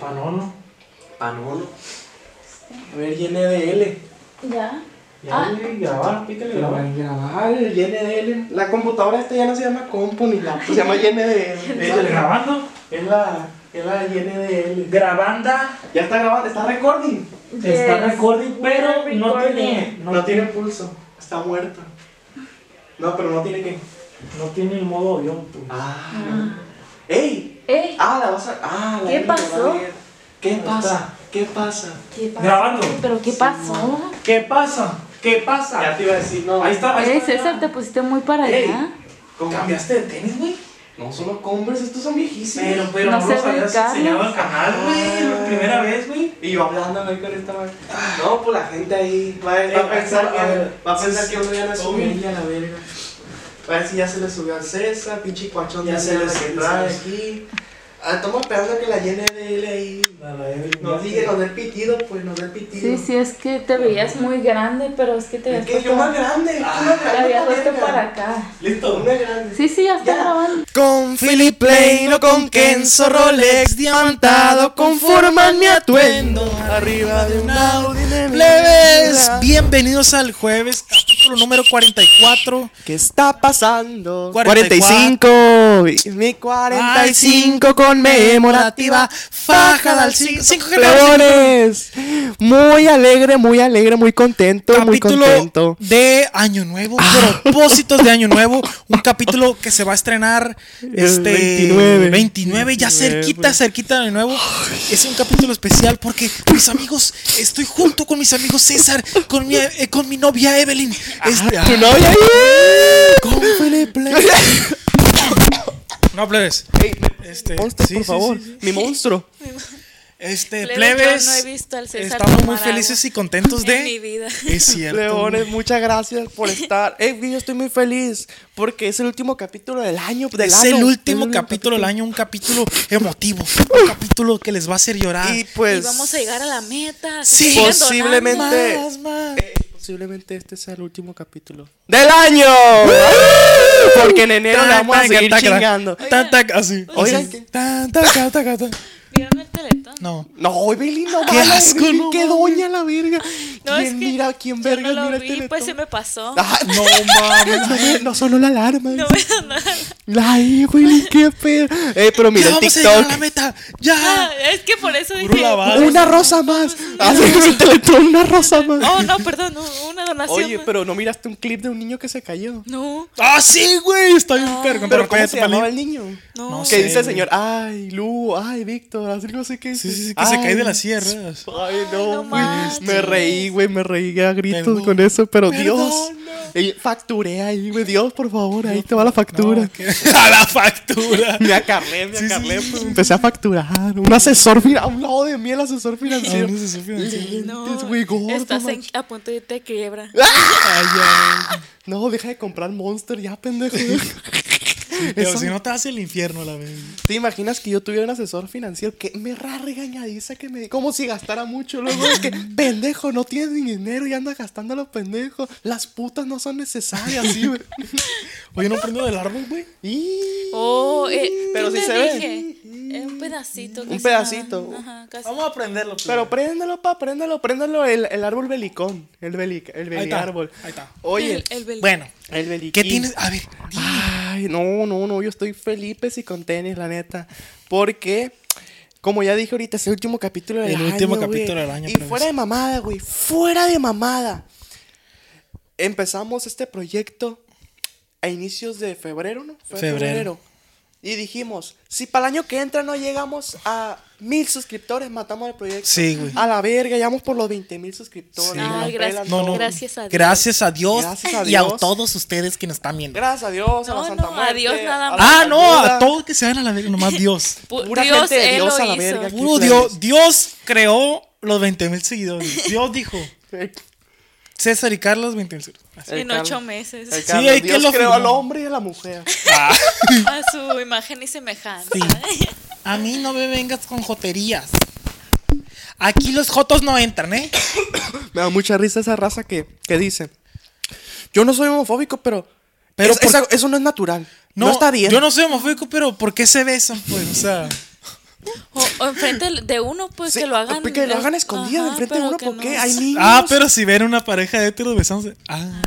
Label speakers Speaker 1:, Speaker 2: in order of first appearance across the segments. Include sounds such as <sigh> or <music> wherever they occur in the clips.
Speaker 1: Panono.
Speaker 2: Panono.
Speaker 3: Ah, A ver, YNDL.
Speaker 4: Ya.
Speaker 1: Ya,
Speaker 4: Ah.
Speaker 1: güey, grabar, pícale
Speaker 3: Pero
Speaker 1: grabar.
Speaker 3: van a grabar el YNDL. La computadora esta ya no se llama Compu ni la se llama <laughs> YNDL.
Speaker 1: Pícale grabando.
Speaker 3: Es la, es la YNDL.
Speaker 1: Grabanda
Speaker 3: Ya está grabando, está recording.
Speaker 1: está
Speaker 4: Yes.
Speaker 1: recording, pero
Speaker 4: We're
Speaker 1: no
Speaker 4: recording.
Speaker 1: tiene,
Speaker 3: No,
Speaker 1: no,
Speaker 3: tiene
Speaker 1: tiene,
Speaker 3: pulso, está muerto. No, pero no tiene que.
Speaker 1: no tiene el modo avión, pues.
Speaker 3: Ah.
Speaker 4: Ah.
Speaker 3: ¡Ey!
Speaker 4: ¡Ey!
Speaker 3: ¡Ah, la vas a. ¡Ah, la
Speaker 4: ¿Qué
Speaker 3: L la va a
Speaker 4: pasó?
Speaker 3: leer. ¿Qué
Speaker 1: Ahí
Speaker 3: pasa?
Speaker 1: está.
Speaker 3: ¿Qué pasa?
Speaker 4: ¿Qué pasó?
Speaker 1: Grabando.
Speaker 4: ¿Pero qué
Speaker 3: Sí,
Speaker 4: pasó?
Speaker 1: ¿Qué pasa? ¿Qué
Speaker 3: Ya
Speaker 1: pasa?
Speaker 3: te iba a decir, no.
Speaker 1: Ahí está, ahí
Speaker 4: Ey,
Speaker 1: está.
Speaker 4: César, te pusiste muy para allá.
Speaker 3: ¿Cómo?
Speaker 1: ¿Cambiaste de tenis, güey?
Speaker 3: No solo Converse, estos son viejísimos.
Speaker 1: Pero, pero
Speaker 4: No
Speaker 1: no,
Speaker 4: sé
Speaker 1: nos habías
Speaker 4: brincarlos.
Speaker 1: enseñado el canal, güey, la
Speaker 3: Ah.
Speaker 1: primera vez, güey.
Speaker 3: Y yo hablando ahí con esta madre. No, pues la gente ahí va, va a pensar que,
Speaker 1: a ver,
Speaker 3: va a pensar que uno ya le
Speaker 1: sí,
Speaker 3: subió.
Speaker 1: sí,
Speaker 3: a la verga. Va a decir, ya se le subió al César, pinche cuachón
Speaker 1: Ya
Speaker 3: de
Speaker 1: se
Speaker 3: mierda
Speaker 1: le
Speaker 3: que
Speaker 1: subió.
Speaker 3: trae aquí. Ah, estamos esperando que la llene de él ahí. Nos diga, nos dé el pitido, pues nos dé el pitido.
Speaker 4: Sí, sí, es que te veías muy grande, pero es que te
Speaker 3: Es
Speaker 4: habías
Speaker 3: que yo más
Speaker 4: puesto,
Speaker 3: grande,
Speaker 1: Ah.
Speaker 3: una
Speaker 4: te
Speaker 3: grande.
Speaker 4: habías puesto
Speaker 3: verga.
Speaker 4: para acá.
Speaker 1: Listo.
Speaker 3: Una grande.
Speaker 4: Sí, sí, ya está
Speaker 3: Ya.
Speaker 4: grabando.
Speaker 5: Con Philip Plain o con Kenzo Rolex diamantado conforman mi atuendo. Arriba de un Audi de Plebes, bienvenidos al jueves, capítulo número 44.
Speaker 3: ¿Qué está pasando?
Speaker 5: 45.
Speaker 3: Mi
Speaker 5: 45 conmemorativa, faja del 5
Speaker 3: Flores. Muy alegre, muy alegre, muy contento, Ah.
Speaker 5: capítulo de Año Nuevo, propósitos de Año Nuevo,
Speaker 3: <laughs>
Speaker 5: un capítulo que se va a estrenar este
Speaker 3: 29.
Speaker 5: 29, ya cerquita, cerquita de Año Nuevo. Es un capítulo especial porque mis amigos, estoy junto con mis amigos César, con mi eh, con mi novia Evelyn.
Speaker 3: Ah,
Speaker 5: Este,
Speaker 3: Tu novia ahí.
Speaker 5: ¿Cómo fue el <laughs> play? No plebes. Este,
Speaker 3: Monstruo,
Speaker 5: sí,
Speaker 3: por
Speaker 5: sí,
Speaker 3: favor.
Speaker 5: sí, sí.
Speaker 3: Mi monstruo.
Speaker 5: Este,
Speaker 6: Leo,
Speaker 5: plebes.
Speaker 6: yo no he visto al César
Speaker 5: estamos muy
Speaker 6: tomar
Speaker 5: felices
Speaker 6: agua
Speaker 5: y contentos
Speaker 6: en mi
Speaker 5: de
Speaker 6: vida.
Speaker 5: Es cierto.
Speaker 3: Leones, muchas gracias por estar. Ey, yo estoy muy feliz porque es el último capítulo del año. Del
Speaker 5: es
Speaker 3: ano.
Speaker 5: el último capítulo del año, un capítulo <laughs> emotivo, un capítulo que les va a hacer llorar.
Speaker 3: Y pues.
Speaker 6: y vamos a llegar a la meta.
Speaker 5: Sí.
Speaker 6: así que sigan
Speaker 3: Posiblemente.
Speaker 6: donando.
Speaker 5: Más, más.
Speaker 3: eh, posiblemente este sea el último capítulo del año. Porque en enero le vamos a
Speaker 5: Taca,
Speaker 3: seguir
Speaker 5: taca, taca.
Speaker 3: chingando.
Speaker 5: Tan, taca, así.
Speaker 3: Oigan,
Speaker 5: así.
Speaker 3: ¿qué?
Speaker 5: Tan, taca, taca, taca.
Speaker 6: ¿Vieron el teletón?
Speaker 5: No.
Speaker 3: No, Evelyn, no
Speaker 5: Qué
Speaker 3: va a la
Speaker 5: asco,
Speaker 3: verga,
Speaker 5: no
Speaker 3: Qué
Speaker 5: mames.
Speaker 3: doña la verga.
Speaker 6: No,
Speaker 3: ¿Quién
Speaker 6: es que
Speaker 3: mira? ¿Quién
Speaker 6: yo
Speaker 3: verga
Speaker 6: no lo
Speaker 3: mira el
Speaker 6: vi, pues se
Speaker 3: teletón?
Speaker 6: me pasó.
Speaker 3: Ah,
Speaker 5: No
Speaker 3: no,
Speaker 5: mames.
Speaker 3: me- no sonó la alarma.
Speaker 6: <laughs> No me da nada.
Speaker 3: La Evelyn, qué pedo. Eh, pero mira el
Speaker 5: Ya vamos a llegar a la
Speaker 3: TikTok.
Speaker 5: meta. Ya.
Speaker 6: Ah, es que por eso dije.
Speaker 5: la bala.
Speaker 3: Una rosa más. Hacemos el teletón, una rosa más.
Speaker 6: Oh, no, perdón, u- una donación.
Speaker 3: Oye, pero no miraste un clip de un niño que se cayó.
Speaker 6: No,
Speaker 5: Ah, sí, güey. Está bien perro. Con
Speaker 3: Pero
Speaker 5: respeto,
Speaker 3: ¿cómo se
Speaker 5: palín.
Speaker 3: llamaba el niño?
Speaker 6: no.
Speaker 5: No
Speaker 3: Que
Speaker 5: sé,
Speaker 3: dice el
Speaker 5: güey.
Speaker 3: señor, ay, Lu, ay, Víctor, así no sé qué.
Speaker 5: Sí, sí, sí, que se
Speaker 3: Ay,
Speaker 5: cae de las
Speaker 3: <laughs>
Speaker 5: sierras. <laughs>
Speaker 3: Ay, no,
Speaker 6: no
Speaker 3: güey.
Speaker 6: manches.
Speaker 3: me reí, güey, me reí a gritos
Speaker 5: Perdón.
Speaker 3: con eso, pero Dios.
Speaker 5: Perdón.
Speaker 3: Ey, Facturé ahí, güey, Dios, por favor, ahí te va la factura.
Speaker 5: No, que- a
Speaker 3: <laughs>
Speaker 5: la factura.
Speaker 3: Me acarré, me
Speaker 5: Sí, sí,
Speaker 3: acarré,
Speaker 5: sí,
Speaker 3: pues,
Speaker 5: sí.
Speaker 3: empecé a facturar. Un asesor, mira, a Ah, un lado de mí el asesor
Speaker 5: Ay,
Speaker 3: financiero.
Speaker 5: no se sufre, en serio.
Speaker 6: no.
Speaker 3: Lentes, güey, gordo,
Speaker 6: Estás en-
Speaker 3: macho.
Speaker 6: a punto de irte a quiebra.
Speaker 5: Ay, ya, güey.
Speaker 3: No, deja de comprar Monster ya, pendejo. <laughs>
Speaker 5: Pero
Speaker 3: Eso-
Speaker 5: si no te hace el infierno, la vez.
Speaker 3: ¿Te imaginas que yo tuviera un asesor financiero que me ra regañadiza que me como si gastara mucho? Luego es
Speaker 5: <laughs>
Speaker 3: que, pendejo, no tienes ni dinero y andas gastando a los pendejos. Las putas no son necesarias, sí,
Speaker 5: <laughs>
Speaker 3: güey.
Speaker 5: Oye, no prendo del árbol, güey.
Speaker 3: Y-
Speaker 6: Oh, eh, ¿qué
Speaker 3: Pero sí
Speaker 6: te
Speaker 3: se ve.
Speaker 6: dije? Eh, un pedacito.
Speaker 3: Un
Speaker 6: casi
Speaker 3: pedacito.
Speaker 6: nada. Ajá, casi.
Speaker 5: Vamos a prenderlo,
Speaker 3: Pero préndelo, pa, préndelo, préndelo el, el árbol belicón. El belic, el
Speaker 5: Ahí está,
Speaker 3: beliárbol.
Speaker 5: ahí está.
Speaker 3: Oye,
Speaker 6: El, el bel-
Speaker 5: Bueno,
Speaker 3: el, beliquín.
Speaker 5: ¿qué tienes? A ver,
Speaker 3: Ay, no, no, no, yo estoy Felipe y con tenis, la neta. Porque, como ya dije ahorita, es el último capítulo del
Speaker 5: El
Speaker 3: año.
Speaker 5: último
Speaker 3: güey.
Speaker 5: capítulo del año,
Speaker 3: Y
Speaker 5: plebes.
Speaker 3: fuera de mamada, güey, fuera de mamada. Empezamos este proyecto a inicios de febrero, ¿no? Fue
Speaker 5: Febrero.
Speaker 3: Y dijimos, si para el año que entra no llegamos a mil suscriptores, matamos el proyecto.
Speaker 5: Sí, güey.
Speaker 3: A la verga, llegamos por los 20 mil suscriptores.
Speaker 5: Sí,
Speaker 3: nos
Speaker 5: güey.
Speaker 6: Ay,
Speaker 3: pelan
Speaker 6: gracias.
Speaker 5: No,
Speaker 3: todo.
Speaker 5: no.
Speaker 6: Gracias a Dios.
Speaker 5: Gracias a Dios
Speaker 3: Gracias a
Speaker 5: y a
Speaker 3: Dios.
Speaker 5: todos ustedes que nos están viendo.
Speaker 3: Gracias a Dios, a la
Speaker 6: No,
Speaker 3: Santa
Speaker 6: no, a
Speaker 3: Muerte,
Speaker 6: Dios nada
Speaker 3: a la
Speaker 6: más.
Speaker 5: Ah, no,
Speaker 3: ayuda.
Speaker 5: a todos que se van a la
Speaker 6: <laughs>
Speaker 5: verga, nomás Dios.
Speaker 6: Pu-
Speaker 3: pura
Speaker 6: Dios,
Speaker 3: gente de
Speaker 6: él
Speaker 3: Dios a
Speaker 6: lo
Speaker 3: la
Speaker 6: hizo.
Speaker 3: verga.
Speaker 5: Puro Dios, Dios creó los 20 mil seguidores. Dios dijo, César y Carlos, 20 mil seguidores.
Speaker 6: En ocho meses.
Speaker 3: Sí,
Speaker 5: Sí, hay que
Speaker 3: Dios
Speaker 5: lo
Speaker 3: creó
Speaker 5: firmó.
Speaker 3: al hombre y a la mujer.
Speaker 6: <laughs> A su imagen y semejanza.
Speaker 5: Sí. A mí no me vengas con joterías. Aquí los jotos no entran, ¿eh?
Speaker 3: <laughs> Me da mucha risa esa raza que, que dice: Yo no soy homofóbico, pero.
Speaker 5: Pero
Speaker 3: es-
Speaker 5: por-
Speaker 3: esa- eso no es natural. No,
Speaker 5: No,
Speaker 3: está bien.
Speaker 5: Yo no soy homofóbico, pero ¿por qué se besan? Pues, o sea.
Speaker 6: <laughs> O, o enfrente de uno, pues
Speaker 3: Sí, Ah,
Speaker 6: que lo hagan.
Speaker 3: Que lo hagan
Speaker 6: eh,
Speaker 3: escondido
Speaker 6: ajá,
Speaker 3: enfrente de
Speaker 6: pero
Speaker 3: uno,
Speaker 6: que
Speaker 3: ¿por
Speaker 6: no.
Speaker 3: qué? Hay niños.
Speaker 5: Ah, pero si ven una pareja de heteros besándose. Ah,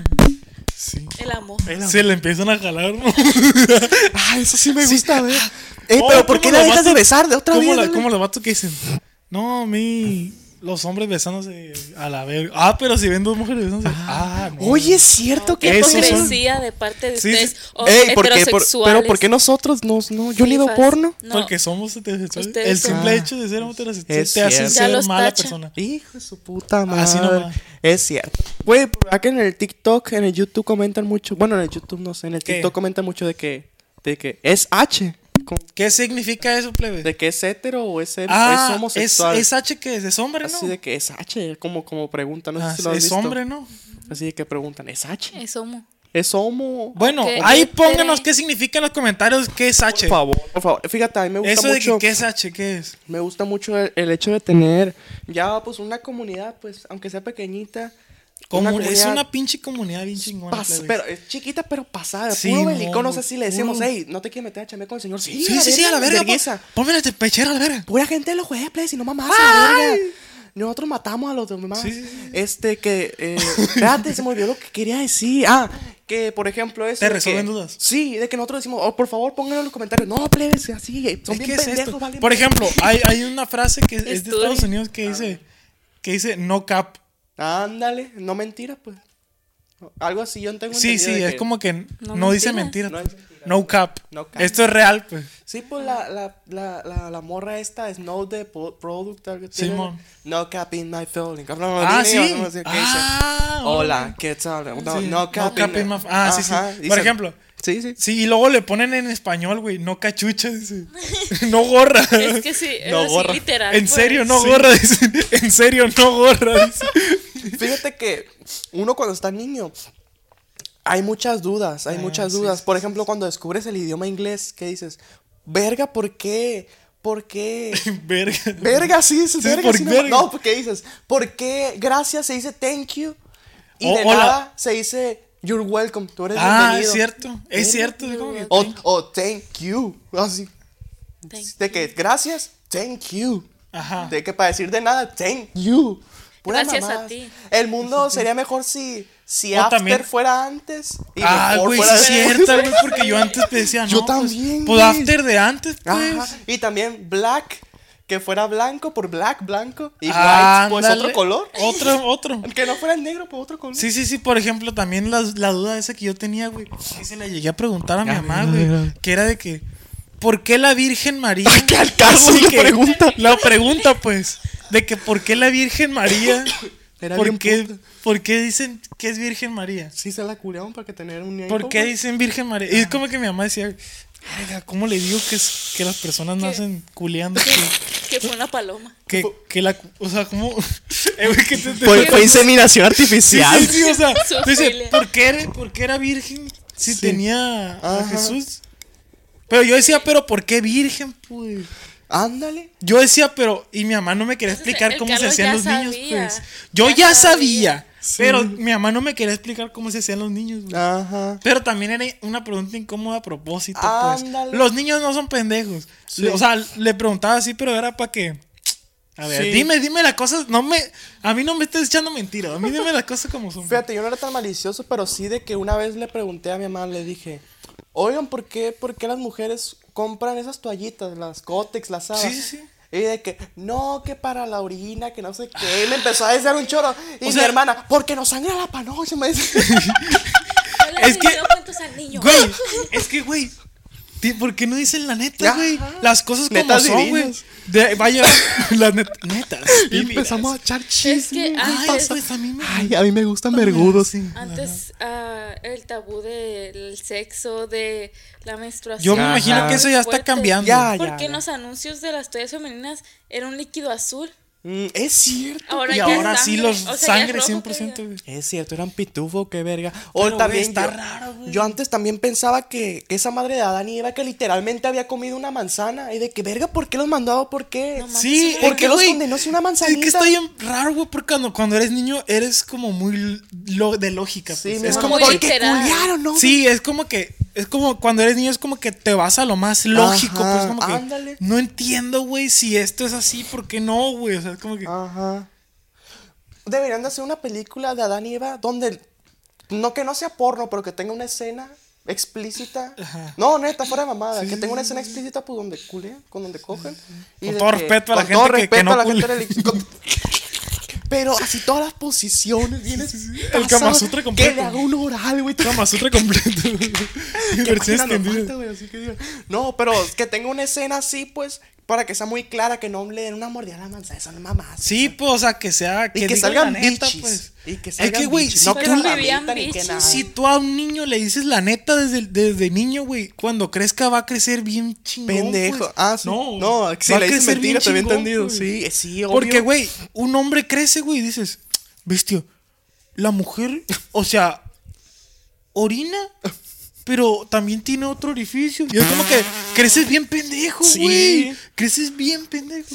Speaker 5: sí.
Speaker 6: El amor.
Speaker 3: El amor.
Speaker 5: Se le empiezan a jalar. ¿no?
Speaker 3: <laughs> Ah, eso sí me gusta ver. Eh,
Speaker 5: Oh,
Speaker 3: pero ¿por qué
Speaker 5: ¿cómo
Speaker 3: la
Speaker 5: los
Speaker 3: dejas de
Speaker 5: vatos-
Speaker 3: besar de otra
Speaker 5: ¿Cómo,
Speaker 3: vez?
Speaker 5: la-
Speaker 3: dale?
Speaker 5: cómo los vatos que dicen? No, a mí. Los hombres besándose a la verga. Ah, pero si ven dos mujeres besándose. Ah, no.
Speaker 3: Oye, es cierto que
Speaker 6: Qué
Speaker 5: Esos son-
Speaker 6: hipocresía de parte de
Speaker 5: Sí, sí.
Speaker 6: ustedes. o
Speaker 3: Ey, ¿por qué? Por-
Speaker 6: heterosexuales.
Speaker 3: pero ¿por qué nosotros no? no yo ni veo
Speaker 6: Fifas.
Speaker 3: porno.
Speaker 6: No,
Speaker 5: Porque somos heterosexuales.
Speaker 6: Ustedes
Speaker 5: el
Speaker 6: son-
Speaker 5: simple
Speaker 3: Ah,
Speaker 5: hecho de ser heterosexual
Speaker 3: es
Speaker 5: te hace
Speaker 3: cierto.
Speaker 6: Ya
Speaker 5: ser
Speaker 6: los
Speaker 5: mala
Speaker 6: tacha.
Speaker 5: persona.
Speaker 3: Hijo de su puta madre.
Speaker 5: Así nomás.
Speaker 3: Es cierto. Güey, por acá en el TikTok, en el YouTube comentan mucho. Bueno, en el YouTube no sé, en el
Speaker 5: ¿Qué?
Speaker 3: TikTok comentan mucho de que, de que es H. con-
Speaker 5: ¿Qué significa eso, plebe?
Speaker 3: De que es hetero o es,
Speaker 5: ah,
Speaker 3: es homosexual.
Speaker 5: Es, es H que es, es hombre, ¿no?
Speaker 3: Así de que es H, como, como preguntan, no sé
Speaker 5: Ah,
Speaker 3: si lo has
Speaker 5: es
Speaker 3: visto.
Speaker 5: hombre, ¿no?
Speaker 3: Así de que preguntan, ¿es H?
Speaker 6: Es
Speaker 5: <laughs>
Speaker 6: homo.
Speaker 3: ¿Es homo?
Speaker 5: Bueno,
Speaker 6: Que-
Speaker 5: ahí
Speaker 6: que-
Speaker 5: pónganos qué significa en los comentarios qué es H.
Speaker 3: Por favor, por favor. Fíjate, a mí me gusta
Speaker 5: Eso de
Speaker 3: mucho.
Speaker 5: que qué es H, qué es.
Speaker 3: Me gusta mucho el, el hecho de tener ya pues una comunidad, pues aunque sea pequeñita.
Speaker 5: Comu- es
Speaker 3: comunidad
Speaker 5: una pinche comunidad bien chingona.
Speaker 3: pas-
Speaker 5: plebes.
Speaker 3: pero es chiquita pero pasada,
Speaker 5: Sí,
Speaker 3: puro
Speaker 5: mon,
Speaker 3: belicón, no sé si le decimos,
Speaker 5: puro-
Speaker 3: hey, no te quieres meter a chambear con el señor. Sí,
Speaker 5: sí, sí, sí, a la verga.
Speaker 3: vergüenza.
Speaker 5: pon- Pónmela este pechera a la verga.
Speaker 3: Pura gente de los jueves, please, y no mamás, a la verga. Nosotros matamos a los demás.
Speaker 5: Sí, sí, sí.
Speaker 3: Este que eh, espérate, se me olvidó lo que quería decir. Ah, que por ejemplo eso
Speaker 5: Te
Speaker 3: de que-
Speaker 5: resuelven dudas.
Speaker 3: Sí, de que nosotros decimos, "Oh, por favor, pónganlo en los comentarios. No, plebes, así, eh, son
Speaker 5: Es
Speaker 3: bien
Speaker 5: que es
Speaker 3: pendejos,
Speaker 5: esto.
Speaker 3: valen
Speaker 5: Por
Speaker 3: verga".
Speaker 5: ejemplo, hay, hay una frase que es de
Speaker 6: Estudio.
Speaker 5: Estados Unidos que dice, que dice no cap.
Speaker 3: Ándale, no mentira, pues. Algo así, yo tengo
Speaker 5: Sí,
Speaker 3: entendido
Speaker 5: sí,
Speaker 3: de
Speaker 5: es
Speaker 3: que-
Speaker 5: como que no,
Speaker 6: mentira.
Speaker 5: dice mentira.
Speaker 3: No
Speaker 5: No,
Speaker 3: es mentira.
Speaker 5: cap.
Speaker 3: No cap.
Speaker 5: Esto es real, pues.
Speaker 3: Sí, pues la, la, la, la, la morra esta es no de po- product. algo así.
Speaker 5: Simón.
Speaker 3: No cap in my feeling.
Speaker 5: Ah, sí.
Speaker 3: No sé qué dice.
Speaker 5: Ah,
Speaker 3: Hola, ¿qué tal? No,
Speaker 5: Sí,
Speaker 3: no cap,
Speaker 5: in my- Ah, sí, sí.
Speaker 3: Ajá,
Speaker 5: Por
Speaker 3: dice-
Speaker 5: ejemplo.
Speaker 3: Sí,
Speaker 5: <laughs>
Speaker 3: sí.
Speaker 5: Sí, y luego le ponen en español, güey, no cachucha,
Speaker 6: <laughs>
Speaker 5: dice. No gorra.
Speaker 6: Es que sí, es
Speaker 3: No,
Speaker 6: así,
Speaker 3: gorra.
Speaker 6: literal.
Speaker 5: En
Speaker 6: pues.
Speaker 5: serio, no gorra, dice. En serio, no gorra, dice. <laughs>
Speaker 3: Fíjate que uno cuando está niño hay muchas dudas,
Speaker 5: Eh,
Speaker 3: hay muchas dudas. Por ejemplo, cuando descubres el idioma inglés, ¿qué dices? Verga, ¿por qué? ¿Por
Speaker 5: <laughs>
Speaker 3: qué?
Speaker 5: Verga.
Speaker 3: Verga, sí, es
Speaker 5: Sí,
Speaker 3: verga.
Speaker 5: por
Speaker 3: sí, no,
Speaker 5: verga.
Speaker 3: no, porque dices, ¿por qué gracias se dice thank you? Y
Speaker 5: O-
Speaker 3: de
Speaker 5: hola.
Speaker 3: nada se dice you're welcome, tú eres
Speaker 5: Ah,
Speaker 3: bienvenido.
Speaker 5: es cierto. Es cierto. es como que-
Speaker 3: O, o thank you, así.
Speaker 6: Thank
Speaker 3: De que gracias, thank you.
Speaker 5: Ajá.
Speaker 3: De que para decir de nada, thank you. Pura
Speaker 6: Gracias a
Speaker 3: mamada.
Speaker 6: ti.
Speaker 3: El
Speaker 5: <laughs>
Speaker 3: mundo sería mejor si, si
Speaker 5: O
Speaker 3: after
Speaker 5: también-
Speaker 3: fuera antes. Y
Speaker 5: Ah,
Speaker 3: before
Speaker 5: güey, sí
Speaker 3: fuera
Speaker 5: es
Speaker 3: después.
Speaker 5: cierto, güey, porque yo antes
Speaker 3: <laughs>
Speaker 5: te decía, no.
Speaker 3: Yo
Speaker 5: pues,
Speaker 3: también,
Speaker 5: Pues,
Speaker 3: güey.
Speaker 5: after de antes, pues.
Speaker 3: <laughs> Ajá, Y también black, que fuera blanco por black, blanco. Y
Speaker 5: Ah,
Speaker 3: white, pues
Speaker 5: ándale.
Speaker 3: otro color.
Speaker 5: Otro,
Speaker 3: <laughs>
Speaker 5: otro.
Speaker 3: Que no fuera negro, pues otro color.
Speaker 5: Sí, sí, sí, por ejemplo, también la, la duda esa que yo tenía, güey, que se la llegué a preguntar a mi mamá, güey, que era de que, ¿por qué la
Speaker 3: <laughs>
Speaker 5: Virgen María?
Speaker 3: ¿Qué al caso
Speaker 5: Sí,
Speaker 3: la
Speaker 5: que-
Speaker 3: pregunta?
Speaker 5: La pregunta, pues, de que ¿por qué la Virgen María?
Speaker 3: Era
Speaker 5: ¿Por
Speaker 3: bien
Speaker 5: qué,
Speaker 3: puta.
Speaker 5: ¿Por qué dicen que es Virgen María?
Speaker 3: Sí se la curaron para que tener un
Speaker 5: ¿Por qué dicen Virgen María? Y es como que mi mamá decía, "Verga, ¿cómo le digo que, es, que las personas nacen culeando? Que,
Speaker 6: Que fue una paloma.
Speaker 5: que, que la... O sea, ¿cómo? <laughs> Eh, güey, que te- te-
Speaker 3: Fue, fue inseminación
Speaker 5: Sí,
Speaker 3: artificial.
Speaker 5: sí, sí, o
Speaker 6: <laughs>
Speaker 5: sea,
Speaker 6: Su
Speaker 5: tú dices,
Speaker 6: filia.
Speaker 5: ¿por qué, era, por qué era virgen si
Speaker 3: Sí.
Speaker 5: tenía a
Speaker 3: Ajá.
Speaker 5: Jesús? Pero yo decía, ¿pero por qué virgen, pues?
Speaker 3: Ándale.
Speaker 5: Yo decía, pero. Y mi mamá no me quería explicar
Speaker 6: el
Speaker 5: cómo se
Speaker 6: Carlos
Speaker 5: hacían
Speaker 6: ya
Speaker 5: los niños,
Speaker 6: sabía.
Speaker 5: pues. Yo ya,
Speaker 6: Ya
Speaker 5: sabía,
Speaker 6: sabía.
Speaker 5: pero mi mamá no me quería explicar cómo se hacían los niños, güey.
Speaker 3: Ajá.
Speaker 5: Pero también era una pregunta incómoda a propósito, pues.
Speaker 3: Ándale.
Speaker 5: Los niños no son pendejos.
Speaker 3: Sí.
Speaker 5: O sea, le preguntaba así, pero era para que. A ver,
Speaker 3: Sí.
Speaker 5: dime, dime las cosas. No me, a mí no me estés echando mentiras. A mí dime las cosas como son.
Speaker 3: Fíjate, yo no era tan malicioso, pero sí de que una vez le pregunté a mi mamá, le dije, oigan, ¿por qué, por qué las mujeres compran esas toallitas, las Cotex, las Saba?
Speaker 5: Sí, sí, sí.
Speaker 3: Y de que, no, que para la orina, que no sé qué. Y me empezó a desear un choro. Y
Speaker 5: O
Speaker 3: mi
Speaker 5: sea-
Speaker 3: hermana, porque nos sangra la panocha, me dice.
Speaker 5: <laughs>
Speaker 3: <laughs>
Speaker 6: Yo le
Speaker 5: Es que-
Speaker 6: pido cuentos al niño.
Speaker 5: Güey, es que, güey. ti- ¿Por qué no dicen la neta,
Speaker 3: Ajá.
Speaker 5: güey? Las cosas como
Speaker 3: Netas
Speaker 5: son, güey.
Speaker 3: divinas.
Speaker 5: De- Vaya, <laughs> las net- netas.
Speaker 3: Y
Speaker 5: divinas.
Speaker 3: empezamos a echar
Speaker 6: <laughs> Es
Speaker 3: chisme.
Speaker 6: que
Speaker 5: Ay,
Speaker 6: antes,
Speaker 5: pues a mí me.
Speaker 3: Ay, a mí me gustan vergudos. Sí.
Speaker 6: antes ah, el tabú del sexo, de la menstruación.
Speaker 5: Yo me
Speaker 6: era
Speaker 5: imagino
Speaker 6: muy
Speaker 5: que eso ya está
Speaker 6: fuerte.
Speaker 5: cambiando.
Speaker 3: Ya.
Speaker 6: Porque en los anuncios de las toallas femeninas era un líquido azul.
Speaker 3: Mm, es cierto.
Speaker 6: Ahora
Speaker 5: Y
Speaker 6: ya
Speaker 5: ahora
Speaker 6: es
Speaker 5: sí,
Speaker 6: sangre,
Speaker 5: los
Speaker 6: o sea, ya es
Speaker 5: sangre
Speaker 6: rojo,
Speaker 5: 100%,
Speaker 6: creo.
Speaker 5: güey.
Speaker 3: Es cierto, eran pitufo, qué verga. O
Speaker 5: Pero, güey,
Speaker 3: también.
Speaker 5: está
Speaker 3: yo,
Speaker 5: raro, güey.
Speaker 3: Yo antes también pensaba que, que esa madre de Adán y Eva que literalmente había comido una manzana. Y de que, verga, ¿por qué los mandó? ¿Por qué?
Speaker 6: No manches.
Speaker 5: Sí,
Speaker 6: ¿Por
Speaker 5: es
Speaker 3: qué
Speaker 5: que,
Speaker 3: los
Speaker 5: güey,
Speaker 3: condenó si una manzanita?
Speaker 5: Es que está bien raro, güey, porque cuando, cuando eres niño eres como muy lo- de lógica.
Speaker 3: Sí,
Speaker 5: pues.
Speaker 3: mi
Speaker 5: es
Speaker 3: mamá,
Speaker 5: como
Speaker 6: Muy
Speaker 5: que-
Speaker 3: porque
Speaker 6: literal.
Speaker 3: culiaron, ¿no?
Speaker 5: Sí, es como que Es como cuando eres niño, es como que te vas a lo más lógico.
Speaker 3: Ajá,
Speaker 5: pues, como que,
Speaker 3: ándale.
Speaker 5: No entiendo, güey, si esto es así, ¿por qué no, güey? O sea, es como que.
Speaker 3: Ajá. Deberían de hacer una película de Adán y Eva donde no que no sea porno, pero que tenga una escena explícita. No, neta, fuera de mamada, que tenga una escena explícita pues donde culean, con donde cogen. y
Speaker 5: Con
Speaker 3: de
Speaker 5: todo
Speaker 3: que-
Speaker 5: respeto a la
Speaker 3: con todo
Speaker 5: gente que- que
Speaker 3: respeto
Speaker 5: no
Speaker 3: a la gente
Speaker 5: culea.
Speaker 3: relig- con- Pero así todas las posiciones bien
Speaker 5: El
Speaker 3: escasas,
Speaker 5: Kama Sutra
Speaker 3: Que
Speaker 5: completo.
Speaker 3: le haga un oral, güey.
Speaker 5: Kama Sutra completo.
Speaker 3: <laughs>
Speaker 5: güey.
Speaker 3: Que
Speaker 5: <laughs> Versión
Speaker 3: página no
Speaker 5: extendida.
Speaker 3: falta, güey, así que diga, No, pero que tenga una escena así, pues, para que sea muy clara, que no le den una mordida a la manzana, son mamás.
Speaker 5: Sí, pues, o sea, que sea.
Speaker 3: Y que,
Speaker 5: diga
Speaker 3: salgan
Speaker 5: la neta,
Speaker 3: bichis.
Speaker 5: pues.
Speaker 3: Y que
Speaker 5: Es
Speaker 3: salgan
Speaker 5: que, güey,
Speaker 3: bichis,
Speaker 5: si
Speaker 3: no
Speaker 5: tú
Speaker 3: que
Speaker 5: le-
Speaker 3: la
Speaker 6: vivían
Speaker 3: lamentan ni que
Speaker 6: bichis.
Speaker 3: nada.
Speaker 5: Si tú a un niño le dices la neta desde, desde niño, güey, cuando crezca va a crecer bien chingón.
Speaker 3: Pendejo.
Speaker 5: pues.
Speaker 3: Ah, sí.
Speaker 5: No,
Speaker 3: No,
Speaker 5: va
Speaker 3: si
Speaker 5: a
Speaker 3: le dices
Speaker 5: crecer
Speaker 3: mentira,
Speaker 5: bien
Speaker 3: te había
Speaker 5: chingón,
Speaker 3: entendido.
Speaker 5: güey.
Speaker 3: Sí, eh, sí, obvio.
Speaker 5: Porque, güey, un hombre crece, güey, y dices, bestia, la mujer, o sea, orina, pero también tiene otro orificio. Y es como que creces bien pendejo,
Speaker 3: Sí.
Speaker 5: güey. Creces bien pendejo.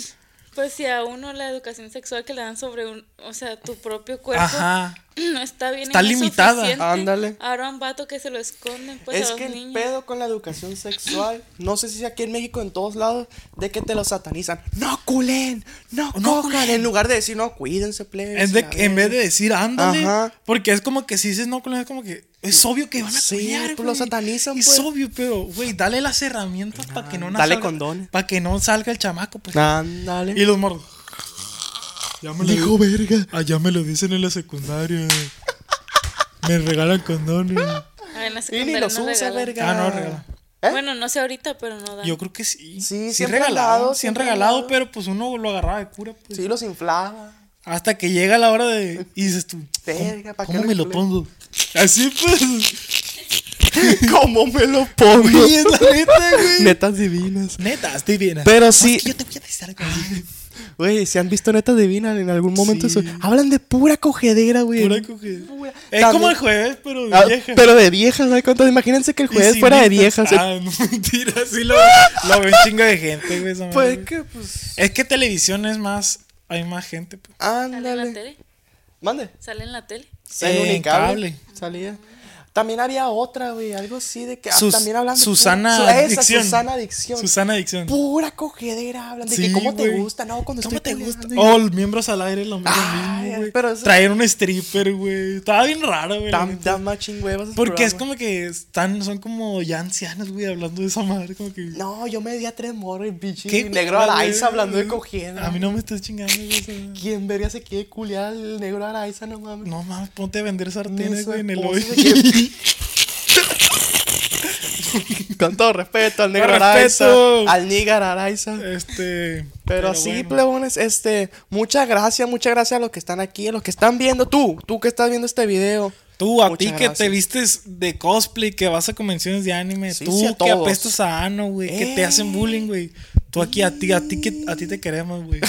Speaker 6: Pues si a uno la educación sexual que le dan sobre un, o sea, tu propio cuerpo
Speaker 5: Ajá.
Speaker 6: <clears throat> no está bien. y
Speaker 5: Está
Speaker 6: no es
Speaker 5: limitada.
Speaker 6: suficiente.
Speaker 3: Ándale.
Speaker 6: Ahora un vato que se lo esconden pues
Speaker 3: es
Speaker 6: a los
Speaker 3: que el
Speaker 6: niños.
Speaker 3: pedo con la educación sexual, no sé si aquí en México, en todos lados, de que te lo satanizan. No culen, no,
Speaker 5: No
Speaker 3: no
Speaker 5: culen.
Speaker 3: En lugar de decir, no, cuídense, plebes.
Speaker 5: Es de,
Speaker 3: la
Speaker 5: que en vez de
Speaker 3: verga".
Speaker 5: decir ándale,
Speaker 3: Ajá. Pues,
Speaker 5: porque es como que si dices no, es como que es obvio que van a
Speaker 3: Sí,
Speaker 5: culiar,
Speaker 3: pues,
Speaker 5: güey.
Speaker 3: lo satanizan,
Speaker 5: Es
Speaker 3: pues.
Speaker 5: obvio, pero güey, dale las herramientas para que no
Speaker 3: dale condones. Ah.
Speaker 5: para que no salga el chamaco, pues.
Speaker 3: Ándale.
Speaker 5: Y los morros. Ya me lo
Speaker 3: Dijo verga.
Speaker 5: Allá me lo dicen en la secundaria. Me regalan condones.
Speaker 6: Ah, en la
Speaker 3: Y ni
Speaker 6: secundaria
Speaker 3: los
Speaker 6: no
Speaker 3: usa,
Speaker 6: regalan.
Speaker 3: verga.
Speaker 5: Ah, no, regala.
Speaker 3: ¿Eh?
Speaker 6: Bueno, no sé ahorita, pero no dan.
Speaker 5: Yo creo que
Speaker 3: Sí,
Speaker 5: sí. sí han
Speaker 3: siempre han
Speaker 5: regalado.
Speaker 3: dado,
Speaker 5: sí han
Speaker 3: siempre han
Speaker 5: regalado,
Speaker 3: dado.
Speaker 5: pero pues uno lo agarraba de cura, pues.
Speaker 3: Sí, los inflaba.
Speaker 5: Hasta que llega la hora de. Y dices tú.
Speaker 3: Verga, ¿pa' qué
Speaker 5: ¿Cómo me lo
Speaker 3: reculé?
Speaker 5: pongo? Así pues.
Speaker 3: <laughs> ¿Cómo me lo pongo? <laughs>
Speaker 5: Güey, es la neta, güey.
Speaker 3: Netas divinas.
Speaker 5: Netas divinas.
Speaker 3: Pero Ah, sí,
Speaker 5: Yo te voy a besar con
Speaker 3: güey, si han visto netas divinas en algún momento,
Speaker 5: Sí.
Speaker 3: eso- hablan de pura cogedera, güey.
Speaker 5: Pura cogida.
Speaker 3: Pura-
Speaker 5: Es
Speaker 3: También-
Speaker 5: como Eh, el jueves, pero de
Speaker 3: Ah,
Speaker 5: vieja.
Speaker 3: Pero de viejas, ¿no? Entonces, imagínense que el
Speaker 5: Y
Speaker 3: jueves
Speaker 5: sin
Speaker 3: fuera de
Speaker 5: netas.
Speaker 3: viejas. ¿eh?
Speaker 5: Ah, no, <laughs> mentira, sí lo, lo ven chingo de gente, güey. esa madre.
Speaker 3: Pues que, pues.
Speaker 5: Es que televisión es más. Hay más gente. pues.
Speaker 6: ¿Sale en la
Speaker 3: Ándale.
Speaker 6: tele?
Speaker 3: Mande.
Speaker 6: ¿Sale en la tele?
Speaker 5: En
Speaker 3: En unicable.
Speaker 5: cable.
Speaker 3: Salía. También había otra, güey, algo así de que. ah,
Speaker 5: Sus-
Speaker 3: también hablan de.
Speaker 5: Susana
Speaker 3: pura- su- esa,
Speaker 5: Adicción.
Speaker 3: Susana Adicción.
Speaker 5: Susana Adicción.
Speaker 3: Pura cogedera, hablan de
Speaker 5: Sí,
Speaker 3: que cómo te
Speaker 5: güey.
Speaker 3: gusta, ¿no? Cuando
Speaker 5: ¿Cómo
Speaker 3: estoy
Speaker 5: te gusta?
Speaker 3: peleando y-
Speaker 5: Oh, los miembros al aire lo lo
Speaker 3: Ay,
Speaker 5: mismo, güey.
Speaker 3: pero eso-
Speaker 5: Traer un stripper, güey. Estaba bien raro, güey. la
Speaker 3: Dan,
Speaker 5: neta.
Speaker 3: dan más chingüevas. esos
Speaker 5: Porque es
Speaker 3: programas.
Speaker 5: como que están, son como ya ancianos, güey, hablando de esa madre, como que.
Speaker 3: No, yo me di a tres morros, bicho.
Speaker 5: ¿Qué,
Speaker 3: y negro
Speaker 5: güey?
Speaker 3: Araiza hablando de cogedera.
Speaker 5: A mí no me estás chingando, güey. o sea,
Speaker 3: ¿Quién vería se quiere culiar al negro Araiza? No mames.
Speaker 5: No mames, ponte a vender
Speaker 3: Ni
Speaker 5: sartenes,
Speaker 3: su
Speaker 5: güey, en el
Speaker 3: esposo <laughs> se
Speaker 5: hoyo.
Speaker 3: Con todo respeto al negro
Speaker 5: Con
Speaker 3: Araiza.
Speaker 5: respeto.
Speaker 3: Al nígar Araiza.
Speaker 5: Este.
Speaker 3: Pero así,
Speaker 5: bueno.
Speaker 3: plebones, este, muchas gracias, muchas gracias a los que están aquí, a los que están viendo, tú, tú que estás viendo este video.
Speaker 5: Tú, a ti
Speaker 3: Muchas
Speaker 5: que te
Speaker 3: gracias.
Speaker 5: vistes de cosplay, que vas a convenciones de anime,
Speaker 3: Sí,
Speaker 5: tú
Speaker 3: sí, a
Speaker 5: que
Speaker 3: todos.
Speaker 5: apestas a ano, güey, que te
Speaker 3: Eh.
Speaker 5: hacen bullying, güey. Tú aquí a ti, a ti que a ti te queremos, güey.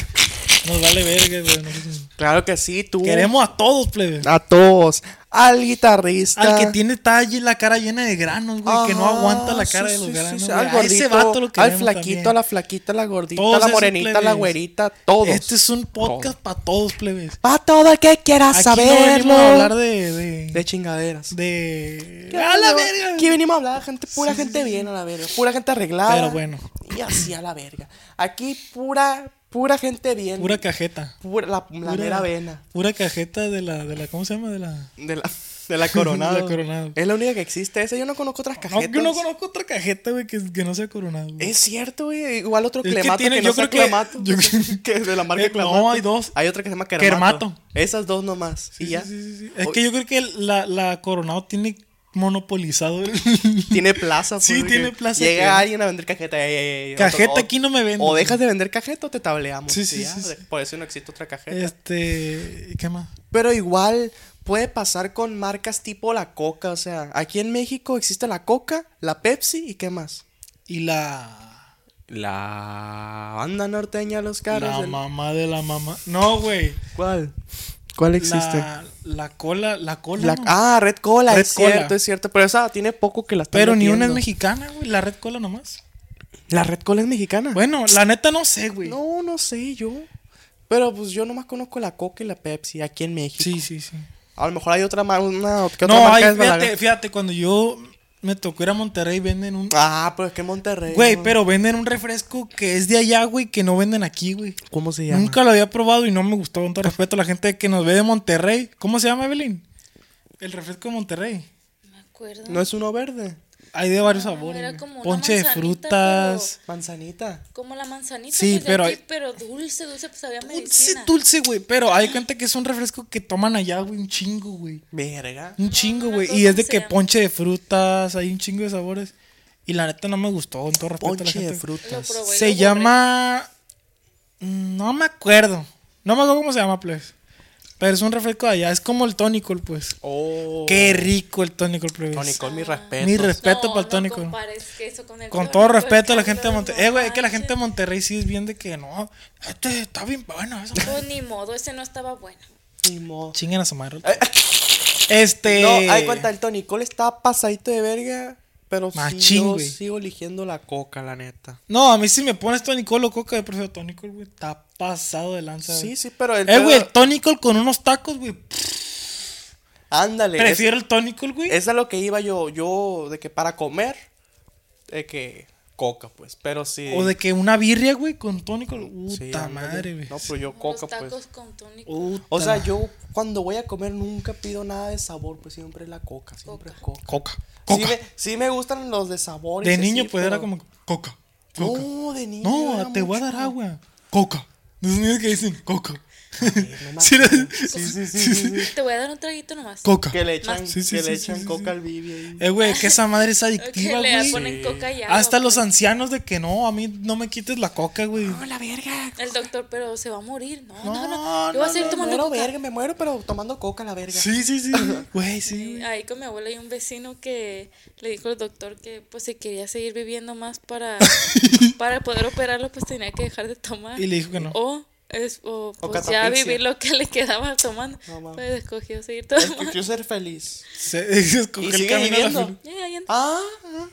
Speaker 5: Nos vale verga, güey. nosotros-
Speaker 3: Claro que sí, tú.
Speaker 5: Queremos a todos, plebe.
Speaker 3: a todos, al guitarrista,
Speaker 5: Al que tiene talle la cara llena de granos, güey, que no
Speaker 3: Ajá,
Speaker 5: aguanta la cara
Speaker 3: Ah, sí,
Speaker 5: de los
Speaker 3: sí, sí,
Speaker 5: granos.
Speaker 3: sí,
Speaker 5: güey.
Speaker 3: al
Speaker 5: A
Speaker 3: gordito,
Speaker 5: ese vato lo
Speaker 3: al
Speaker 5: queremos
Speaker 3: flaquito,
Speaker 5: también.
Speaker 3: a la flaquita, a la gordita,
Speaker 5: Todos
Speaker 3: a la
Speaker 5: esos
Speaker 3: morenita, a la
Speaker 5: plebes.
Speaker 3: güerita, todos.
Speaker 5: Este es un podcast para todos, plebes.
Speaker 3: Para todo el que quiera
Speaker 5: Aquí no
Speaker 3: saberlo.
Speaker 5: venimos a hablar de de,
Speaker 3: de chingaderas.
Speaker 5: de-
Speaker 3: ¿Qué
Speaker 5: ¡A la
Speaker 3: venimos-
Speaker 5: verga!
Speaker 3: Aquí venimos a hablar, gente, pura gente bien a la verga, pura gente arreglada.
Speaker 5: Pero bueno.
Speaker 3: Y así a la verga. Aquí pura, pura gente bien.
Speaker 5: Pura cajeta.
Speaker 3: Pura- la, la mera vena.
Speaker 5: Pura cajeta de la, de la, ¿cómo se llama? De la.
Speaker 3: De la, de
Speaker 5: <laughs>
Speaker 3: la coronado.
Speaker 5: De la Coronado.
Speaker 3: Es la única que existe esa. Yo no conozco otras
Speaker 5: No,
Speaker 3: cajetas.
Speaker 5: yo no conozco otra cajeta, güey, que, que no sea coronado. güey.
Speaker 3: Es cierto, güey. Igual otro
Speaker 5: Es que
Speaker 3: clemato que,
Speaker 5: tiene-
Speaker 3: no
Speaker 5: yo
Speaker 3: sea
Speaker 5: creo que-
Speaker 3: clemato.
Speaker 5: yo
Speaker 3: <laughs>
Speaker 5: creo-
Speaker 3: que de la marca
Speaker 5: Eh, no,
Speaker 3: clemato.
Speaker 5: hay dos.
Speaker 3: Hay otra que se llama
Speaker 5: Kermato.
Speaker 3: kermato. Esas dos nomás. y ya.
Speaker 5: Sí, sí, sí. Es que yo creo que la, la coronado tiene monopolizado el-
Speaker 3: <laughs> Tiene plaza.
Speaker 5: Sí,
Speaker 3: porque
Speaker 5: tiene plaza,
Speaker 3: Llega
Speaker 5: claro.
Speaker 3: alguien a vender cajeta. ey, ey, ey,
Speaker 5: Cajeta
Speaker 3: otro-
Speaker 5: aquí no me vende.
Speaker 3: O dejas de vender cajeta o te tableamos.
Speaker 5: Sí,
Speaker 3: y
Speaker 5: sí,
Speaker 3: ya.
Speaker 5: sí, sí.
Speaker 3: Por eso no existe otra cajeta.
Speaker 5: Este. ¿Qué más?
Speaker 3: Pero igual puede pasar con marcas tipo la Coca. O sea, aquí en México existe la Coca, la Pepsi y qué más.
Speaker 5: Y la.
Speaker 3: La banda norteña Los Carros.
Speaker 5: la
Speaker 3: del-
Speaker 5: mamá de la mamá. No, güey.
Speaker 3: ¿Cuál? ¿Cuál existe?
Speaker 5: La, la cola, la cola.
Speaker 3: La-
Speaker 5: no.
Speaker 3: Ah, Red Cola,
Speaker 5: Red
Speaker 3: es
Speaker 5: Cola.
Speaker 3: cierto, es cierto. Pero esa tiene poco que la están
Speaker 5: Pero ni una es
Speaker 3: metiendo.
Speaker 5: mexicana, güey. La red cola nomás.
Speaker 3: ¿La Red Cola es mexicana?
Speaker 5: Bueno, la neta no sé, güey.
Speaker 3: No, no sé yo. Pero pues yo nomás conozco la Coca y la Pepsi aquí en México.
Speaker 5: Sí, sí, sí.
Speaker 3: A lo mejor hay otra marca, una que otra
Speaker 5: No,
Speaker 3: marca
Speaker 5: ay,
Speaker 3: es
Speaker 5: fíjate,
Speaker 3: Balaguer.
Speaker 5: fíjate, cuando yo me tocó ir a Monterrey y venden un.
Speaker 3: Ah, pero es que en Monterrey.
Speaker 5: Güey,
Speaker 3: ¿no?
Speaker 5: pero venden un refresco que es de allá, güey, que no venden aquí, güey.
Speaker 3: ¿Cómo se llama?
Speaker 5: Nunca lo había probado y no me gustó. Con todo respeto a la gente que nos ve de Monterrey. ¿Cómo se llama, Evelyn? El refresco de Monterrey.
Speaker 6: Me acuerdo.
Speaker 3: No es uno verde.
Speaker 5: Hay de varios sabores.
Speaker 6: Ah, era
Speaker 5: güey.
Speaker 6: como una
Speaker 5: Ponche de
Speaker 6: manzanita,
Speaker 5: frutas.
Speaker 3: Manzanita.
Speaker 6: Como la manzanita.
Speaker 5: Sí,
Speaker 6: pues, de
Speaker 5: pero
Speaker 6: aquí,
Speaker 5: hay-
Speaker 6: pero dulce, dulce, pues sabía
Speaker 5: Dulce,
Speaker 6: medicina.
Speaker 5: dulce, güey. Pero hay gente que es un refresco que toman allá, güey. Un chingo, güey.
Speaker 3: Verga.
Speaker 5: Un chingo,
Speaker 6: no me
Speaker 5: güey.
Speaker 6: acuerdo
Speaker 5: Y es de
Speaker 6: cómo se
Speaker 5: que
Speaker 6: llama.
Speaker 5: ponche de frutas. Hay un chingo de sabores. Y la neta no me gustó. Con todo respeto a la
Speaker 3: Ponche
Speaker 5: gente.
Speaker 3: de frutas.
Speaker 6: Lo probé.
Speaker 5: Se llama. mm, No me acuerdo. No me acuerdo cómo se llama, pues. Pero es un refresco de allá. Es como el tónico, pues.
Speaker 3: Oh.
Speaker 5: Qué rico el tónico, pues.
Speaker 3: Tonicol, mi respeto.
Speaker 5: Mi respeto
Speaker 6: no,
Speaker 5: para el
Speaker 6: No
Speaker 5: tónico.
Speaker 6: compares que eso con el
Speaker 5: Con todo
Speaker 6: tónico,
Speaker 5: respeto a la
Speaker 6: Carlos,
Speaker 5: gente de Monterrey. Eh, güey, es que la gente de
Speaker 6: manches.
Speaker 5: Monterrey sí es bien de que no. Este está bien bueno. Eso.
Speaker 6: Pues ni modo, ese no estaba bueno.
Speaker 3: Ni modo.
Speaker 5: <laughs> Chinguen a su madre.
Speaker 3: <laughs>
Speaker 5: Este.
Speaker 3: Eh, No, hay cuenta, el Tonicol está pasadito de verga. Pero sí,
Speaker 5: Machín,
Speaker 3: yo
Speaker 5: güey.
Speaker 3: sigo eligiendo la coca, la neta.
Speaker 5: No, a mí si me pones Tonicol o coca, yo prefiero Tonicol, güey. Está pasado de lanza.
Speaker 3: Sí,
Speaker 5: güey.
Speaker 3: sí, pero el.
Speaker 5: Eh,
Speaker 3: pedo-
Speaker 5: güey, el Tonicol con unos tacos, güey.
Speaker 3: Ándale. es-
Speaker 5: Prefiero el Tonicol, güey.
Speaker 3: Es a lo que iba yo, yo, de que para comer, de que coca, pues, pero sí.
Speaker 5: O de que una birria, güey, con tónico.
Speaker 3: sí,
Speaker 5: Puta
Speaker 3: ándale.
Speaker 5: madre, güey.
Speaker 3: No, pero yo
Speaker 6: Los
Speaker 3: coca,
Speaker 6: tacos
Speaker 3: pues.
Speaker 6: con tónico.
Speaker 5: Puta.
Speaker 3: O sea, yo cuando voy a comer nunca pido nada de sabor, pues siempre la coca, siempre coca.
Speaker 5: Coca.
Speaker 3: Sí,
Speaker 5: Coca.
Speaker 3: me, sí me gustan los de sabor. y
Speaker 5: de
Speaker 3: que
Speaker 5: niño,
Speaker 3: sí,
Speaker 5: pues
Speaker 3: pero-
Speaker 5: era como. Coca. Coca.
Speaker 3: No, de niño.
Speaker 5: No,
Speaker 3: era
Speaker 5: te voy a dar
Speaker 3: mucho.
Speaker 5: agua. Coca. De esos niños que dicen Coca.
Speaker 3: no me
Speaker 5: <laughs> Sí, era-
Speaker 3: Sí, sí, sí, sí, sí.
Speaker 6: Te voy a dar un traguito nomás.
Speaker 5: Coca.
Speaker 3: Que le echan,
Speaker 5: Sí, sí,
Speaker 3: que
Speaker 5: sí,
Speaker 3: le
Speaker 5: sí,
Speaker 3: echan
Speaker 5: sí, sí.
Speaker 3: coca al bibi ahí.
Speaker 5: Eh, güey, que esa madre
Speaker 6: <laughs>
Speaker 5: es
Speaker 6: que
Speaker 5: adictiva,
Speaker 6: le
Speaker 5: güey.
Speaker 6: ponen coca y agua,
Speaker 5: Hasta los
Speaker 6: pues.
Speaker 5: ancianos de que no, a mí no me quites la coca, güey.
Speaker 3: la verga.
Speaker 6: El doctor, pero se va a morir. No, no, no.
Speaker 5: No,
Speaker 6: Yo voy
Speaker 5: no,
Speaker 6: a seguir
Speaker 5: no,
Speaker 3: Me
Speaker 6: tomando
Speaker 3: muero,
Speaker 6: coca.
Speaker 3: verga, me muero, pero tomando coca, la verga.
Speaker 5: Sí,
Speaker 6: <laughs>
Speaker 5: sí, sí. Güey, sí, güey.
Speaker 6: Ahí con mi abuela hay un vecino que le dijo al doctor que pues se quería seguir viviendo más para, para poder operarlo, pues tenía que dejar de tomar.
Speaker 5: Y le dijo que no.
Speaker 6: O, es, o,
Speaker 3: O
Speaker 6: pues, ya
Speaker 3: catafixia.
Speaker 6: vivir lo que le quedaba tomando.
Speaker 3: No, mames.
Speaker 6: pues escogió seguir
Speaker 3: Es que
Speaker 6: tomando.
Speaker 3: quiero ser feliz.
Speaker 5: Se, <laughs> escogió
Speaker 3: Y
Speaker 5: el
Speaker 3: sigue
Speaker 5: camino a la
Speaker 3: viviendo.
Speaker 5: felicidad.
Speaker 6: Ya, ya,
Speaker 3: Ah, ah.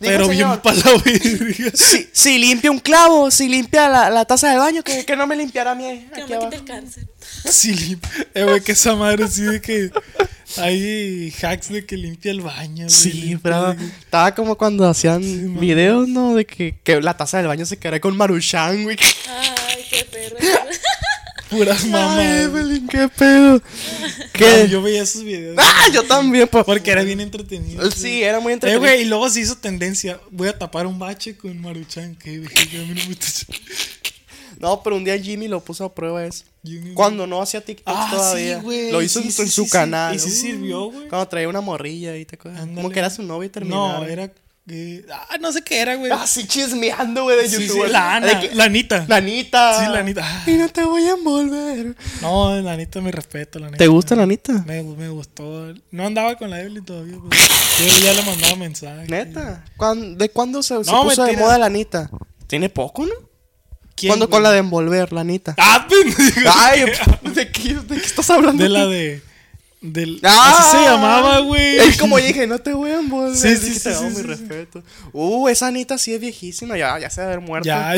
Speaker 3: Dijo
Speaker 5: Pero
Speaker 3: el
Speaker 5: bien
Speaker 3: señor,
Speaker 5: para la <laughs> verga.
Speaker 3: si, si limpia un clavo, si limpia la, la taza del baño, que, que no me limpiará a mí.
Speaker 6: que no
Speaker 3: Ah, aquí
Speaker 6: me
Speaker 3: abajo.
Speaker 6: quite el cáncer.
Speaker 5: Sí, lim- eh, güey, que esa madre sí de que hay hacks de que limpia el baño. güey,
Speaker 3: Sí,
Speaker 5: limpia-
Speaker 3: pero estaba como cuando hacían videos, ¿no? De que, que la taza del baño se quedara con Maruchan, güey. <laughs>
Speaker 6: Ay, qué perro.
Speaker 5: Puras
Speaker 3: Ay,
Speaker 5: mamadas.
Speaker 3: Evelyn, qué pedo.
Speaker 5: Ah,
Speaker 3: ¿Qué?
Speaker 5: Yo veía esos videos.
Speaker 3: Ah, yo también, pues.
Speaker 5: Porque era bien entretenido.
Speaker 3: Sí, era muy
Speaker 5: Eh,
Speaker 3: entretenido.
Speaker 5: güey, y luego se hizo tendencia. Voy a tapar un bache con Maruchan. Que dije, a mí no me <laughs> gusta eso.
Speaker 3: No, pero un día Jimmy lo puso a prueba eso.
Speaker 5: Jimmy-
Speaker 3: Cuando no hacía TikTok
Speaker 5: Ah, sí,
Speaker 3: todavía.
Speaker 5: güey,
Speaker 3: lo hizo
Speaker 5: sí,
Speaker 3: en,
Speaker 5: sí,
Speaker 3: en
Speaker 5: sí,
Speaker 3: su
Speaker 5: sí.
Speaker 3: canal.
Speaker 5: Y sí
Speaker 3: Uh,
Speaker 5: sirvió, güey.
Speaker 3: Cuando traía una morrilla ahí, ¿te acuerdas? Como
Speaker 5: Ándale.
Speaker 3: que era su novio y terminaron.
Speaker 5: No, era. que- ah, no sé qué era, güey.
Speaker 3: Así chismeando, güey, de
Speaker 5: Sí, sí,
Speaker 3: YouTube.
Speaker 5: la Ana. La Anita.
Speaker 3: Lanita.
Speaker 5: Sí, la Anita. Ah.
Speaker 3: Y no te voy a envolver.
Speaker 5: No, la neta, mi respeto. La neta.
Speaker 3: ¿Te gusta la Anita?
Speaker 5: Me, me gustó. No andaba con la Evelyn todavía. pero yo ya le mandaba mensajes.
Speaker 3: Neta. ¿Cuán- ¿De cuándo se, se
Speaker 5: No,
Speaker 3: puso de
Speaker 5: mentira.
Speaker 3: moda la Anita? Tiene poco, ¿no?
Speaker 5: ¿Quién,
Speaker 3: Cuando
Speaker 5: güey?
Speaker 3: con la de envolver, la Anita.
Speaker 5: ¡Ah, pendejo!
Speaker 3: <laughs> Ay, <laughs> ¿de qué, de qué estás hablando?
Speaker 5: De la
Speaker 3: tú?
Speaker 5: de. Del,
Speaker 3: ¡Ah!
Speaker 5: Así se llamaba, güey.
Speaker 3: Es como dije, no te voy a envolver.
Speaker 5: Sí, sí,
Speaker 3: Dije,
Speaker 5: sí,
Speaker 3: te
Speaker 5: sí,
Speaker 3: doy
Speaker 5: sí,
Speaker 3: mi
Speaker 5: sí.
Speaker 3: respeto. Uh, esa Anita sí es viejísima, ya, ya se debe haber muerto.
Speaker 5: <laughs> Ya.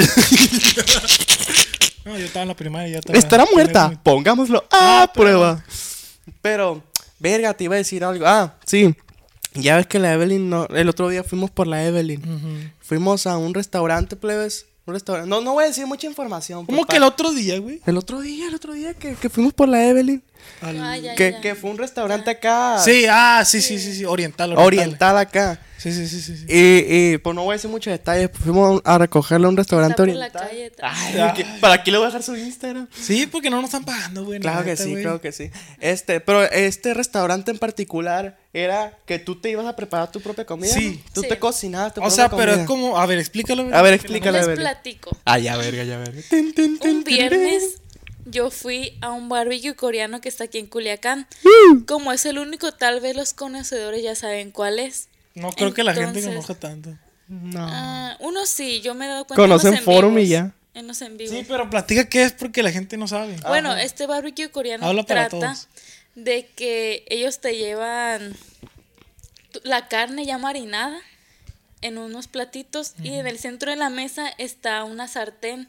Speaker 5: no, yo estaba en la primaria. Ya estaba,
Speaker 3: Estará
Speaker 5: ya
Speaker 3: muerta,
Speaker 5: era-
Speaker 3: pongámoslo a prueba. Pero, verga, te iba a decir algo. Ah, sí. Ya ves que la Evelyn, no, el otro día fuimos por la Evelyn. Fuimos a un restaurante, plebes. Un restaurante. No, no voy a decir mucha información.
Speaker 5: ¿Cómo que el
Speaker 3: lo
Speaker 5: otro día, güey?
Speaker 3: El otro día, el otro día que, que fuimos por la Evelyn.
Speaker 6: Ah, ya,
Speaker 3: que,
Speaker 6: ya.
Speaker 3: que fue un restaurante acá.
Speaker 5: Sí, ah, sí, sí, sí, sí. Oriental, oriental.
Speaker 3: Oriental acá.
Speaker 5: Sí, sí, sí, sí. sí.
Speaker 3: Y, y pues no voy a decir muchos detalles. pues, Fuimos a recogerle a un
Speaker 6: Está
Speaker 3: restaurante
Speaker 6: por la
Speaker 3: oriental.
Speaker 6: calle.
Speaker 3: Ay, ¿de qué? ¿Para qué le voy a dejar su Instagram?
Speaker 5: Sí, porque no nos están pagando, <laughs> güey.
Speaker 3: Claro que sí, claro que sí. Este, pero este restaurante en particular era que tú te ibas a preparar tu propia comida.
Speaker 5: Sí.
Speaker 3: ¿no? Tú
Speaker 6: Sí.
Speaker 3: te cocinabas tu
Speaker 5: O sea,
Speaker 3: propia
Speaker 5: pero es
Speaker 3: comida.
Speaker 5: como. A ver, explícalo, güey.
Speaker 3: A ver,
Speaker 6: Les
Speaker 3: explícale, a ver.
Speaker 6: platico.
Speaker 3: Ah, ya verga, ya verga.
Speaker 6: Un viernes yo fui a un barbecue coreano que está aquí en Culiacán.
Speaker 3: Mm.
Speaker 6: Como es el único, tal vez los conocedores ya saben cuál es.
Speaker 5: No creo que la gente se
Speaker 6: Entonces-
Speaker 5: enoja tanto.
Speaker 3: No.
Speaker 6: Ah, uno sí, yo me he dado cuenta. en los
Speaker 3: Conocen
Speaker 6: en
Speaker 3: Forum y
Speaker 6: vivos,
Speaker 3: ya.
Speaker 6: En los en vivos.
Speaker 5: Sí, pero platica qué es porque la gente no sabe.
Speaker 6: Bueno, este barbecue coreano
Speaker 5: Habla para
Speaker 6: trata
Speaker 5: todos.
Speaker 6: de que ellos te llevan tu- la carne ya marinada en unos platitos y en el centro de la mesa está una sartén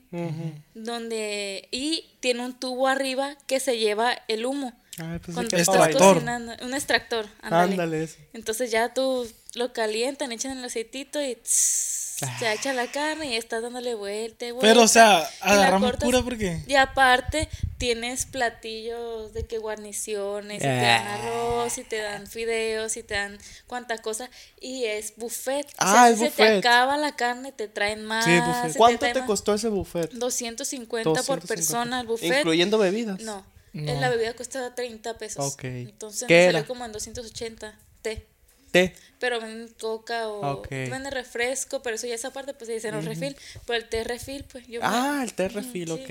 Speaker 6: donde y tiene un tubo arriba que se lleva el humo
Speaker 3: Ay, pues,
Speaker 6: cuando
Speaker 5: que
Speaker 6: estás
Speaker 5: extractor.
Speaker 6: cocinando un extractor ándale.
Speaker 3: Ándale. eso.
Speaker 6: entonces ya tú lo calientan, echan el aceitito y tss, se echa la carne y estás dándole vuelta. y
Speaker 5: Ah. Pero, o sea,
Speaker 6: vuelta, y la
Speaker 5: agarramos
Speaker 6: cortas.
Speaker 5: cura porque.
Speaker 6: Y aparte tienes platillos de que guarniciones, y te dan
Speaker 5: Ah.
Speaker 6: arroz, y te dan fideos, y te dan cuánta cosa, y es buffet. O sea,
Speaker 3: Ah,
Speaker 6: si
Speaker 3: es
Speaker 6: se te
Speaker 3: buffet.
Speaker 6: acaba la carne, te traen más.
Speaker 5: Sí, buffet.
Speaker 6: Ah, se
Speaker 3: ¿Cuánto
Speaker 6: traen
Speaker 3: te
Speaker 6: más.
Speaker 3: costó ese buffet?
Speaker 6: 250 por
Speaker 3: 250.
Speaker 6: persona el buffet.
Speaker 3: Incluyendo bebidas.
Speaker 6: No,
Speaker 5: No.
Speaker 6: la bebida costaba 30 pesos.
Speaker 3: Ok.
Speaker 6: Entonces
Speaker 3: ¿Qué
Speaker 6: me
Speaker 3: era?
Speaker 6: salió como en 280 té.
Speaker 3: Té.
Speaker 6: Pero venden coca o
Speaker 3: Ah, Ok.
Speaker 6: te venden refresco, pero eso ya esa parte pues se dice no refil, pero el té refil pues yo me-
Speaker 3: Ah, el té
Speaker 6: Ujú,
Speaker 3: refil,
Speaker 6: sí.
Speaker 3: ok.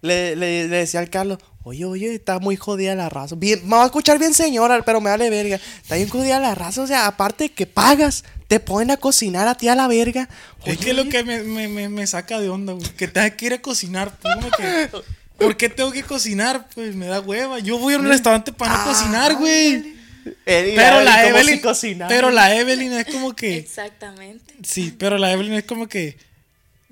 Speaker 3: Le, le, le decía al Carlos, oye, oye, está muy jodida la raza. Bien, me va a escuchar bien señora, pero me vale verga. Está bien jodida la raza, o sea, aparte de que pagas, te ponen a cocinar a ti a la verga.
Speaker 5: Es que lo que me, me- me- me saca de onda, güey. Que tenga que ir a cocinar. pues, como que, ¿Por qué tengo que cocinar? Pues me da hueva. Yo voy a un restaurante para no cocinar, güey. Pero la Evelyn. Pero la Evelyn es como que.
Speaker 6: <laughs> Exactamente.
Speaker 5: Sí, pero la Evelyn es como que.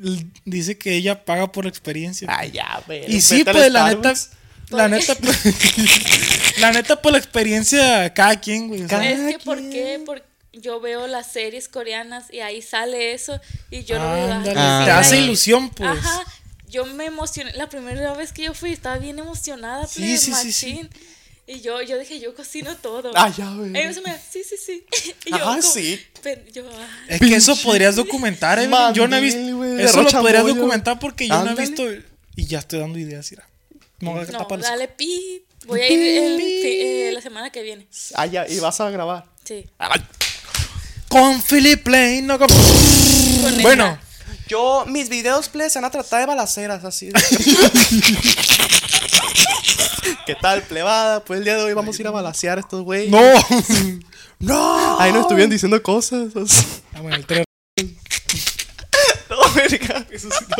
Speaker 5: l- Dice que ella paga por experiencia.
Speaker 3: Ay, ya, güey.
Speaker 5: Y sí,
Speaker 3: Vete al
Speaker 5: pues la neta.
Speaker 3: Starbucks.
Speaker 5: La neta, pues, <laughs> la neta, por la experiencia, cada quien, güey. o sea,
Speaker 3: Cada
Speaker 6: es que ¿por qué?
Speaker 3: quien.
Speaker 6: Porque yo veo las series coreanas y ahí sale eso y yo no veo
Speaker 5: ándale,
Speaker 3: Ah.
Speaker 5: Te hace
Speaker 3: Ay.
Speaker 5: ilusión, pues.
Speaker 6: Ajá, yo me emocioné. La primera vez que yo fui estaba bien emocionada,
Speaker 5: Sí,
Speaker 6: plebe,
Speaker 5: sí, sí, sí.
Speaker 6: machín. Y yo, yo dije, yo cocino todo.
Speaker 3: Ah, ya, güey.
Speaker 6: Ellos me, sí, sí, sí. <laughs> Y yo,
Speaker 3: Ah,
Speaker 6: como-
Speaker 3: sí.
Speaker 6: pero yo, ah,
Speaker 5: Es que eso podrías documentar, Evelyn. yo no he
Speaker 3: Mandil,
Speaker 5: visto.
Speaker 3: güey,
Speaker 5: eso lo
Speaker 3: derrocha
Speaker 5: podrías
Speaker 3: bollo.
Speaker 5: documentar porque yo no he
Speaker 3: Ándale.
Speaker 5: visto. Y ya estoy dando ideas, mira. No,
Speaker 6: no,
Speaker 5: tapa los-
Speaker 6: dale pi. Voy a ir el
Speaker 3: Pi.
Speaker 6: fi- eh, la semana que viene.
Speaker 3: Ah, ya, y vas a grabar.
Speaker 6: Sí.
Speaker 5: Ah, Con Philip Lane, no con.
Speaker 6: Con
Speaker 5: bueno,
Speaker 6: esa.
Speaker 3: Yo, mis videos, play, se van a tratar de balaceras, así. <laughs> ¿Qué tal, plebada? Pues el día de hoy vamos a ir a balacear a estos güeyes.
Speaker 5: no. <laughs>
Speaker 3: ¡No! Ahí nos estuvieron diciendo cosas. así.
Speaker 5: Ah, bueno, el tres.
Speaker 3: <laughs> No, verga. Eso sí no.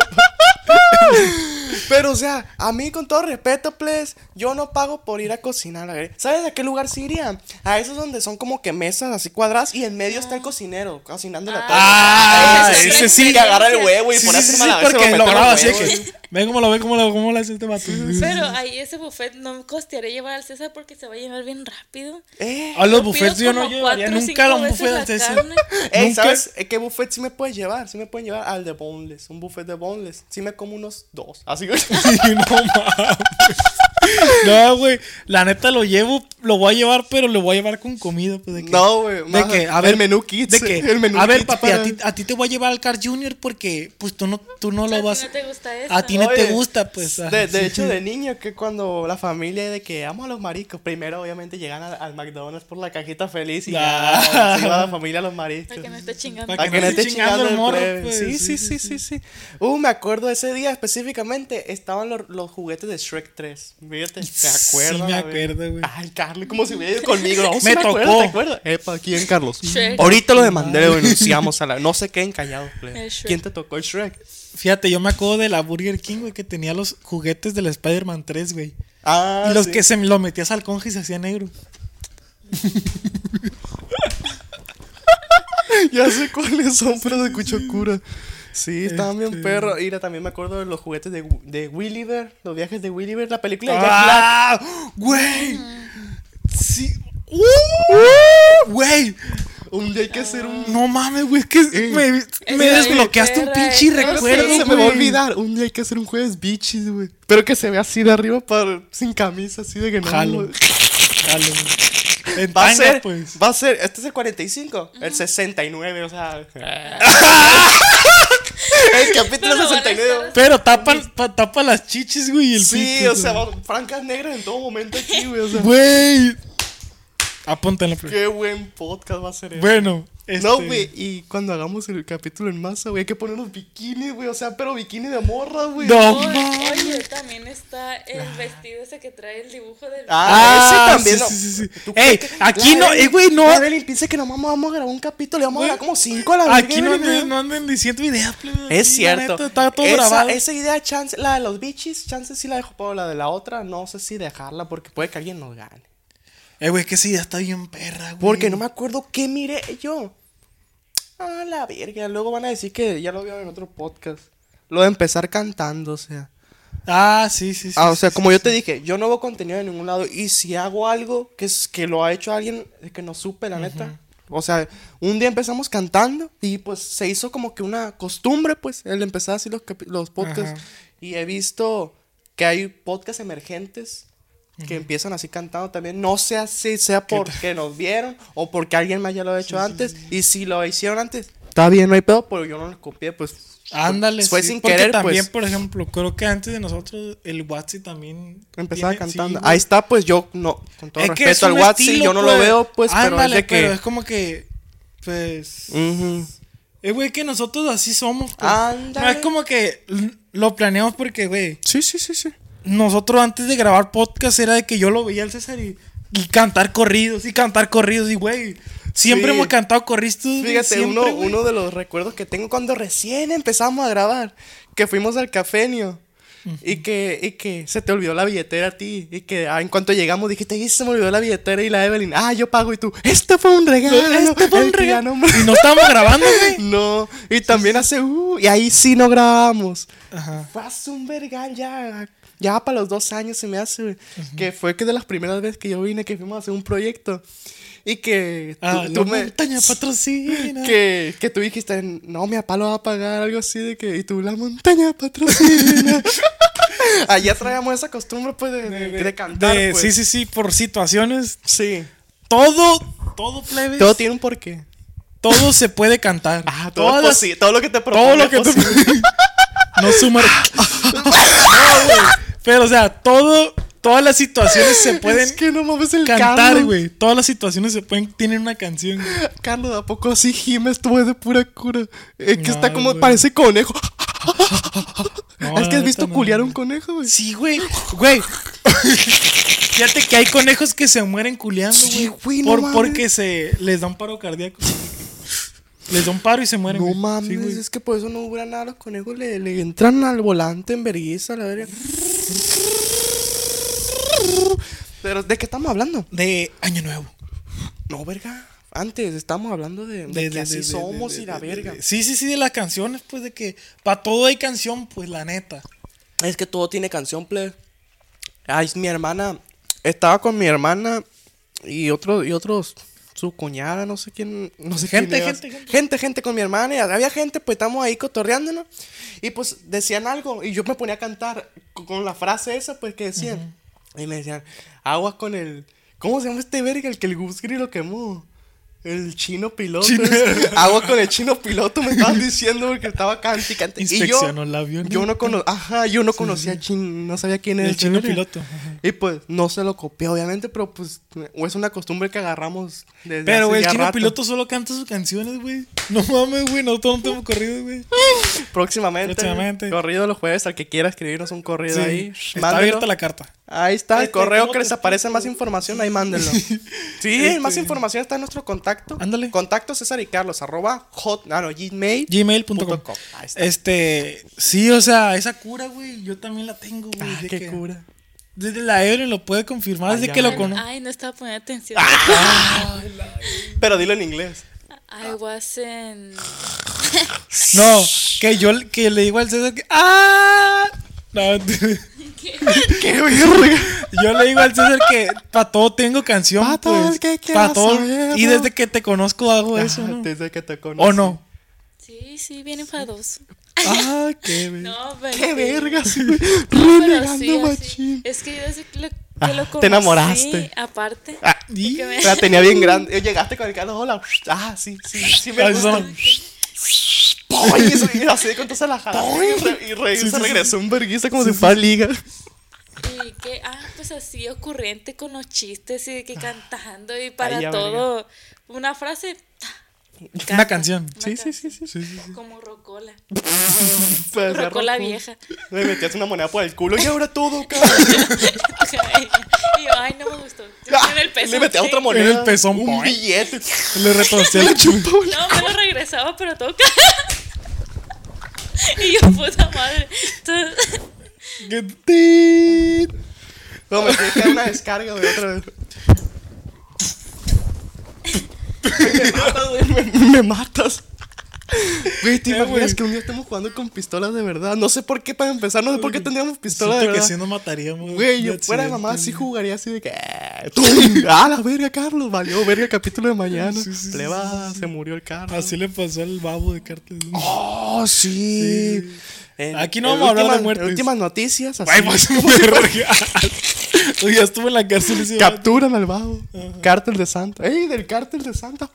Speaker 3: Pero, o sea, a mí, con todo respeto, please, yo no pago por ir a cocinar. la verga. ¿Sabes a qué lugar sí iría? A esos donde son como que mesas así cuadradas y en medio está el cocinero cocinando la
Speaker 5: Ah,
Speaker 6: ese
Speaker 5: ese sí.
Speaker 3: Que agarra el huevo y
Speaker 5: Sí,
Speaker 3: pone
Speaker 5: sí,
Speaker 3: así
Speaker 5: sí,
Speaker 3: mal, a ver si lo
Speaker 5: porque lo
Speaker 3: mete
Speaker 5: graba
Speaker 3: los
Speaker 5: así de
Speaker 3: huevos.
Speaker 5: que. Ve cómo lo ve, cómo lo, cómo lo hace este vato.
Speaker 6: Pero ahí ese buffet no costearé llevar al César porque se va a llenar bien rápido.
Speaker 3: Eh,
Speaker 5: A los
Speaker 6: Yo pido
Speaker 5: buffets yo no
Speaker 6: como
Speaker 5: llevaría
Speaker 6: cuatro o
Speaker 5: nunca a
Speaker 6: cinco
Speaker 5: un
Speaker 6: veces
Speaker 5: buffet
Speaker 6: la
Speaker 5: de ese.
Speaker 6: carne. Eh,
Speaker 3: Ey,
Speaker 5: Nunca-
Speaker 3: Eh, ¿sabes qué buffet sí me puedes llevar? Sí me pueden llevar al de boneless, un buffet de boneless. Sí me como unos dos. Así que
Speaker 5: Sí, <laughs> no mames. No, güey. La neta lo llevo, lo voy a llevar, pero lo voy a llevar con comida. Pues, de que,
Speaker 3: No, güey,
Speaker 5: De
Speaker 3: más-
Speaker 5: que, a
Speaker 3: el
Speaker 5: ver.
Speaker 3: menú kids,
Speaker 5: De que,
Speaker 3: <laughs> el menú
Speaker 5: a ver,
Speaker 3: kids
Speaker 5: papi,
Speaker 3: para-
Speaker 5: a, ti, a ti te voy a llevar al Car Junior porque, pues tú no, tú no
Speaker 6: A
Speaker 5: lo
Speaker 6: ti
Speaker 5: vas.
Speaker 6: no te gusta eso.
Speaker 5: A ti no te
Speaker 3: Oye,
Speaker 5: gusta, pues.
Speaker 3: De, de hecho, de niño, que cuando la familia de que amo a los maricos, primero obviamente llegan al, al McDonald's por la cajita feliz y
Speaker 5: Ah.
Speaker 3: ya se iba la familia a los maricos.
Speaker 6: Para que no esté chingando.
Speaker 5: Para que no esté chingando el morro,
Speaker 3: plebe.
Speaker 5: pues,
Speaker 3: sí, sí, sí, sí, sí. Uh, me acuerdo ese día específicamente estaban los, los juguetes de Shrek 3. Fíjate, ¿te acuerdas?
Speaker 5: Sí, me
Speaker 3: la verga?
Speaker 5: acuerdo, güey.
Speaker 3: Ay, Carlos, como si hubiera ido <laughs> conmigo. No, sí
Speaker 5: Me
Speaker 3: me, acuerdo,
Speaker 5: tocó.
Speaker 3: ¿Te acuerdas? Epa, ¿quién, Carlos? Mm.
Speaker 6: Shrek.
Speaker 3: Ahorita lo demandé, lo denunciamos a la. No se queden callados, plebe.
Speaker 6: El Shrek.
Speaker 3: ¿Quién te tocó el Shrek?
Speaker 5: Fíjate, yo me acuerdo de la Burger King, güey, que tenía los juguetes del Spider-Man 3, güey.
Speaker 3: Ah,
Speaker 5: y los
Speaker 3: sí.
Speaker 5: que se lo metías al conge y se hacía negro.
Speaker 3: Ya sé cuáles son, pero de Cuchocura. Sí, estaban bien perro. Mira, también me acuerdo de los juguetes de, de Willy Bear, los viajes de Willy Bear, la película de Jack Black.
Speaker 5: ¡Ah! ¡Güey! Sí. ¡Uh! ¡Güey!
Speaker 3: ¡Uh! Un día hay que hacer un.
Speaker 5: No mames, güey, es que me, me
Speaker 6: Esa
Speaker 5: desbloqueaste un
Speaker 6: perra,
Speaker 5: pinche
Speaker 6: eh, no
Speaker 5: recuerdo,
Speaker 6: sé,
Speaker 5: güey.
Speaker 3: se me va a olvidar. Un día hay que hacer un jueves bichis, güey. Pero que se vea así de arriba para, sin camisa, así de que no.
Speaker 5: Jalo.
Speaker 3: güey. <laughs>
Speaker 5: Jalo, güey. En
Speaker 3: Va a
Speaker 5: tanga,
Speaker 3: ser,
Speaker 5: pues.
Speaker 3: va a ser, este es el 45, el 69, o
Speaker 6: <laughs>
Speaker 3: sea. el capítulo
Speaker 6: No lo van a
Speaker 3: 69.
Speaker 6: estar
Speaker 5: Pero tapan, pa- tapa las chichis, güey, y el
Speaker 3: Sí,
Speaker 5: pito,
Speaker 3: o sea, va- francas negras en todo momento aquí, güey. O sea,
Speaker 5: Güey. Apúntale, pues.
Speaker 3: qué buen podcast va a ser. este.
Speaker 5: Bueno, este...
Speaker 3: No, güey, y cuando hagamos el capítulo en masa, güey, hay que poner unos bikinis, güey, o sea, pero bikini de morra, güey.
Speaker 5: No
Speaker 6: Oye,
Speaker 5: mames.
Speaker 6: oye, también está el vestido ese que trae el dibujo del.
Speaker 3: Ah, ese
Speaker 5: Ah,
Speaker 3: también.
Speaker 5: sí,
Speaker 3: no.
Speaker 5: sí, sí, sí.
Speaker 3: ¿Tú
Speaker 5: Ey,
Speaker 3: crees que-
Speaker 5: aquí
Speaker 3: la
Speaker 5: no,
Speaker 3: Evelyn-
Speaker 5: eh, güey, no.
Speaker 3: la Evelyn piensa que nomás vamos a grabar un capítulo, le vamos a grabar como cinco a la verga,
Speaker 5: Aquí no
Speaker 3: Evelyn,
Speaker 5: anden,
Speaker 3: ¿no?
Speaker 5: no anden diciendo ideas, plebe,
Speaker 3: Es
Speaker 5: aquí, la
Speaker 3: cierto.
Speaker 5: neta, Está todo
Speaker 3: esa,
Speaker 5: grabado.
Speaker 3: esa idea, chance, la de los bichis, chance sí la dejo, pero la de la otra, no sé si dejarla porque puede que alguien nos gane.
Speaker 5: Eh, güey, que esa idea está bien perra, güey.
Speaker 3: Porque no me acuerdo qué miré yo. Ah, la verga. Luego van a decir que ya lo vieron en otro podcast. Lo de empezar cantando, o sea.
Speaker 5: Ah, sí, sí, sí.
Speaker 3: Ah, o
Speaker 5: sí,
Speaker 3: sea,
Speaker 5: sí,
Speaker 3: como yo
Speaker 5: sí.
Speaker 3: te dije, yo no hago contenido de ningún lado. Y si hago algo que, es, que lo ha hecho alguien que no supe, la neta, O sea, un día empezamos cantando y pues se hizo como que una costumbre, pues, el empezar así los, capi- los podcasts.
Speaker 5: Ajá.
Speaker 3: Y he visto que hay podcasts emergentes que empiezan así cantando también. No sé si sea porque nos vieron o porque alguien más ya lo ha hecho antes. Y si lo hicieron antes, está bien, no hay pedo, pero yo no lo copié, pues.
Speaker 5: Ándale.
Speaker 3: Fue
Speaker 5: sí,
Speaker 3: sin
Speaker 5: porque
Speaker 3: querer,
Speaker 5: también,
Speaker 3: pues.
Speaker 5: por ejemplo, creo que antes de nosotros el Watsi también...
Speaker 3: Empezaba
Speaker 5: tiene- sí,
Speaker 3: cantando.
Speaker 5: güey.
Speaker 3: Ahí está, pues yo no, con todo
Speaker 5: Es que es
Speaker 3: respeto al
Speaker 5: un
Speaker 3: WhatsApp,
Speaker 5: estilo,
Speaker 3: yo no lo
Speaker 5: pues.
Speaker 3: veo, pues, pero es
Speaker 5: Ándale,
Speaker 3: de que.
Speaker 5: pero es como que... Pues...
Speaker 3: Ujú.
Speaker 5: Eh, güey, que nosotros así somos. pues.
Speaker 3: Ándale.
Speaker 5: No es como que l- lo planeamos porque, güey,
Speaker 3: Sí, sí, sí, sí.
Speaker 5: nosotros antes de grabar podcast era de que yo lo veía al César y, y cantar corridos y cantar corridos y, güey, siempre
Speaker 3: Sí.
Speaker 5: hemos cantado corridos. güey,
Speaker 3: Fíjate,
Speaker 5: siempre,
Speaker 3: uno,
Speaker 5: güey.
Speaker 3: uno de los recuerdos que tengo cuando recién empezamos a grabar, que fuimos al cafenio y que, y que se te olvidó la billetera a ti y que ah, en cuanto llegamos dijiste, y se me olvidó la billetera y la Evelyn, ah, yo pago y tú, este fue un regalo,
Speaker 5: Este fue un
Speaker 3: el que ya
Speaker 5: regalo.
Speaker 3: no me-".
Speaker 5: Y no estábamos grabando,
Speaker 3: <laughs>
Speaker 5: güey.
Speaker 3: No, y también hace, uh, y ahí sí no grabamos.
Speaker 5: Ajá.
Speaker 3: Fue hace un vergal ya. Ya para los dos años se me hace, güey, Que fue que de las primeras veces que yo vine, que fuimos a hacer un proyecto. Y que tú,
Speaker 5: Ah,
Speaker 3: tú
Speaker 5: la
Speaker 3: me-
Speaker 5: montaña patrocina.
Speaker 3: que, que tú dijiste, no, mi papá lo va a pagar, algo así de que, y tú la montaña
Speaker 5: <laughs>
Speaker 3: patrocina. Allá traíamos esa costumbre, pues, de, de- de cantar.
Speaker 5: de-
Speaker 3: pues.
Speaker 5: Sí, sí, sí, por situaciones.
Speaker 3: Sí.
Speaker 5: Todo, todo plebes.
Speaker 3: Todo
Speaker 5: Todo,
Speaker 3: tiene un porqué.
Speaker 5: se puede cantar.
Speaker 3: Ah, todo, es
Speaker 5: Todas-
Speaker 3: posi- todo lo que te propongo.
Speaker 5: Todo lo que tú. no sumar.
Speaker 3: Ah.
Speaker 5: <laughs> No, güey. Pero, o sea, todo. Todas las situaciones se pueden
Speaker 3: <laughs> Es que no mames el
Speaker 5: cantar,
Speaker 3: Carlos.
Speaker 5: güey. Todas las situaciones se pueden. Tienen una canción, güey.
Speaker 3: Carlos, ¿a poco así Jiménez tuve de pura cura? Es que
Speaker 5: No,
Speaker 3: está como,
Speaker 5: güey.
Speaker 3: parece conejo.
Speaker 5: No,
Speaker 3: es que
Speaker 5: la
Speaker 3: has visto
Speaker 5: neta, no.
Speaker 3: culiar a un conejo, güey.
Speaker 5: Sí, güey. Güey. Fíjate que hay conejos que se mueren culeando, güey.
Speaker 3: Sí, güey, no
Speaker 5: por,
Speaker 3: mames.
Speaker 5: Porque se les da un paro cardíaco. Les da un paro y se mueren.
Speaker 3: No
Speaker 5: güey.
Speaker 3: mames,
Speaker 5: Sí, güey.
Speaker 3: es que por eso no dura nada. Los conejos le, le entran al volante en vergüenza, la verga. Pero, ¿de qué estamos hablando?
Speaker 5: De Año Nuevo.
Speaker 3: No, verga. Antes estábamos hablando de, de que así somos
Speaker 5: de-
Speaker 3: y la
Speaker 5: de-
Speaker 3: verga.
Speaker 5: de- sí, sí, sí, de las canciones, pues de que. Para todo hay canción, pues la neta.
Speaker 3: Es que todo tiene canción, play. Ay, mi hermana. Estaba con mi hermana y otro, y otros. Su cuñada, no sé quién. No sé
Speaker 5: Gente,
Speaker 3: quién era.
Speaker 5: gente, gente.
Speaker 3: gente, gente con mi hermana. Y había gente, pues estamos ahí cotorreándonos. Y pues decían algo. Y yo me ponía a cantar co- con la frase esa, pues que decían. Y me decían, aguas con el. ¿Cómo se llama este verga? El que el Gusgri lo quemó. El chino piloto.
Speaker 5: Chino.
Speaker 3: ese. <laughs> Aguas con el chino piloto, me estaban diciendo porque estaba cante y cante. Y yo,
Speaker 5: Inspeccionó el avión.
Speaker 3: yo no cono- ajá, yo no conocía a Chin, no sabía quién era
Speaker 5: El
Speaker 3: ese
Speaker 5: chino
Speaker 3: verga.
Speaker 5: piloto, ajá.
Speaker 3: Y pues no se lo copié, obviamente, pero pues o es una costumbre que agarramos desde hace
Speaker 5: Pero, güey, el
Speaker 3: ya
Speaker 5: chino
Speaker 3: rato.
Speaker 5: piloto solo canta sus canciones, güey. No mames, güey, nosotros no tenemos corrido, güey.
Speaker 3: próximamente,
Speaker 5: Próximamente.
Speaker 3: corrido los jueves al que quiera escribirnos un corrido
Speaker 5: Sí.
Speaker 3: ahí.
Speaker 5: Está
Speaker 3: mándelo.
Speaker 5: abierta la carta.
Speaker 3: Ahí está el
Speaker 5: Este,
Speaker 3: correo
Speaker 5: ¿cómo
Speaker 3: que les
Speaker 5: te- Este,
Speaker 3: aparece más información, ahí
Speaker 5: <laughs>
Speaker 3: mándenlo. Sí, más información está en nuestro contacto.
Speaker 5: Ándale.
Speaker 3: Contacto César y Carlos arroba hot, ah, no, gmail.
Speaker 5: Gmail.com.
Speaker 3: Punto com. Ahí está.
Speaker 5: Este, sí, o sea, esa cura, güey, yo también la tengo, güey.
Speaker 3: Ah,
Speaker 5: de
Speaker 3: qué
Speaker 5: que-
Speaker 3: cura.
Speaker 5: Desde la Evelyn lo puede confirmar, desde
Speaker 3: ya
Speaker 5: que lo Ah.
Speaker 3: me-
Speaker 5: conozco.
Speaker 6: Ay, no estaba poniendo atención.
Speaker 3: Pero dilo en inglés.
Speaker 6: I wasn't.
Speaker 5: No, que yo que le digo al César que. ¡Ah! No, <laughs>
Speaker 3: ¡Qué verga!
Speaker 5: yo le digo al César que para todo tengo canción.
Speaker 3: Pa' todo
Speaker 5: pues,
Speaker 3: el que quiera
Speaker 5: pa' todo.
Speaker 3: saberlo.
Speaker 5: Y desde que te conozco hago eso,
Speaker 3: Ah,
Speaker 5: ¿no?
Speaker 3: <laughs> Desde que te conocí.
Speaker 5: ¿O no?
Speaker 6: Sí, sí, bien enfadoso. <laughs>
Speaker 5: Ah, qué verga.
Speaker 6: No, pero.
Speaker 3: ¡Qué
Speaker 6: sí.
Speaker 3: vergas, güey!
Speaker 6: No, pero
Speaker 3: Renegando
Speaker 6: sí, así.
Speaker 3: machín.
Speaker 6: Es que yo desde que lo, que
Speaker 3: Ah,
Speaker 6: lo
Speaker 3: te
Speaker 6: conocí,
Speaker 3: enamoraste.
Speaker 6: Aparte.
Speaker 3: Ah,
Speaker 5: Y-
Speaker 6: que me-
Speaker 3: la tenía bien grande. Eh, Llegaste con el carro, hola. Ah, sí, sí, sí me
Speaker 5: Ay,
Speaker 3: gusta.
Speaker 5: son-
Speaker 3: Poy, y se- y así con toda la jalada. Y, re- y re- se regresó un verguista como si fuera liga.
Speaker 6: Y que, ah, pues así ocurrente con los chistes y de que cantando y para
Speaker 3: ya,
Speaker 6: todo. Una frase ta,
Speaker 5: Una canción.
Speaker 6: Sí, sí, sí,
Speaker 5: sí, sí.
Speaker 6: como rocola. <laughs>
Speaker 3: Pues, me
Speaker 6: Rocola
Speaker 3: arrancó.
Speaker 6: vieja.
Speaker 3: Me metías una moneda por el culo y ahora todo, cabrón.
Speaker 6: y yo, ay, no me gustó. Yo <laughs> en el peso.
Speaker 3: Ah, Le metía
Speaker 6: sí.
Speaker 3: otra moneda.
Speaker 5: En el pezón,
Speaker 3: Un
Speaker 5: poy.
Speaker 3: billete.
Speaker 5: Le retorcé
Speaker 3: <laughs>
Speaker 5: el chupa.
Speaker 6: No, me lo regresaba, pero toca. <laughs> y yo, puta madre. Entonces, <laughs>
Speaker 3: No, me tiene que dar una descarga, güey, otra vez. <laughs> me matas, güey. Me, me matas. Güey, ¿te
Speaker 5: Eh,
Speaker 3: imaginas
Speaker 5: güey.
Speaker 3: que un día estamos jugando con pistolas de verdad? No sé por qué, para empezar, no sé por qué tendríamos pistolas de
Speaker 5: Siento que
Speaker 3: verdad.
Speaker 5: si nos mataríamos.
Speaker 3: Güey,
Speaker 5: de
Speaker 3: yo fuera de mamá
Speaker 5: accidente,
Speaker 3: sí
Speaker 5: güey.
Speaker 3: jugaría así de que... ¡Tum! ¡Ah, la verga, Carlos! Valió verga el capítulo de mañana. Pleba, se murió el Carlos.
Speaker 5: Así le pasó al babo de
Speaker 3: <laughs>
Speaker 5: Cartel.
Speaker 3: ¡Oh, sí! En-
Speaker 5: Aquí no
Speaker 3: en
Speaker 5: vamos a hablar de
Speaker 3: últimas-
Speaker 5: muertes.
Speaker 3: en Últimas noticias. así. <laughs>
Speaker 5: Ay, pues, verga. Oye, ya estuvo en la cárcel ese vato.
Speaker 3: Capturan al babo. Cártel de Santa. ¡Ey, del cártel de Santa!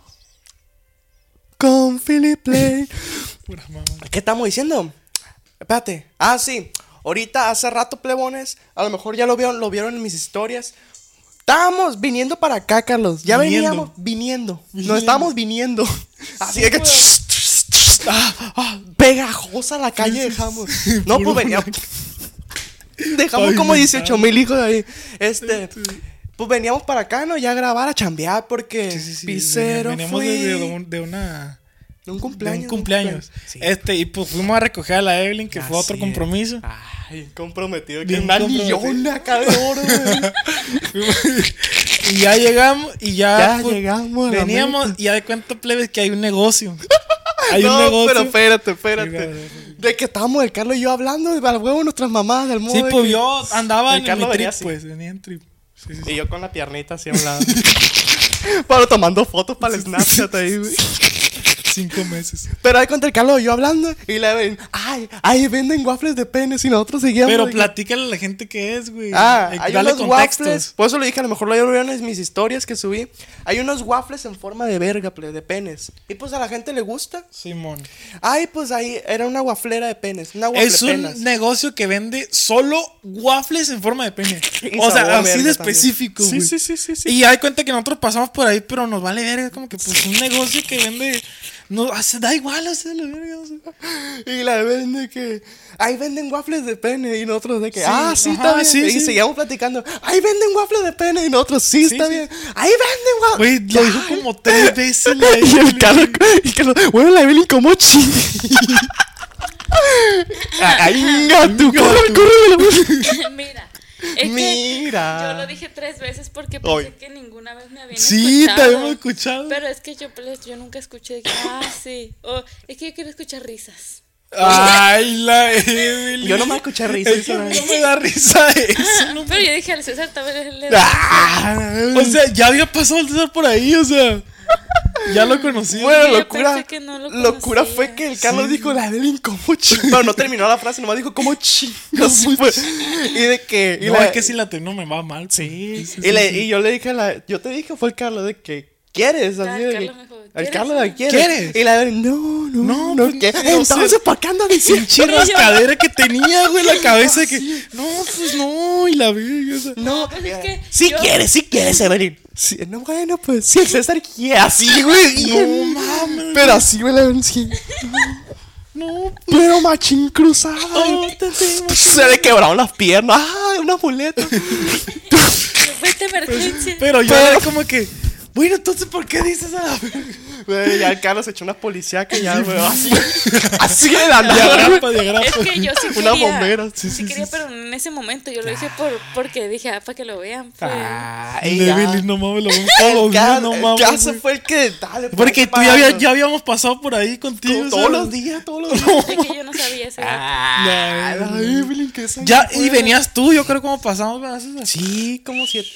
Speaker 3: Con Philip
Speaker 5: <laughs>
Speaker 3: Lane.
Speaker 5: Pura mamá.
Speaker 3: ¿Qué estamos diciendo? Espérate. Ah, sí. Ahorita, hace rato, plebones. A lo mejor ya lo vieron, lo vieron en mis historias. Estábamos viniendo para acá, Carlos. Ya
Speaker 5: Viniendo.
Speaker 3: veníamos viniendo.
Speaker 5: Viniendo.
Speaker 3: Nos estábamos
Speaker 5: <laughs>
Speaker 3: viniendo. Así de que. Ah, ah, pegajosa la calle dejamos. No,
Speaker 5: <laughs> Puro
Speaker 3: pues veníamos. <laughs> Dejamos
Speaker 5: Ay,
Speaker 3: como
Speaker 5: me
Speaker 3: 18 mil hijos ahí. Este. Pues veníamos para acá, ¿no? Ya a grabar, a chambear, porque.
Speaker 5: Sí, sí, sí,
Speaker 3: Picero.
Speaker 5: Veníamos
Speaker 3: fui.
Speaker 5: de, de un- de una.
Speaker 3: De un
Speaker 5: De
Speaker 3: cumpleaños.
Speaker 5: un cumpleaños.
Speaker 3: Sí. Ah,
Speaker 5: Este, y pues fuimos a recoger a la Evelyn, que fue
Speaker 3: Así
Speaker 5: otro
Speaker 3: es.
Speaker 5: compromiso.
Speaker 3: Ah. Ay, comprometido. Que
Speaker 5: Bien
Speaker 3: una
Speaker 5: comprometido.
Speaker 3: millona acá de oro, güey.
Speaker 5: y ya llegamos, y ya. pues,
Speaker 3: Ya llegamos a la
Speaker 5: Veníamos, y ya de cuenta plebes que hay
Speaker 3: <laughs>
Speaker 5: un negocio. <laughs> Hay
Speaker 3: no,
Speaker 5: un negocio.
Speaker 3: pero espérate,
Speaker 5: Mira,
Speaker 3: espérate.
Speaker 5: mira.
Speaker 3: De que estábamos el Carlos y yo hablando de al huevo nuestras mamás del mundo.
Speaker 5: Sí, pues yo andaba
Speaker 3: El
Speaker 5: en mi
Speaker 3: Carlos
Speaker 5: trip,
Speaker 3: venía así.
Speaker 5: pues. Venía en trip. Sí, sí, sí.
Speaker 3: Y yo con la piernita así a
Speaker 5: <laughs>
Speaker 3: un lado. Pero tomando fotos para el Snapchat ahí, güey.
Speaker 5: Cinco meses.
Speaker 3: Pero ahí contra el Carlos y yo hablando. Y le ven, ay, ay, venden waffles de penes. Y nosotros seguíamos.
Speaker 5: Pero
Speaker 3: de que-
Speaker 5: platícale a la gente qué es, güey.
Speaker 3: Ah,
Speaker 5: Eh,
Speaker 3: hay
Speaker 5: dale
Speaker 3: unos waffles. Por eso le dije, a lo mejor lo vieron en mis historias que subí. Hay unos waffles en forma de verga, ple- de penes. Y pues a la gente le gusta.
Speaker 5: Simón.
Speaker 3: Ay, pues ahí era una waflera de penes. Una
Speaker 5: Es un
Speaker 3: waflepenas.
Speaker 5: negocio que vende solo waffles en forma
Speaker 3: <laughs>
Speaker 5: de pene.
Speaker 3: Y sabor
Speaker 5: O sea, así
Speaker 3: verga
Speaker 5: de
Speaker 3: también.
Speaker 5: específico,
Speaker 3: Sí,
Speaker 5: güey.
Speaker 3: sí, sí, sí, sí.
Speaker 5: Y hay cuenta que nosotros pasamos por ahí, pero nos vale verga. Como que, pues, un negocio que vende. No, o sea, da igual, o sea, la verga. o
Speaker 3: <laughs>
Speaker 5: sea.
Speaker 3: Y la vende que. Ahí venden waffles de pene. Y nosotros de que.
Speaker 5: Sí,
Speaker 3: ah, sí,
Speaker 5: ajá,
Speaker 3: está bien.
Speaker 5: sí,
Speaker 3: y
Speaker 5: sí.
Speaker 3: seguíamos platicando. Ahí venden waffles de pene. Y nosotros, sí, está
Speaker 5: sí.
Speaker 3: bien. Ahí venden waffles.
Speaker 5: Güey, lo dijo
Speaker 3: <laughs>
Speaker 5: como tres veces. la
Speaker 3: y el
Speaker 5: Evelyn.
Speaker 3: Carlos, y el Carlos, bueno, la Evelyn como chile. ¡Inga, Ah, tú, corre, corre!
Speaker 6: Mira. Es
Speaker 3: Mira.
Speaker 6: Que yo lo dije tres veces porque
Speaker 3: Oy.
Speaker 6: pensé que ninguna vez me habían
Speaker 5: Sí,
Speaker 6: escuchado.
Speaker 5: te habíamos escuchado.
Speaker 6: Pero es que yo, pues, yo nunca escuché de que, ah, sí. O, es que yo quiero escuchar risas.
Speaker 5: Ay, la Evelyn.
Speaker 3: Ah, Yo no me escuché risa.
Speaker 5: Es que
Speaker 3: esa vez.
Speaker 5: no me da risa
Speaker 6: <laughs>
Speaker 5: eso. no
Speaker 6: Pero yo dije al César también le
Speaker 3: Ah,
Speaker 5: O sea, ya había pasado el César por ahí, o sea. Ya lo conocí.
Speaker 3: Bueno,
Speaker 6: yo
Speaker 3: locura.
Speaker 6: pensé que no lo
Speaker 3: locura
Speaker 6: conocía.
Speaker 3: fue que el Carlos dijo la Evelyn como
Speaker 5: <laughs>
Speaker 3: chile. Pero no terminó la frase, nomás dijo como chile. Así fue. Y de que. Y
Speaker 5: no,
Speaker 3: la-
Speaker 5: es que si la tengo me va mal. Sí.
Speaker 3: Y, le- y yo le dije a la. Yo te dije, fue el Carlos, de que. ¿Quieres?
Speaker 6: Ah,
Speaker 3: Así
Speaker 6: el
Speaker 3: de que-
Speaker 6: Carlos me dijo,
Speaker 3: El
Speaker 6: ¿quieres?
Speaker 3: Carlos, de, ¿quieres?
Speaker 5: ¿Quieres?
Speaker 3: Y la Evelyn, no, no.
Speaker 5: No,
Speaker 3: No,
Speaker 5: pues,
Speaker 3: ¿qué?
Speaker 5: no sé.
Speaker 3: Entonces, ¿para qué <laughs> andas diciendo?
Speaker 5: Pinche rascadera que tenía, güey, <laughs> la cabeza de que. No, pues no, y la verga. o sea.
Speaker 3: No, eh,
Speaker 6: pues es que
Speaker 3: si
Speaker 6: yo-
Speaker 3: quieres, si quieres, Evelyn. Sí, no, bueno, pues sí, el César quiere así, güey.
Speaker 5: No mames.
Speaker 3: Pero así, güey, la Evelyn, sí.
Speaker 5: No,
Speaker 3: Pero machín cruzado.
Speaker 5: Oh, te tengo,
Speaker 3: Se le quebraron las piernas. ¡Ah, una muleta!
Speaker 6: Vete emergencia.
Speaker 5: pero yo
Speaker 3: Pero-
Speaker 5: era como que. Bueno, entonces, ¿por qué dices a la verga?
Speaker 3: Güey, ya el Carlos echó una policía que ya, güey, así. Así de la nada. güey.
Speaker 5: Diagrapa, diagrapa.
Speaker 6: Es que yo sí
Speaker 3: <laughs> Una
Speaker 6: quería.
Speaker 3: bombera, sí,
Speaker 6: Sí,
Speaker 3: sí,
Speaker 6: quería,
Speaker 3: sí,
Speaker 6: pero en ese momento yo lo dije por, porque dije, ah, para que lo vean. pues.
Speaker 3: Ay,
Speaker 5: De
Speaker 3: ya.
Speaker 5: Evelyn, no mames, lo vemos todos los
Speaker 3: El
Speaker 5: días,
Speaker 3: Car-
Speaker 5: no
Speaker 3: el
Speaker 5: mames.
Speaker 3: Carlos
Speaker 5: güey.
Speaker 3: fue el que. Dale, pues,
Speaker 5: Porque
Speaker 3: hay que
Speaker 5: tú ya, había-
Speaker 3: pagarlo.
Speaker 5: ya habíamos pasado por ahí contigo.
Speaker 3: Todos,
Speaker 5: o sea,
Speaker 3: los días, todos los días.
Speaker 6: Es que yo no sabía ese dato.
Speaker 3: Ah, la Evelyn, que esa.
Speaker 5: Ya, y venías tú, yo creo, como pasamos, ¿verdad, César?
Speaker 3: Sí, como siete.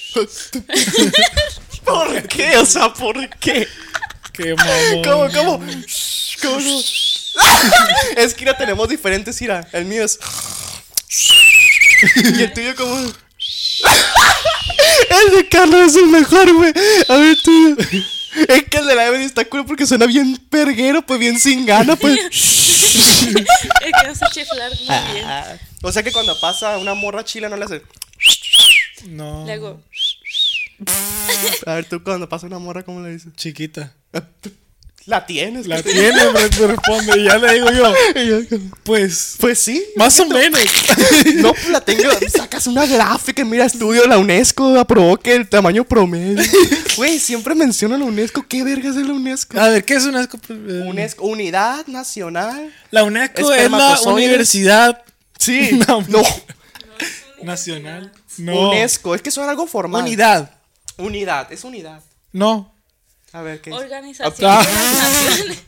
Speaker 3: ¿Por qué? O sea, ¿por qué? <laughs>
Speaker 5: Qué mamón.
Speaker 3: ¿Cómo, cómo? ¿Cómo? no? Es que ya tenemos diferentes, Ira. El mío es. Y el tuyo, como. El de Carlos es <laughs> el mejor, güey. A ver, tú. Es que el de la Evelyn está cool porque suena bien perguero, pues bien sin gana, pues.
Speaker 6: <laughs> Es que no sé chiflar
Speaker 3: Ah,
Speaker 6: muy bien.
Speaker 3: O sea que cuando pasa una morra chila no le hace.
Speaker 5: No.
Speaker 6: Le hago,
Speaker 3: A ver, tú cuando pasa una morra, ¿cómo le dices?
Speaker 5: Chiquita.
Speaker 3: La tienes,
Speaker 5: La tiene, me, me responde. Y ya le digo yo, pues,
Speaker 3: <laughs> Pues sí.
Speaker 5: más o menos.
Speaker 3: No, pues la tengo. <laughs> Sacas una gráfica, mira, estudio de la UNESCO aprobó que el tamaño <laughs> promedio. Güey, siempre menciona la UNESCO. ¿Qué vergas es la UNESCO?
Speaker 5: <laughs> A ver, ¿qué es UNESCO?
Speaker 3: UNESCO, Unidad Nacional.
Speaker 5: La UNESCO es la
Speaker 3: Espermatozoides.
Speaker 5: Universidad
Speaker 3: Sí.
Speaker 5: <laughs> No.
Speaker 3: No.
Speaker 5: Nacional. No.
Speaker 3: UNESCO, es que suena algo formal.
Speaker 5: Unidad.
Speaker 3: Unidad, es unidad.
Speaker 5: No.
Speaker 3: A ver, ¿qué es?
Speaker 6: Organización
Speaker 3: Ah.
Speaker 6: de,
Speaker 3: <laughs>
Speaker 6: las Naciones,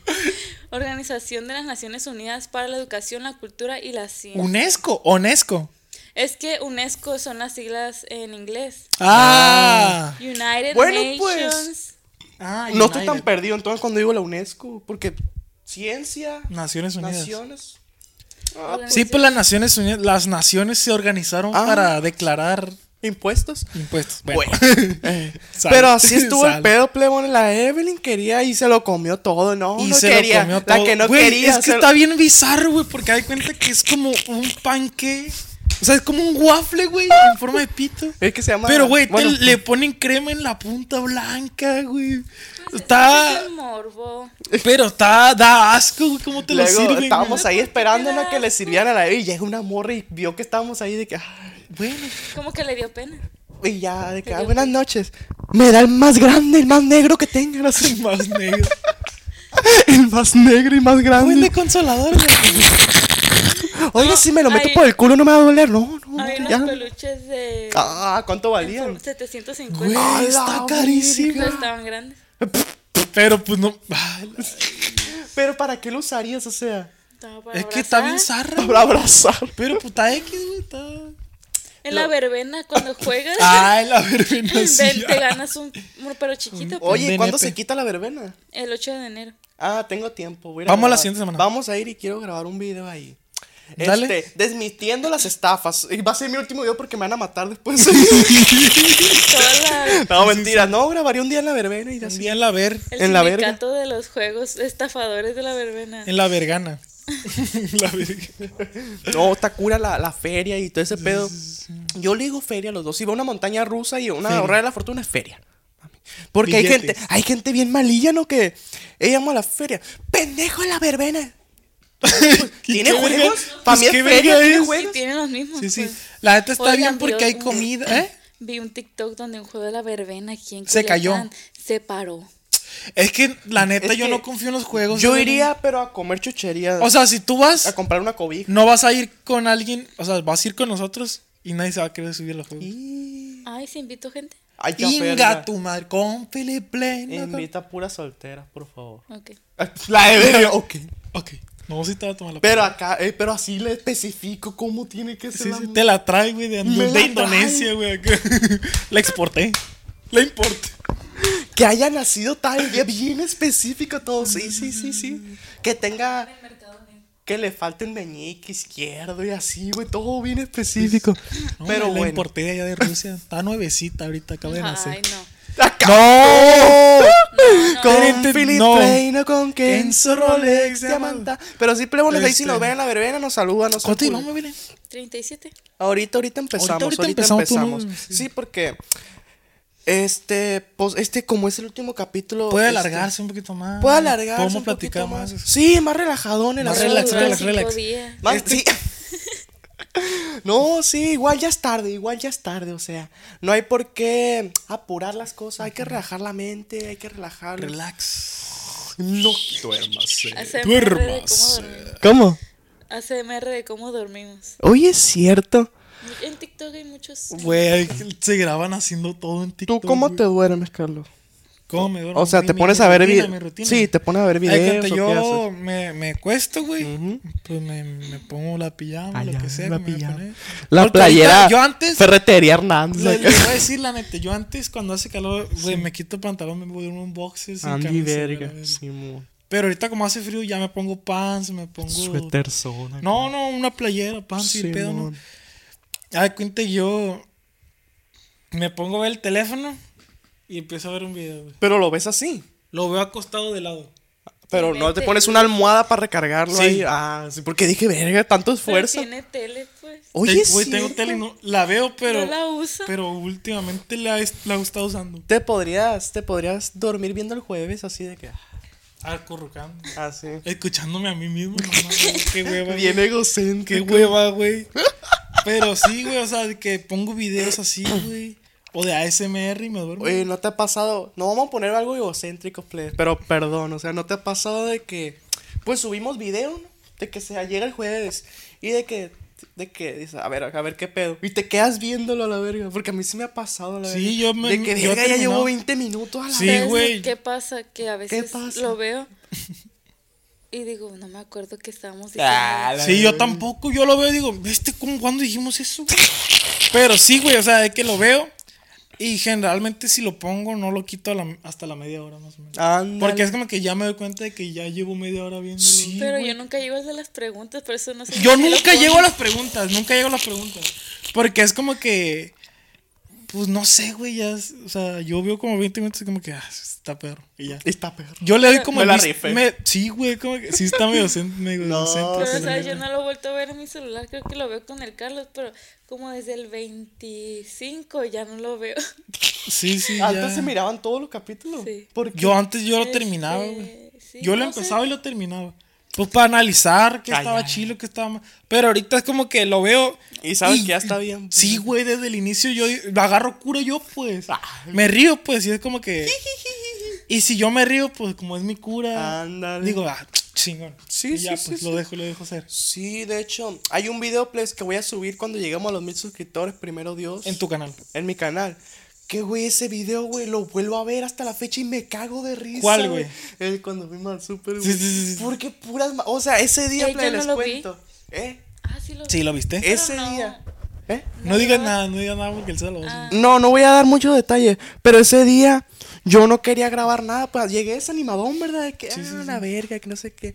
Speaker 6: Organización de las Naciones Unidas para la Educación, la Cultura y la Ciencia.
Speaker 5: UNESCO. UNESCO.
Speaker 6: Es que UNESCO son las siglas en inglés.
Speaker 5: Ah.
Speaker 6: United
Speaker 3: Bueno,
Speaker 6: Nations.
Speaker 3: pues.
Speaker 5: Ah,
Speaker 3: No estoy tan
Speaker 5: United.
Speaker 3: perdido entonces cuando digo la UNESCO, porque ciencia,
Speaker 5: Naciones Unidas.
Speaker 3: naciones.
Speaker 5: Sí, pues las Naciones Unidas, las naciones se organizaron
Speaker 3: Ah.
Speaker 5: para declarar
Speaker 3: Impuestos.
Speaker 5: impuestos. Bueno.
Speaker 3: Bueno.
Speaker 5: <laughs> Sal.
Speaker 3: Pero así estuvo
Speaker 5: Sal.
Speaker 3: el pedo, plebón. La Evelyn quería y se lo comió todo, ¿no?
Speaker 5: Y
Speaker 3: Oh, no
Speaker 5: se
Speaker 3: quería.
Speaker 5: lo comió
Speaker 3: La
Speaker 5: todo.
Speaker 3: que no
Speaker 5: Güey,
Speaker 3: quería.
Speaker 5: Es que
Speaker 3: se-
Speaker 5: está bien bizarro, güey, porque hay cuenta que es como un panque. O sea, es como un waffle, güey, en forma de pito.
Speaker 3: Es que se llama.
Speaker 5: Pero, güey, te-
Speaker 3: bueno,
Speaker 5: le ponen crema en la punta blanca, güey. Está.
Speaker 6: Pues, Es el morbo.
Speaker 5: Pero está. Da asco, güey, ¿cómo te lo
Speaker 3: luego
Speaker 5: sirven?
Speaker 3: estábamos
Speaker 5: güey?
Speaker 3: ahí esperando ¿no? que
Speaker 6: asco?
Speaker 3: le sirvieran a la Evelyn. Y llega una morra y vio que estábamos ahí de que. ay,
Speaker 5: Bueno,
Speaker 6: Como que le dio pena.
Speaker 3: Y ya, de que, "Ah, buenas noches. Me da el más grande, el más negro que tenga. no sé.
Speaker 5: el <laughs> <laughs> más negro.
Speaker 3: El más negro y más
Speaker 5: Güey,
Speaker 3: grande.
Speaker 5: de consolador, güey.
Speaker 3: Oiga, si me lo meto
Speaker 6: Ay.
Speaker 3: por el culo no me va a doler. No, no,
Speaker 6: Hay
Speaker 3: no,
Speaker 6: unos
Speaker 3: ya.
Speaker 6: peluches de
Speaker 3: Ah, ¿cuánto valían?
Speaker 6: 750.
Speaker 5: Güey,
Speaker 3: A
Speaker 5: está
Speaker 3: la
Speaker 5: carísimo.
Speaker 6: Pero estaban grandes.
Speaker 5: Pero, pues no. ay, la-
Speaker 3: Pero ¿para qué lo usarías? O sea, pues,
Speaker 6: Estaba para
Speaker 5: Es que está bien
Speaker 6: abrazar.
Speaker 5: zarra. güey.
Speaker 3: para abrazar.
Speaker 5: Pero, puta X, güey, está.
Speaker 6: En la verbena, cuando juegas,
Speaker 5: Ay, la
Speaker 6: <laughs>
Speaker 5: verbena
Speaker 6: ven,
Speaker 5: Ah, sí.
Speaker 6: te ganas un. Pero chiquito, pues,
Speaker 3: Oye,
Speaker 5: De
Speaker 3: ¿cuándo
Speaker 5: nepe.
Speaker 3: se quita la verbena?
Speaker 6: el 8 de enero.
Speaker 3: Ah, tengo tiempo. voy ir
Speaker 5: Vamos a la
Speaker 3: grabar.
Speaker 5: siguiente semana.
Speaker 3: Vamos a ir y quiero grabar un video ahí.
Speaker 5: Dale.
Speaker 3: Este, desmitiendo las estafas. Y va a ser mi último video porque me van a matar
Speaker 5: <laughs>
Speaker 3: después.
Speaker 6: Toda la-
Speaker 3: no, mentira. No, grabaría un día en la verbena y
Speaker 5: Un
Speaker 3: así.
Speaker 5: día en la ver.
Speaker 6: el
Speaker 3: En la verga.
Speaker 6: sindicato de los juegos estafadores de la verbena.
Speaker 5: En la vergana. <laughs> la vergana.
Speaker 3: No, está cura la, la feria y todo ese pedo. Yo le digo feria a los dos. Si va a una montaña rusa y una ahorrar de la fortuna es feria. Mami. Porque hay
Speaker 5: Billetes.
Speaker 3: gente, hay gente bien malilla, ¿no? Que ella ama la feria. ¡Pendejo en la
Speaker 5: <laughs>
Speaker 3: verbena! ¿Tiene
Speaker 5: qué verga?
Speaker 3: juegos?
Speaker 5: Pues,
Speaker 3: Para mí es
Speaker 5: ¿qué
Speaker 3: feria,
Speaker 5: verga
Speaker 3: ¿tiene
Speaker 5: es?
Speaker 6: Sí,
Speaker 3: juegos?
Speaker 6: tienen los mismos.
Speaker 3: <laughs>
Speaker 5: Sí, sí.
Speaker 6: pues.
Speaker 5: La neta Ah, está
Speaker 6: Oigan,
Speaker 5: bien porque
Speaker 6: vio-
Speaker 5: hay comida, ¿eh?
Speaker 6: <clears throat> Vi un TikTok donde un juego de la verbena aquí en
Speaker 5: Se cayó.
Speaker 6: Culiacán Se paró.
Speaker 5: Es que la neta
Speaker 3: Es
Speaker 5: yo
Speaker 3: que
Speaker 5: no confío en los juegos.
Speaker 3: Yo
Speaker 5: güey.
Speaker 3: iría, pero a comer chucherías.
Speaker 5: O sea, si tú
Speaker 3: a
Speaker 5: vas,
Speaker 3: comprar una cobija.
Speaker 5: no vas a ir con alguien, o sea, vas a ir con nosotros y nadie se va a querer subir a los juegos.
Speaker 3: Y...
Speaker 6: Ay, se invitó gente.
Speaker 3: Ay, qué
Speaker 5: Inga
Speaker 3: aferra.
Speaker 5: tu madre, cómpele pleno.
Speaker 3: Invita a puras solteras, por
Speaker 5: <laughs>
Speaker 3: favor.
Speaker 6: Ok.
Speaker 3: La Evelyn, ok.
Speaker 5: Ok, no, si te va a tomar la
Speaker 3: Pero acá, eh, pero así le especifico cómo tiene que ser
Speaker 5: Sí,
Speaker 3: la
Speaker 5: sí, te la trae, güey, de,
Speaker 3: Me
Speaker 5: de
Speaker 3: la
Speaker 5: Indonesia, güey. acá. <laughs> la exporté. La importé.
Speaker 3: Que haya nacido tal día bien específico todo. Sí, sí, sí, sí. Que tenga. Que le falte el meñique izquierdo y así, güey. Todo bien específico.
Speaker 5: No,
Speaker 3: Pero
Speaker 5: güey, La
Speaker 3: bueno.
Speaker 5: importé de allá de Rusia. Está nuevecita ahorita, acaba de nacer.
Speaker 6: Ay, no.
Speaker 3: Acá.
Speaker 5: ¡No!
Speaker 3: Con
Speaker 5: Espérate,
Speaker 3: Philip
Speaker 5: no.
Speaker 3: Reino, con Kenzo
Speaker 5: Kenzo
Speaker 3: Rolex,
Speaker 5: Rolex,
Speaker 3: Diamanta. Pero sí, plebones, ahí si
Speaker 5: Este.
Speaker 3: nos ven en la verbena, nos saludan. Nos
Speaker 5: ¿Cuánto
Speaker 3: saludan.
Speaker 5: llevamos, Belén?
Speaker 6: 37.
Speaker 3: Ahorita, ahorita empezamos.
Speaker 5: Ahorita,
Speaker 3: Ahorita,
Speaker 5: ahorita empezamos, tú no-
Speaker 3: empezamos. Sí, porque. Este, pues, este, como es el último capítulo.
Speaker 5: Puede
Speaker 3: este,
Speaker 5: alargarse un poquito más.
Speaker 3: Puede alargarse.
Speaker 5: Podemos
Speaker 3: un
Speaker 5: platicar
Speaker 3: poquito
Speaker 5: más.
Speaker 3: Sí, más relajadón el
Speaker 5: Más Este
Speaker 3: asunto.
Speaker 5: relax,
Speaker 6: Duró cinco
Speaker 5: relax, relax.
Speaker 6: días.
Speaker 3: Más- sí. <laughs> No, sí, igual ya es tarde, igual ya es tarde, o sea, no hay por qué apurar las cosas, hay que relajar la mente, hay que relajar.
Speaker 5: Relax.
Speaker 3: No duermas.
Speaker 6: ASMR de cómo
Speaker 5: Duermas.
Speaker 6: dormimos.
Speaker 3: ¿Cómo?
Speaker 6: ASMR de cómo dormimos.
Speaker 3: Oye, es cierto.
Speaker 6: En TikTok hay muchos.
Speaker 5: Güey, se graban haciendo todo en
Speaker 3: ¿Tú
Speaker 5: TikTok.
Speaker 3: cómo
Speaker 5: güey.
Speaker 3: te duermes, Carlos?
Speaker 5: ¿Cómo me duermo?
Speaker 3: O sea,
Speaker 5: Mi-
Speaker 3: te
Speaker 5: mi-
Speaker 3: pones
Speaker 5: mi
Speaker 3: a ver
Speaker 5: rutina, mi
Speaker 3: videos.
Speaker 5: rutina.
Speaker 3: Sí, te pones a ver
Speaker 5: Ay,
Speaker 3: videos.
Speaker 5: gente,
Speaker 3: ¿o qué
Speaker 5: yo
Speaker 3: haces?
Speaker 5: me, me cuesto, güey. Pues me, me pongo la pijama,
Speaker 3: Ah,
Speaker 5: lo
Speaker 3: ya,
Speaker 5: que sea.
Speaker 3: la
Speaker 5: que me voy a
Speaker 3: pijama.
Speaker 5: poner.
Speaker 3: La
Speaker 5: Porque
Speaker 3: playera.
Speaker 5: ahorita, Yo antes.
Speaker 3: Ferretería Hernández.
Speaker 5: Le, le voy a decir la neta, yo antes cuando hace calor, güey, me quito el pantalón, me voy a un boxer
Speaker 3: <laughs>
Speaker 5: sin
Speaker 3: Andy
Speaker 5: camisa, güey,
Speaker 3: Verga.
Speaker 5: la verga.
Speaker 3: Simón.
Speaker 5: Pero ahorita como hace frío ya me pongo pants, me pongo...
Speaker 3: Sueterzona.
Speaker 5: No, no, una playera,
Speaker 3: Ah,
Speaker 5: pants y el pedo, ¿no?
Speaker 3: Simón.
Speaker 5: Ay, cuente yo... Me pongo a ver el teléfono y empiezo a ver un video, güey.
Speaker 3: Pero lo ves así.
Speaker 5: Lo veo acostado de lado.
Speaker 3: Pero no te pones una almohada para recargarlo
Speaker 5: Sí.
Speaker 3: ahí. Ah, sí, porque dije, verga, tanto
Speaker 6: Pero
Speaker 3: esfuerzo.
Speaker 6: Tiene tele, pues.
Speaker 3: Oye,
Speaker 5: Te- güey,
Speaker 3: sí.
Speaker 5: tengo tele, y no, la veo,
Speaker 6: no
Speaker 5: pero...
Speaker 6: la usa.
Speaker 5: Pero últimamente la he, la he estado usando.
Speaker 3: Te podrías, te podrías dormir viendo el jueves así de que.
Speaker 5: Alcorrucando.
Speaker 3: Así.
Speaker 5: Escuchándome a mí mismo, mamá. güey,
Speaker 6: <laughs>
Speaker 5: Qué hueva.
Speaker 3: Bien
Speaker 5: Qué
Speaker 3: egocéntrico.
Speaker 5: hueva, güey. Pero sí, güey, o sea, de que pongo videos así, güey. O de ASMR y me duermo.
Speaker 3: Oye, ¿no te ha pasado? No vamos a poner algo egocéntrico, plebes, Pero perdón, o sea, ¿no te ha pasado de que. Pues subimos video, ¿no? De que se llega el jueves. Y de que. De que dices, a ver, a ver qué pedo. Y te quedas viéndolo a la verga. Porque a mí sí me ha pasado a la verga.
Speaker 5: Sí, yo me-
Speaker 3: De que
Speaker 5: yo he
Speaker 3: verga ya llevo
Speaker 5: terminado.
Speaker 3: 20 minutos a la
Speaker 5: Sí,
Speaker 3: verga.
Speaker 6: ¿Sabes
Speaker 5: güey.
Speaker 6: ¿Qué pasa? Que a veces
Speaker 3: pasa?
Speaker 6: lo veo Y digo, no me acuerdo que estábamos diciendo.
Speaker 2: Ah, la
Speaker 5: Sí, yo
Speaker 2: verga.
Speaker 5: tampoco, yo lo veo y digo, ¿viste cómo, cuándo dijimos eso? Pero sí, güey, o sea, es que lo veo y generalmente si lo pongo no lo quito a la- hasta la media hora más o menos.
Speaker 3: Ándale.
Speaker 5: Porque es como que ya me doy cuenta de que ya llevo media hora viéndolo.
Speaker 6: pero yo nunca llego al de las preguntas, por eso no sé.
Speaker 5: Yo
Speaker 6: si lo
Speaker 5: nunca
Speaker 6: pongo.
Speaker 5: llego a las preguntas, nunca llego a las preguntas. Porque es como que. Pues no sé, güey, ya. es- O sea, yo veo como 20 minutos y como que. Ah, está perro. Y ya.
Speaker 3: Está perro.
Speaker 5: Yo le doy como.
Speaker 3: Me la
Speaker 5: el vis-
Speaker 3: rifé.
Speaker 5: me- sí, güey, como que. Sí, está medio cen- medio
Speaker 3: No,
Speaker 5: centro.
Speaker 6: Pero,
Speaker 3: sí,
Speaker 6: o sea,
Speaker 3: no,
Speaker 6: yo no lo he vuelto a ver en mi celular, creo que lo veo con el Carlos, pero como desde el 25 ya no lo
Speaker 5: <laughs>
Speaker 6: veo.
Speaker 5: Sí, sí,
Speaker 3: Antes
Speaker 5: ya.
Speaker 3: se miraban todos los capítulos.
Speaker 6: Sí.
Speaker 3: Porque
Speaker 5: Yo antes yo lo terminaba,
Speaker 6: Este,
Speaker 5: güey.
Speaker 6: sí,
Speaker 5: yo lo
Speaker 6: no sé.
Speaker 5: empezaba y lo terminaba. Pues para analizar qué
Speaker 3: Ay,
Speaker 5: estaba
Speaker 3: ay.
Speaker 5: chilo, qué estaba mal. Pero ahorita es como que lo veo.
Speaker 3: Y sabes que ya está bien. pues.
Speaker 5: Sí, güey, desde el inicio yo la agarro cura yo, pues.
Speaker 3: Ah.
Speaker 5: Me río, pues, y es
Speaker 6: <laughs>
Speaker 5: como que. y si yo me río, pues como es mi cura.
Speaker 3: Ándale.
Speaker 5: Digo, ah, chingón.
Speaker 3: Sí,
Speaker 5: y ya,
Speaker 3: sí,
Speaker 5: pues
Speaker 3: sí,
Speaker 5: lo
Speaker 3: sí.
Speaker 5: dejo, lo dejo hacer.
Speaker 3: Sí, de hecho, hay un video pues, que voy a subir cuando lleguemos a los mil suscriptores, primero Dios.
Speaker 5: En tu canal.
Speaker 3: En mi canal. Que, güey, ese video, güey, lo vuelvo a ver hasta la fecha y me cago de risa.
Speaker 5: ¿Cuál, güey?
Speaker 3: El cuando fuimos al súper, güey.
Speaker 5: Sí, sí, sí, sí.
Speaker 3: Porque puras. ma- O sea, ese día,
Speaker 6: Eh,
Speaker 3: play,
Speaker 6: yo no
Speaker 3: les
Speaker 6: lo vi.
Speaker 3: cuento. ¿Eh?
Speaker 6: Ah, sí lo
Speaker 5: Sí, lo viste.
Speaker 6: Pero
Speaker 3: Ese
Speaker 6: no.
Speaker 3: día. ¿Eh?
Speaker 5: No digas nada, no digas nada porque el cielo lo
Speaker 6: Ah,
Speaker 5: va a
Speaker 3: No, no voy a dar mucho detalle, pero ese día yo no quería grabar nada, pues llegué desanimadón, ¿verdad? De que, ah, una verga, que no sé qué.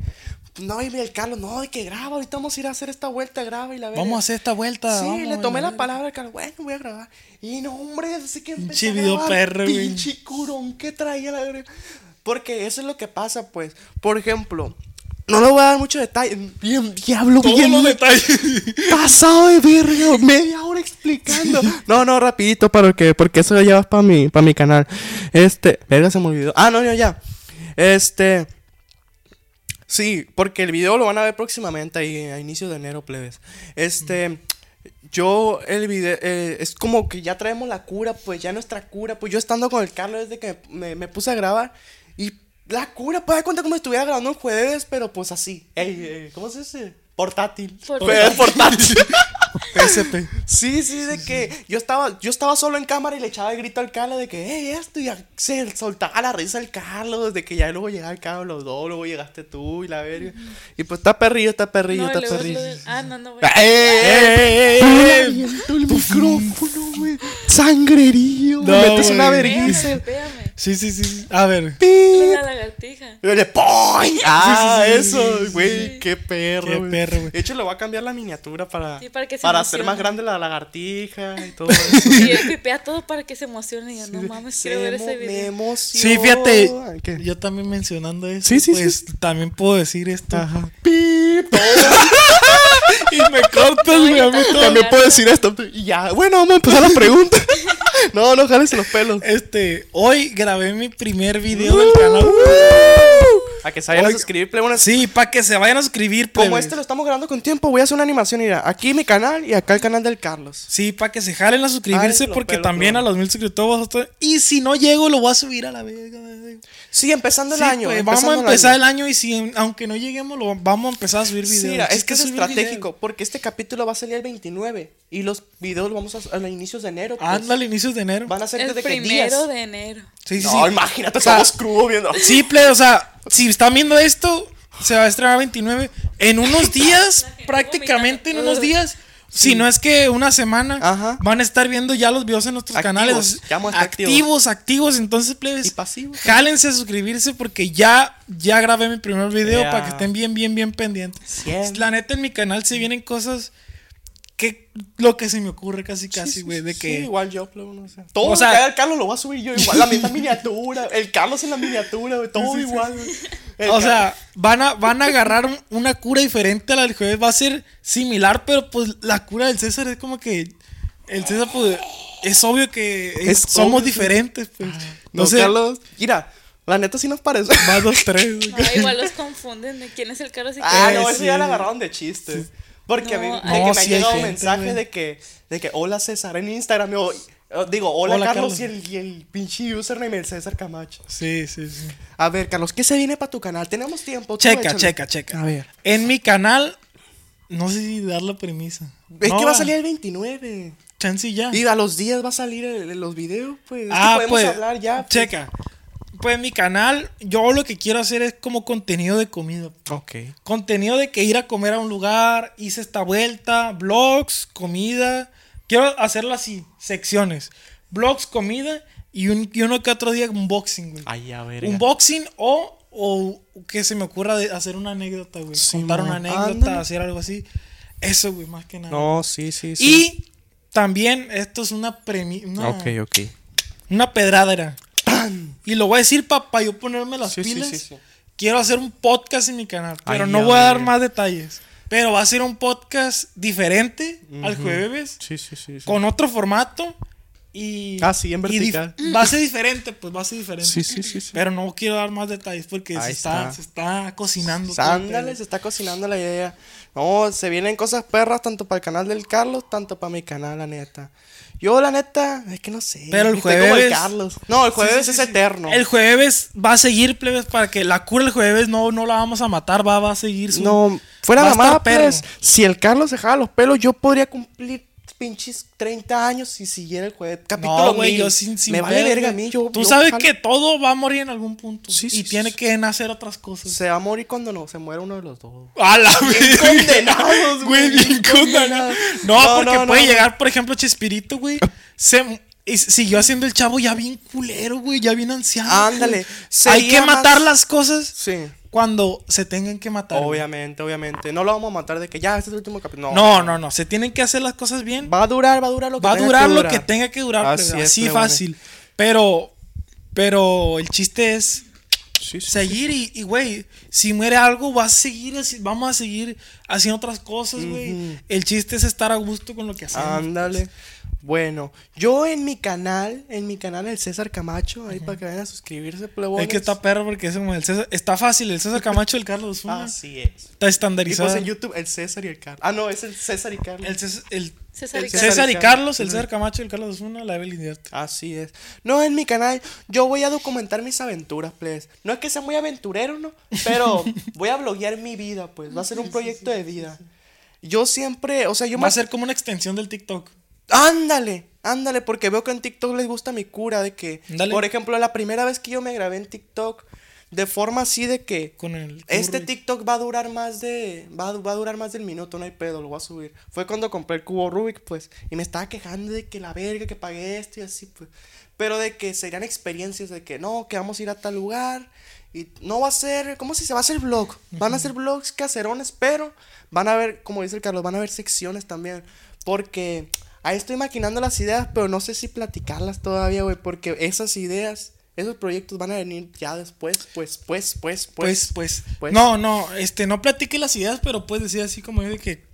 Speaker 3: No, y el Carlos, no, de que graba, ahorita vamos a ir a hacer esta vuelta, graba y la verga.
Speaker 5: Vamos a hacer esta vuelta.
Speaker 3: Sí,
Speaker 5: vamos,
Speaker 3: le tomé
Speaker 5: vale.
Speaker 3: la palabra al Carlos, bueno, voy a grabar. Y no, hombre, así que empecé
Speaker 5: Pinche
Speaker 3: a
Speaker 5: video
Speaker 3: grabar,
Speaker 5: perro, güey.
Speaker 3: Pinche curón que traía la verga. Porque eso es lo que pasa, pues. Por ejemplo, no le voy a dar mucho detalle. Bien, diablo,
Speaker 5: Todos
Speaker 3: bien <laughs>
Speaker 5: los detalles.
Speaker 3: pasado de verga, media hora explicando. <laughs> No, no, rapidito para que porque eso ya va para mi para mi canal. Este, verga se me olvidó. Ah, no, no, ya. Este Sí, porque el video lo van a ver próximamente ahí a inicio de enero, plebes. Este yo el video eh, es como que ya traemos la cura, pues ya nuestra cura, pues yo estando con el Carlos desde que me, me puse a grabar y la cura, pues da cuenta como si estuviera grabando un jueves, pero pues así. Ey, ey, ¿cómo se dice? Portátil.
Speaker 6: Portátil.
Speaker 3: Pero es portátil.
Speaker 5: PSP.
Speaker 3: <laughs> Sí, sí, de que yo estaba, yo estaba solo en cámara y le echaba el grito al Carlos de que, hey, esto, y ya se soltaba la risa al Carlos, de que ya luego llegaba el Carlos, los dos, luego llegaste tú y la verga. Y pues está perrillo, está perrillo,
Speaker 6: No,
Speaker 3: está
Speaker 6: luego es lo
Speaker 3: perrillo.
Speaker 6: del- Ah, no, no, bueno.
Speaker 3: ¡Eh, eh, eh, eh, eh! el micrófono, güey! ¡Sangrerío!
Speaker 5: No,
Speaker 3: metes una
Speaker 5: güey.
Speaker 6: Espérame,
Speaker 3: vergüenza.
Speaker 6: espérame.
Speaker 5: Sí, sí, sí, sí. A ver.
Speaker 6: Lo de
Speaker 3: ¡Pip!
Speaker 6: La lagartija.
Speaker 3: Y le ¡poing! ¡Ah,
Speaker 5: sí, sí,
Speaker 3: eso! ¡Güey, qué perro!
Speaker 5: Qué
Speaker 3: güey.
Speaker 5: perro, güey.
Speaker 3: De hecho, le voy a cambiar la miniatura para,
Speaker 6: Sí, para que se
Speaker 3: hacer
Speaker 6: emocione.
Speaker 3: más grande la lagartija y
Speaker 5: <laughs>
Speaker 3: todo eso.
Speaker 6: Y él pipea todo para que se emocione. Y yo, no mames,
Speaker 3: Se
Speaker 6: quiero ver
Speaker 3: emo-
Speaker 6: ese
Speaker 3: me
Speaker 6: video.
Speaker 3: emociona.
Speaker 5: Sí, fíjate.
Speaker 3: <laughs> ¿Qué?
Speaker 5: Yo también mencionando eso.
Speaker 3: Sí, sí,
Speaker 5: pues, También puedo decir esto.
Speaker 3: Pip.
Speaker 5: Y me cortas, güey, a mí todo.
Speaker 3: También puedo decir esto. Y ya, bueno, vamos a empezar la <laughs> pregunta. no, no jales los
Speaker 5: <laughs>
Speaker 3: pelos.
Speaker 5: Este, hoy grabé mi primer video del canal.
Speaker 3: Uh. A que se vayan a suscribir, plebones.
Speaker 5: Sí, para que se vayan a suscribir,
Speaker 3: Como
Speaker 5: plebes.
Speaker 3: este lo estamos grabando con tiempo, voy a hacer una animación. Mira, aquí mi canal y acá el canal del Carlos.
Speaker 5: Sí, para que se jalen a suscribirse
Speaker 3: Jalen los
Speaker 5: porque
Speaker 3: pelos,
Speaker 5: también
Speaker 3: plebes.
Speaker 5: a los mil suscriptores vas a estar- Y si no llego, lo voy a subir a la verga.
Speaker 3: Sí, empezando el
Speaker 5: Sí,
Speaker 3: año.
Speaker 5: pues,
Speaker 3: empezando
Speaker 5: vamos a empezar
Speaker 3: año.
Speaker 5: el año y si aunque no lleguemos, lo vamos a empezar a subir videos.
Speaker 3: Sí, mira,
Speaker 5: Sí,
Speaker 3: es que es
Speaker 5: subir
Speaker 3: estratégico,
Speaker 5: videos.
Speaker 3: porque este capítulo va a salir el 29 y los videos los vamos a, a los inicios de enero. pues.
Speaker 5: Ándale, inicios de enero.
Speaker 3: Van a ser
Speaker 6: El
Speaker 3: desde que
Speaker 6: primero
Speaker 3: días.
Speaker 6: de enero.
Speaker 5: Sí, sí,
Speaker 3: No,
Speaker 5: sí.
Speaker 3: imagínate,
Speaker 5: O sea,
Speaker 3: somos crudo viendo.
Speaker 5: Sí, plebe, o sea, si están viendo esto, se va a estrenar 29. En unos días, prácticamente en unos días, si no es que una semana,
Speaker 3: Ajá.
Speaker 5: van a estar viendo ya los videos en nuestros
Speaker 3: Activos,
Speaker 5: canales.
Speaker 3: ya vamos a estar
Speaker 5: activos, activos, Entonces, plebes,
Speaker 3: Y pasivos.
Speaker 5: jálense a suscribirse porque ya, ya grabé mi primer video
Speaker 3: Ya.
Speaker 5: para que estén bien, bien, bien pendientes.
Speaker 3: Cien.
Speaker 5: La neta, en mi canal se vienen cosas que lo que se me ocurre casi, casi, güey, de que...
Speaker 3: Sí, igual yo, plebo, no sé. Todo
Speaker 5: O
Speaker 3: lo
Speaker 5: sea-
Speaker 3: que haga el Carlos lo va a subir
Speaker 5: <laughs>
Speaker 3: yo igual. La misma miniatura. El Carlos en la miniatura, güey. Todo igual, güey. El
Speaker 5: O
Speaker 3: Carlos-
Speaker 5: sea, van a, van a agarrar un- una cura diferente a la del jueves. Va a ser similar, pero pues la cura del César es como que. El César, pues. Es obvio que es-
Speaker 3: Es obvio,
Speaker 5: somos
Speaker 3: sí.
Speaker 5: diferentes, pues.
Speaker 3: No,
Speaker 5: Entonces,
Speaker 3: Carlos. Mira, la neta sí nos
Speaker 5: <laughs>
Speaker 3: parece. <laughs>
Speaker 5: más dos, tres.
Speaker 6: <laughs> No,
Speaker 5: <laughs>
Speaker 6: igual los confunden de quién es el Carlos y quién
Speaker 3: Ah,
Speaker 5: Eh,
Speaker 3: no, eso ya
Speaker 5: sí.
Speaker 3: la agarraron de chiste. Porque a mí
Speaker 6: No,
Speaker 3: de que
Speaker 6: hay-
Speaker 3: me
Speaker 5: No,
Speaker 3: ha
Speaker 5: sí hay
Speaker 3: llegado
Speaker 5: gente,
Speaker 3: mensajes
Speaker 5: güey.
Speaker 3: de que, de que hola César en Instagram. o- o digo, hola,
Speaker 5: Hola,
Speaker 3: Carlos,
Speaker 5: Carlos.
Speaker 3: Y, el, y el pinche username el César Camacho.
Speaker 5: Sí, sí, sí.
Speaker 3: A ver, Carlos, ¿qué se viene para tu canal? Tenemos tiempo. tú
Speaker 5: Checa,
Speaker 3: échale.
Speaker 5: checa, checa.
Speaker 3: A ver.
Speaker 5: En mi canal. No sé si dar la premisa.
Speaker 3: Es
Speaker 5: No,
Speaker 3: que va a salir el 29.
Speaker 5: Chance y ya.
Speaker 3: Y a los días va a salir el- los videos, pues. Es que
Speaker 5: ah,
Speaker 3: podemos
Speaker 5: pues.
Speaker 3: hablar ya. pues.
Speaker 5: Checa. pues mi canal, yo lo que quiero hacer es como contenido de comida.
Speaker 3: Ok.
Speaker 5: Contenido de que ir a comer a un lugar, hice esta vuelta, blogs, comida. Quiero hacerlo así, secciones. Blogs, comida y, un, y uno que otro día unboxing, güey.
Speaker 3: Ay, a ver.
Speaker 5: Unboxing o, o que se me ocurra de hacer una anécdota, güey.
Speaker 3: Sí,
Speaker 5: Contar
Speaker 3: mo.
Speaker 5: una anécdota,
Speaker 3: Ándale.
Speaker 5: hacer algo así. Eso, güey, más que nada.
Speaker 3: No, sí, sí, sí.
Speaker 5: Y también esto es una premi una,
Speaker 3: Ok, ok.
Speaker 5: una pedradera. Y lo voy a decir para yo ponerme las
Speaker 3: Sí, sí,
Speaker 5: pilas.
Speaker 3: sí, sí.
Speaker 5: Quiero hacer un podcast en mi canal, pero
Speaker 3: Ay,
Speaker 5: no
Speaker 3: ya,
Speaker 5: voy a dar
Speaker 3: güey.
Speaker 5: más detalles. Pero va a ser un podcast diferente al jueves,
Speaker 3: Sí, sí, sí. sí.
Speaker 5: con otro formato y
Speaker 3: Ah, sí, en
Speaker 5: y dif-
Speaker 3: vertical.
Speaker 5: va a ser diferente, pues va a ser diferente.
Speaker 3: Sí, sí, sí, sí.
Speaker 5: Pero no quiero dar más detalles porque se
Speaker 3: Ahí
Speaker 5: está,
Speaker 3: está.
Speaker 5: se está cocinando. todo el
Speaker 3: Ándale,
Speaker 5: pedo.
Speaker 3: se está cocinando la idea. No, se vienen cosas perras tanto para el canal del Carlos, tanto para mi canal, la neta. Yo, la neta, es que no sé.
Speaker 5: Pero el
Speaker 3: estoy como
Speaker 5: jueves-
Speaker 3: Carlos. No, el jueves
Speaker 5: sí, sí,
Speaker 3: es
Speaker 5: sí.
Speaker 3: eterno.
Speaker 5: El jueves va a seguir, plebes, para que la cura el jueves no, no la vamos a matar, va, va a seguir su.
Speaker 3: No, fuera
Speaker 5: va a
Speaker 3: la
Speaker 5: estar
Speaker 3: mamá,
Speaker 5: perro.
Speaker 3: pues, si el Carlos se jala los pelos, yo podría cumplir pinches 30 años si siguiera el jueves. Capítulo
Speaker 5: No, güey,
Speaker 3: mil.
Speaker 5: yo sin, sin
Speaker 3: Me vale
Speaker 5: ver,
Speaker 3: verga a
Speaker 5: güey.
Speaker 3: mí. Yo,
Speaker 5: Tú
Speaker 3: yo
Speaker 5: sabes
Speaker 3: jalo.
Speaker 5: que todo va a morir en algún punto.
Speaker 3: Sí, sí,
Speaker 5: y
Speaker 3: sí,
Speaker 5: tiene
Speaker 3: sí.
Speaker 5: que nacer otras cosas.
Speaker 3: pues, Se va a morir cuando no, se muera uno de los dos.
Speaker 5: A la vez.
Speaker 3: Condenados,
Speaker 5: Güey, bien condenado. No,
Speaker 3: No,
Speaker 5: porque
Speaker 3: no,
Speaker 5: puede
Speaker 3: no.
Speaker 5: llegar, por ejemplo, Chespirito, güey. Se y s- siguió haciendo el chavo ya bien culero, güey, ya bien anciano.
Speaker 3: Ándale,
Speaker 5: güey. Hay
Speaker 3: sería
Speaker 5: que matar
Speaker 3: más-
Speaker 5: las cosas
Speaker 3: Sí.
Speaker 5: cuando se tengan que matar. güey.
Speaker 3: Obviamente, obviamente. No lo vamos a matar de que ya, este es el último capítulo.
Speaker 5: No, no, no. Se tienen que hacer las cosas bien.
Speaker 3: Va a durar, va a durar lo que
Speaker 5: Va a
Speaker 3: tenga
Speaker 5: durar lo que tenga que durar,
Speaker 3: Así
Speaker 5: así,
Speaker 3: es,
Speaker 5: así
Speaker 3: plebones.
Speaker 5: fácil. Pero, pero el chiste es
Speaker 3: Sí, sí.
Speaker 5: seguir y, y, güey, si muere algo, va a seguir, así- vamos a seguir haciendo otras cosas, güey. El chiste es estar a gusto con lo que hacemos.
Speaker 3: Ándale. Bueno, yo en mi canal, en mi canal el César Camacho, ahí para que vayan a suscribirse, plebones.
Speaker 5: Es que está perro porque es como el César, está fácil, el César Camacho, el Carlos Osuna,
Speaker 3: Así es.
Speaker 5: está
Speaker 3: Ah, Y
Speaker 5: estandarizado.
Speaker 3: pues en YouTube, el César y el Carlos. Ah, no, es el César y Carlos.
Speaker 5: el César, el-
Speaker 6: César
Speaker 5: el
Speaker 6: y
Speaker 5: César
Speaker 6: Carlos.
Speaker 5: y
Speaker 3: Carlos.
Speaker 5: Carlos, el César Camacho, el Carlos Osuna, la Evelyn Duarte.
Speaker 3: Así es. No, en mi canal yo voy a documentar mis aventuras, please. No es que sea muy aventurero, ¿no?
Speaker 5: <laughs>
Speaker 3: Pero voy a bloguear mi vida, pues. Va a ser un proyecto de vida. Yo siempre, o sea, yo
Speaker 5: Va a
Speaker 3: me-
Speaker 5: ser como una extensión del TikTok.
Speaker 3: Ándale, ándale, porque veo que en TikTok les gusta mi cura de que,
Speaker 5: Ándale.
Speaker 3: por ejemplo, la primera vez que yo me grabé en TikTok, de forma así de que
Speaker 5: Con el
Speaker 3: este
Speaker 5: curry.
Speaker 3: TikTok va a durar más de, va, a- va a durar más del minuto, no hay pedo, lo voy a subir. Fue cuando compré el cubo Rubik, pues, y me estaba quejando de que la verga, que pagué esto y así, pues. Pero de que serían experiencias de que no, que vamos a ir a tal lugar y no va a ser, ¿cómo si se va a hacer vlog? Van a ser vlogs caserones, pero van a haber, como dice el Carlos, van a haber secciones también. Porque ahí estoy maquinando las ideas, pero no sé si platicarlas todavía, güey. Porque esas ideas, esos proyectos van a venir ya después, pues, pues, pues,
Speaker 5: Pues, pues,
Speaker 3: pues.
Speaker 5: No, no, este, no platique las ideas, pero puedes decir así como yo de que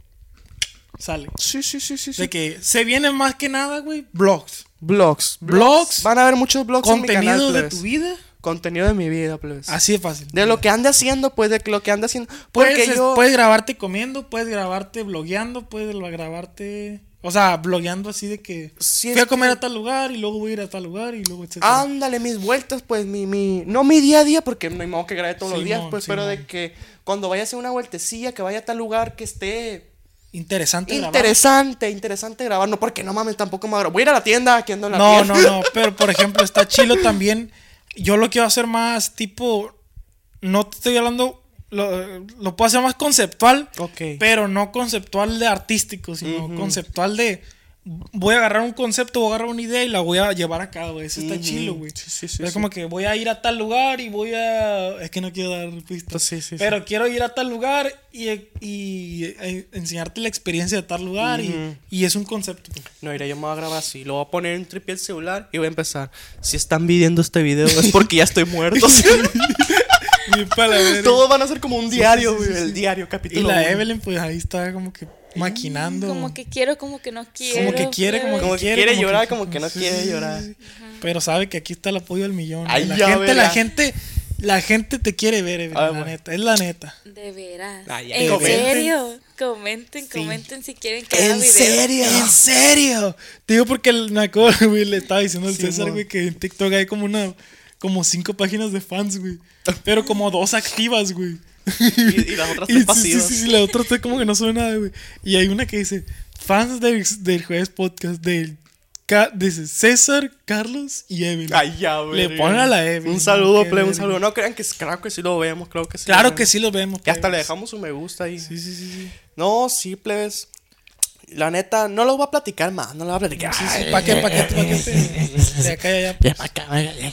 Speaker 5: sale.
Speaker 3: Sí, sí, sí, sí.
Speaker 5: De que se vienen más que nada, güey, blogs.
Speaker 3: Blogs.
Speaker 5: Blogs,
Speaker 3: Van a haber muchos blogs en mi
Speaker 5: contenido
Speaker 3: canal,
Speaker 5: de
Speaker 3: plebes.
Speaker 5: tu vida.
Speaker 3: Contenido de mi vida, plebes.
Speaker 5: Así de fácil.
Speaker 3: De lo que ande haciendo, pues, de lo que ande haciendo. Porque
Speaker 5: puedes,
Speaker 3: yo...
Speaker 5: puedes grabarte comiendo, puedes grabarte blogueando, puedes lo- grabarte. O sea, blogueando así de que
Speaker 3: Sí,
Speaker 5: fui
Speaker 3: es Ah,
Speaker 5: a comer a tal lugar y luego voy a ir a tal lugar y luego etcétera.
Speaker 3: Ándale, mis vueltas, pues, mi, mi... No mi día a día, porque no hay modo que grabe todos los días,
Speaker 5: Simón,
Speaker 3: pues, pero de
Speaker 5: Simón.
Speaker 3: que cuando vaya a hacer una vueltecilla, que vaya a tal lugar que esté...
Speaker 5: Interesante grabar.
Speaker 3: Interesante, interesante grabar. No, porque no mames, tampoco me voy a grabar. Voy a ir a la tienda, que ando en la
Speaker 5: No,
Speaker 3: tienda.
Speaker 5: no, no. Pero por ejemplo, está chilo también. Yo lo quiero hacer más tipo. No te estoy hablando. Lo, lo puedo hacer más conceptual.
Speaker 3: <laughs> Ok.
Speaker 5: Pero no conceptual de artístico, sino conceptual de. Voy a agarrar un concepto, voy a agarrar una idea y la voy a llevar a cabo. Eso está
Speaker 3: Ujú.
Speaker 5: chilo, güey.
Speaker 3: Sí, sí, sí,
Speaker 5: Es
Speaker 3: sí.
Speaker 5: como que voy a ir a tal lugar y voy a. Es que no quiero dar pistas.
Speaker 3: Sí, sí, sí.
Speaker 5: pero quiero ir a tal lugar y, y, eh, enseñarte la experiencia de tal lugar y- y, es un concepto. güey.
Speaker 3: No, iré, yo me voy a grabar así. Lo voy a poner en tripié el celular y voy a empezar. Si están viendo este video es porque ya estoy
Speaker 5: <laughs>
Speaker 3: muerto. <laughs> Sí.
Speaker 5: Bien
Speaker 3: <laughs>
Speaker 5: para la verga.
Speaker 3: Todos van a ser como un diario, güey. El diario,
Speaker 5: Y
Speaker 3: capítulo.
Speaker 5: la
Speaker 3: uno.
Speaker 5: Evelyn, pues ahí está como que maquinando.
Speaker 6: Como que quiero, como que no quiero.
Speaker 5: Como que quiere, como
Speaker 3: Como
Speaker 5: que
Speaker 3: que
Speaker 5: quiere.
Speaker 3: quiere llorar, como que no quiere llorar.
Speaker 5: Pero sabe que aquí está el apoyo del millón.
Speaker 3: Ay,
Speaker 5: la
Speaker 3: ya
Speaker 5: gente, la
Speaker 3: verá.
Speaker 5: gente, la gente te quiere ver, Evelyn,
Speaker 3: Ah,
Speaker 5: la
Speaker 3: bueno.
Speaker 5: neta, es la neta.
Speaker 6: De veras.
Speaker 3: Ay, ya,
Speaker 6: ¿En
Speaker 5: comenten.
Speaker 6: serio? Comenten, comenten si quieren que haga
Speaker 3: ¿En
Speaker 6: video.
Speaker 3: serio?
Speaker 5: ¿En serio? Te digo porque el Naco, <laughs> güey, le estaba diciendo al
Speaker 3: Sí,
Speaker 5: César,
Speaker 3: mon.
Speaker 5: güey, que en TikTok hay como una, como cinco páginas de fans, güey. Pero como dos activas, güey.
Speaker 3: Y- y las
Speaker 5: <laughs>
Speaker 3: otras tres
Speaker 5: sí,
Speaker 3: pasivas.
Speaker 5: Sí, sí, sí, las otras tres como que no suena nada, güey. Y hay una que dice, fans del, del jueves podcast, del Ca- dice César, Carlos y Evelyn.
Speaker 3: Ay, ya,
Speaker 5: Le
Speaker 3: güey.
Speaker 5: ponen a la Evelyn.
Speaker 3: Un saludo,
Speaker 5: Qué
Speaker 3: plebe, un
Speaker 5: verga.
Speaker 3: saludo. No crean que es- claro que sí lo vemos, claro que sí. lo
Speaker 5: Claro
Speaker 3: vemos.
Speaker 5: que sí los vemos.
Speaker 3: Y hasta
Speaker 5: plebes.
Speaker 3: le dejamos un me gusta ahí.
Speaker 5: Sí, sí, sí. sí.
Speaker 3: No, sí, plebes. La neta, no lo voy a platicar más, no lo voy a platicar.
Speaker 5: Sí, sí, ¿Para qué? ¿Para qué?
Speaker 3: eh,
Speaker 5: ¿Para qué? te- te acá y allá?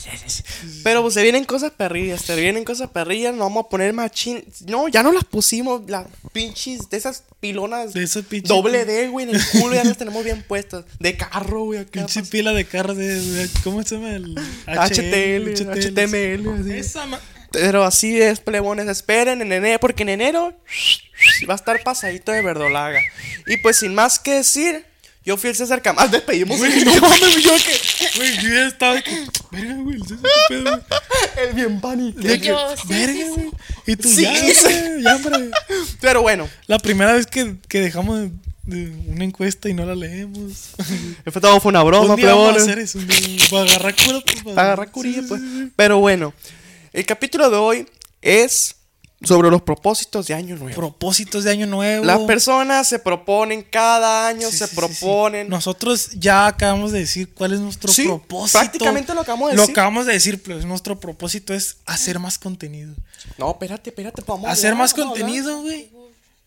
Speaker 3: Pero pues se vienen cosas perrillas, se vienen cosas perrillas, no vamos a poner machín. No, ya no las pusimos, las pinches, de esas pilonas
Speaker 5: De esas pinches-
Speaker 3: doble D, güey, en el culo
Speaker 5: <laughs>
Speaker 3: ya las tenemos bien puestas. De carro, güey, acá. pues,
Speaker 5: Pinche pila de carro de, de- ¿Cómo se llama? El
Speaker 3: HTL, HTML, así.
Speaker 5: Esa ma-
Speaker 3: Pero así es, plebones, esperen en enero, porque en enero va a estar pasadito de verdolaga. Y pues sin más que decir, yo fui el César Camargo. Ah, despedimos <laughs>
Speaker 5: Güey, no mames, yo que. Güey, yo ya estaba. que, Verga, güey, el César, qué pedo,
Speaker 6: <laughs>
Speaker 5: güey.
Speaker 3: el bien pánico.
Speaker 5: De que,
Speaker 6: Yo, Oh, sí,
Speaker 5: verga,
Speaker 6: sí, sí.
Speaker 5: güey. Y tú
Speaker 3: Sí,
Speaker 5: ya,
Speaker 3: sí.
Speaker 5: güey, ya, hombre.
Speaker 3: Pero bueno,
Speaker 5: La primera vez que, que dejamos de- de una encuesta y no la leemos.
Speaker 3: todo fue una broma,
Speaker 5: un día vamos a
Speaker 3: plebones.
Speaker 5: hacer eso. un día, Para agarrar cura, pues. para-
Speaker 3: Para agarrar curilla,
Speaker 5: sí, sí,
Speaker 3: pues.
Speaker 5: sí.
Speaker 3: Pero bueno, el capítulo de hoy es sobre los propósitos de Año Nuevo.
Speaker 5: Propósitos de año nuevo.
Speaker 3: Las personas se proponen cada año,
Speaker 5: Sí,
Speaker 3: se
Speaker 5: sí, sí,
Speaker 3: proponen.
Speaker 5: sí. Nosotros ya acabamos de decir cuál es nuestro
Speaker 3: Sí,
Speaker 5: propósito.
Speaker 3: prácticamente lo acabamos de
Speaker 5: Lo
Speaker 3: decir.
Speaker 5: acabamos de decir, pero nuestro propósito es hacer más contenido.
Speaker 3: No, espérate, espérate, pues, vamos a
Speaker 5: hacer
Speaker 3: hablar,
Speaker 5: más
Speaker 3: vamos a hablar.
Speaker 5: contenido, güey.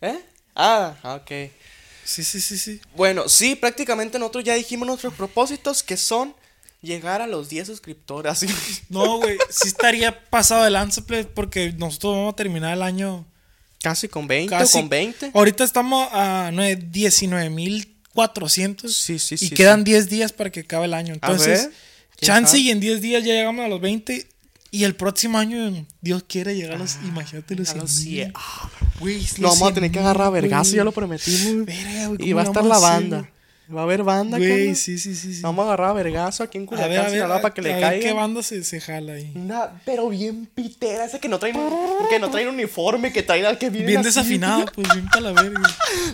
Speaker 3: ¿Eh? Ah, ok.
Speaker 5: Sí, sí, sí, sí.
Speaker 3: Bueno, sí, prácticamente nosotros ya dijimos nuestros propósitos que son llegar a los 10 suscriptores. <laughs> así.
Speaker 5: No, güey, sí estaría pasado de lanza, plebes, porque nosotros vamos a terminar el año
Speaker 3: Casi con 20 o
Speaker 5: casi. Oh,
Speaker 3: con 20.
Speaker 5: Ahorita estamos a 19.400.
Speaker 3: Sí, sí,
Speaker 5: y
Speaker 3: sí,
Speaker 5: quedan
Speaker 3: sí.
Speaker 5: 10 días para que acabe el año.
Speaker 3: A ver,
Speaker 5: Entonces,
Speaker 3: ¿quién
Speaker 5: chance
Speaker 3: sabe?
Speaker 5: y en 10 días ya llegamos a los 20. Y el próximo año, Dios quiere llegar a los. imagínate los
Speaker 3: Ah, a
Speaker 5: 100.
Speaker 3: los 100.
Speaker 5: Güey,
Speaker 3: Lo vamos a
Speaker 5: 100,000,
Speaker 3: tener que agarrar a vergazo,
Speaker 5: güey.
Speaker 3: ya lo prometimos.
Speaker 5: Verga, güey,
Speaker 3: Y
Speaker 5: ¿cómo
Speaker 3: va a
Speaker 5: le
Speaker 3: estar
Speaker 5: vamos
Speaker 3: la
Speaker 5: a hacer,
Speaker 3: banda. Va a haber banda,
Speaker 5: Güey,
Speaker 3: carnal.
Speaker 5: sí, sí, sí. sí.
Speaker 3: Vamos a agarrar a vergazo aquí en
Speaker 5: a ver, a
Speaker 3: Culiacán,
Speaker 5: ver,
Speaker 3: Sinaloa,
Speaker 5: a-
Speaker 3: para que le
Speaker 5: a ver
Speaker 3: caiga.
Speaker 5: qué banda se, se jala ahí.
Speaker 3: Una- pero bien pitera, ese que no traen, que no traen uniforme, que traen al que viene.
Speaker 5: Bien
Speaker 3: así.
Speaker 5: desafinado, pues bien para la verga.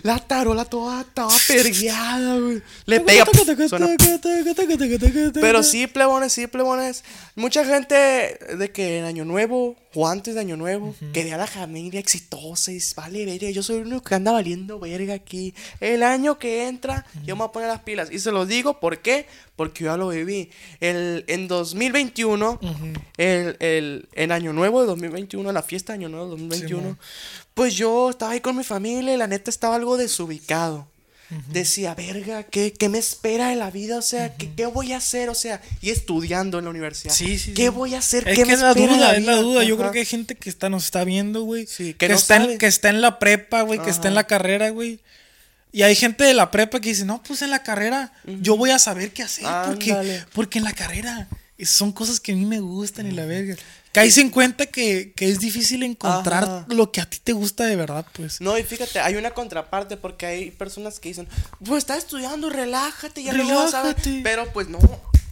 Speaker 3: La tarola toda
Speaker 5: <laughs>
Speaker 3: estaba pergueada, güey. Le pega. suena. Pero sí, plebones, sí, plebones. Mucha gente de que en Año Nuevo o antes de Año Nuevo quería la familia exitosa y dice, vale, verga. Yo soy el único que anda valiendo verga aquí. El año que entra, yo me voy a poner las pilas. Y se los digo, ¿por qué? Porque yo ya lo viví. El, en 2021, el, el, en Año Nuevo de 2021, la fiesta de Año Nuevo de 2021, pues yo estaba ahí con mi familia y la neta estaba algo desubicado. Decía, verga, ¿qué, qué me espera de la vida? O sea, ¿qué, qué voy a hacer? O sea, y estudiando en la universidad.
Speaker 5: Sí, sí,
Speaker 3: ¿Qué
Speaker 5: sí.
Speaker 3: voy a hacer?
Speaker 5: Es
Speaker 3: ¿Qué
Speaker 5: que
Speaker 3: me
Speaker 5: es la
Speaker 3: espera de
Speaker 5: duda, es la
Speaker 3: vida?
Speaker 5: duda. Yo
Speaker 3: Ajá.
Speaker 5: creo que hay gente que está, nos está viendo, güey.
Speaker 3: Sí, que
Speaker 5: que,
Speaker 3: no
Speaker 5: está en,
Speaker 3: sabe.
Speaker 5: que está en la prepa, güey. Que está en la
Speaker 3: Ajá.
Speaker 5: carrera, güey. Y hay gente de la prepa que dice, no, pues en la carrera yo voy a saber qué hacer. Porque,
Speaker 3: Ándale.
Speaker 5: porque en la carrera son cosas que a mí me gustan y la verga. Caes en cuenta que, que es difícil encontrar
Speaker 3: Ajá.
Speaker 5: lo que a ti te gusta de verdad, pues.
Speaker 3: No, y fíjate, hay una contraparte porque hay personas que dicen, pues estás estudiando, relájate, ya lo vas a ver.
Speaker 5: Relájate.
Speaker 3: Pero pues no,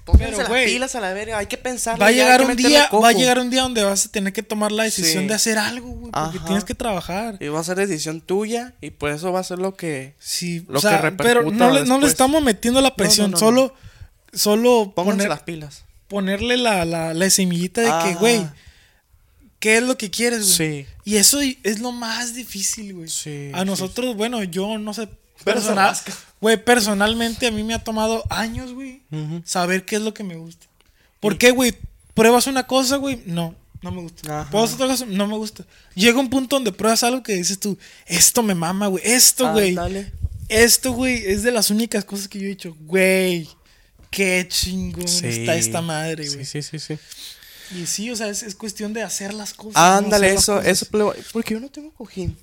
Speaker 3: pónganse
Speaker 5: Pero,
Speaker 3: las
Speaker 5: güey,
Speaker 3: pilas a la verga, hay que pensar.
Speaker 5: Va a llegar un día, va a llegar un día donde vas a tener que tomar la decisión
Speaker 3: Sí.
Speaker 5: de hacer algo, güey. Porque
Speaker 3: Ajá.
Speaker 5: tienes que trabajar.
Speaker 3: Y va a ser decisión tuya y por eso va a ser lo que...
Speaker 5: Sí,
Speaker 3: Lo
Speaker 5: o sea,
Speaker 3: que repercuta
Speaker 5: pero no le, no le
Speaker 3: después.
Speaker 5: estamos metiendo la presión,
Speaker 3: no, no.
Speaker 5: solo, solo
Speaker 3: Pónganse
Speaker 5: poner-
Speaker 3: las pilas.
Speaker 5: ponerle la, la, la semillita de que,
Speaker 3: Ajá.
Speaker 5: güey, ¿qué es lo que quieres, güey?
Speaker 3: Sí.
Speaker 5: Y eso y- es lo más difícil, güey.
Speaker 3: Sí,
Speaker 5: A
Speaker 3: sí,
Speaker 5: nosotros, bueno, yo no sé.
Speaker 3: Pero se
Speaker 5: Personal,
Speaker 3: rasca.
Speaker 5: güey, personalmente a mí me ha tomado años, güey, saber qué es lo que me gusta. ¿Por qué, güey? Pruebas una cosa, güey, no, no me gusta.
Speaker 3: Ajá.
Speaker 5: Pruebas otra cosa, no me gusta. Llega un punto donde pruebas algo que dices tú, esto me mama, güey,
Speaker 3: Ah,
Speaker 5: esto, güey.
Speaker 3: Ándale.
Speaker 5: Esto, güey, es de las únicas cosas que yo he dicho, güey. Qué chingón está esta madre, güey.
Speaker 3: Sí, sí, sí, sí.
Speaker 5: Y sí, o sea, es, es cuestión de hacer las cosas. ¿no?
Speaker 3: Ah, Ándale,
Speaker 5: Hacer las
Speaker 3: eso,
Speaker 5: cosas.
Speaker 3: eso. plebo- Porque yo no tengo cojín.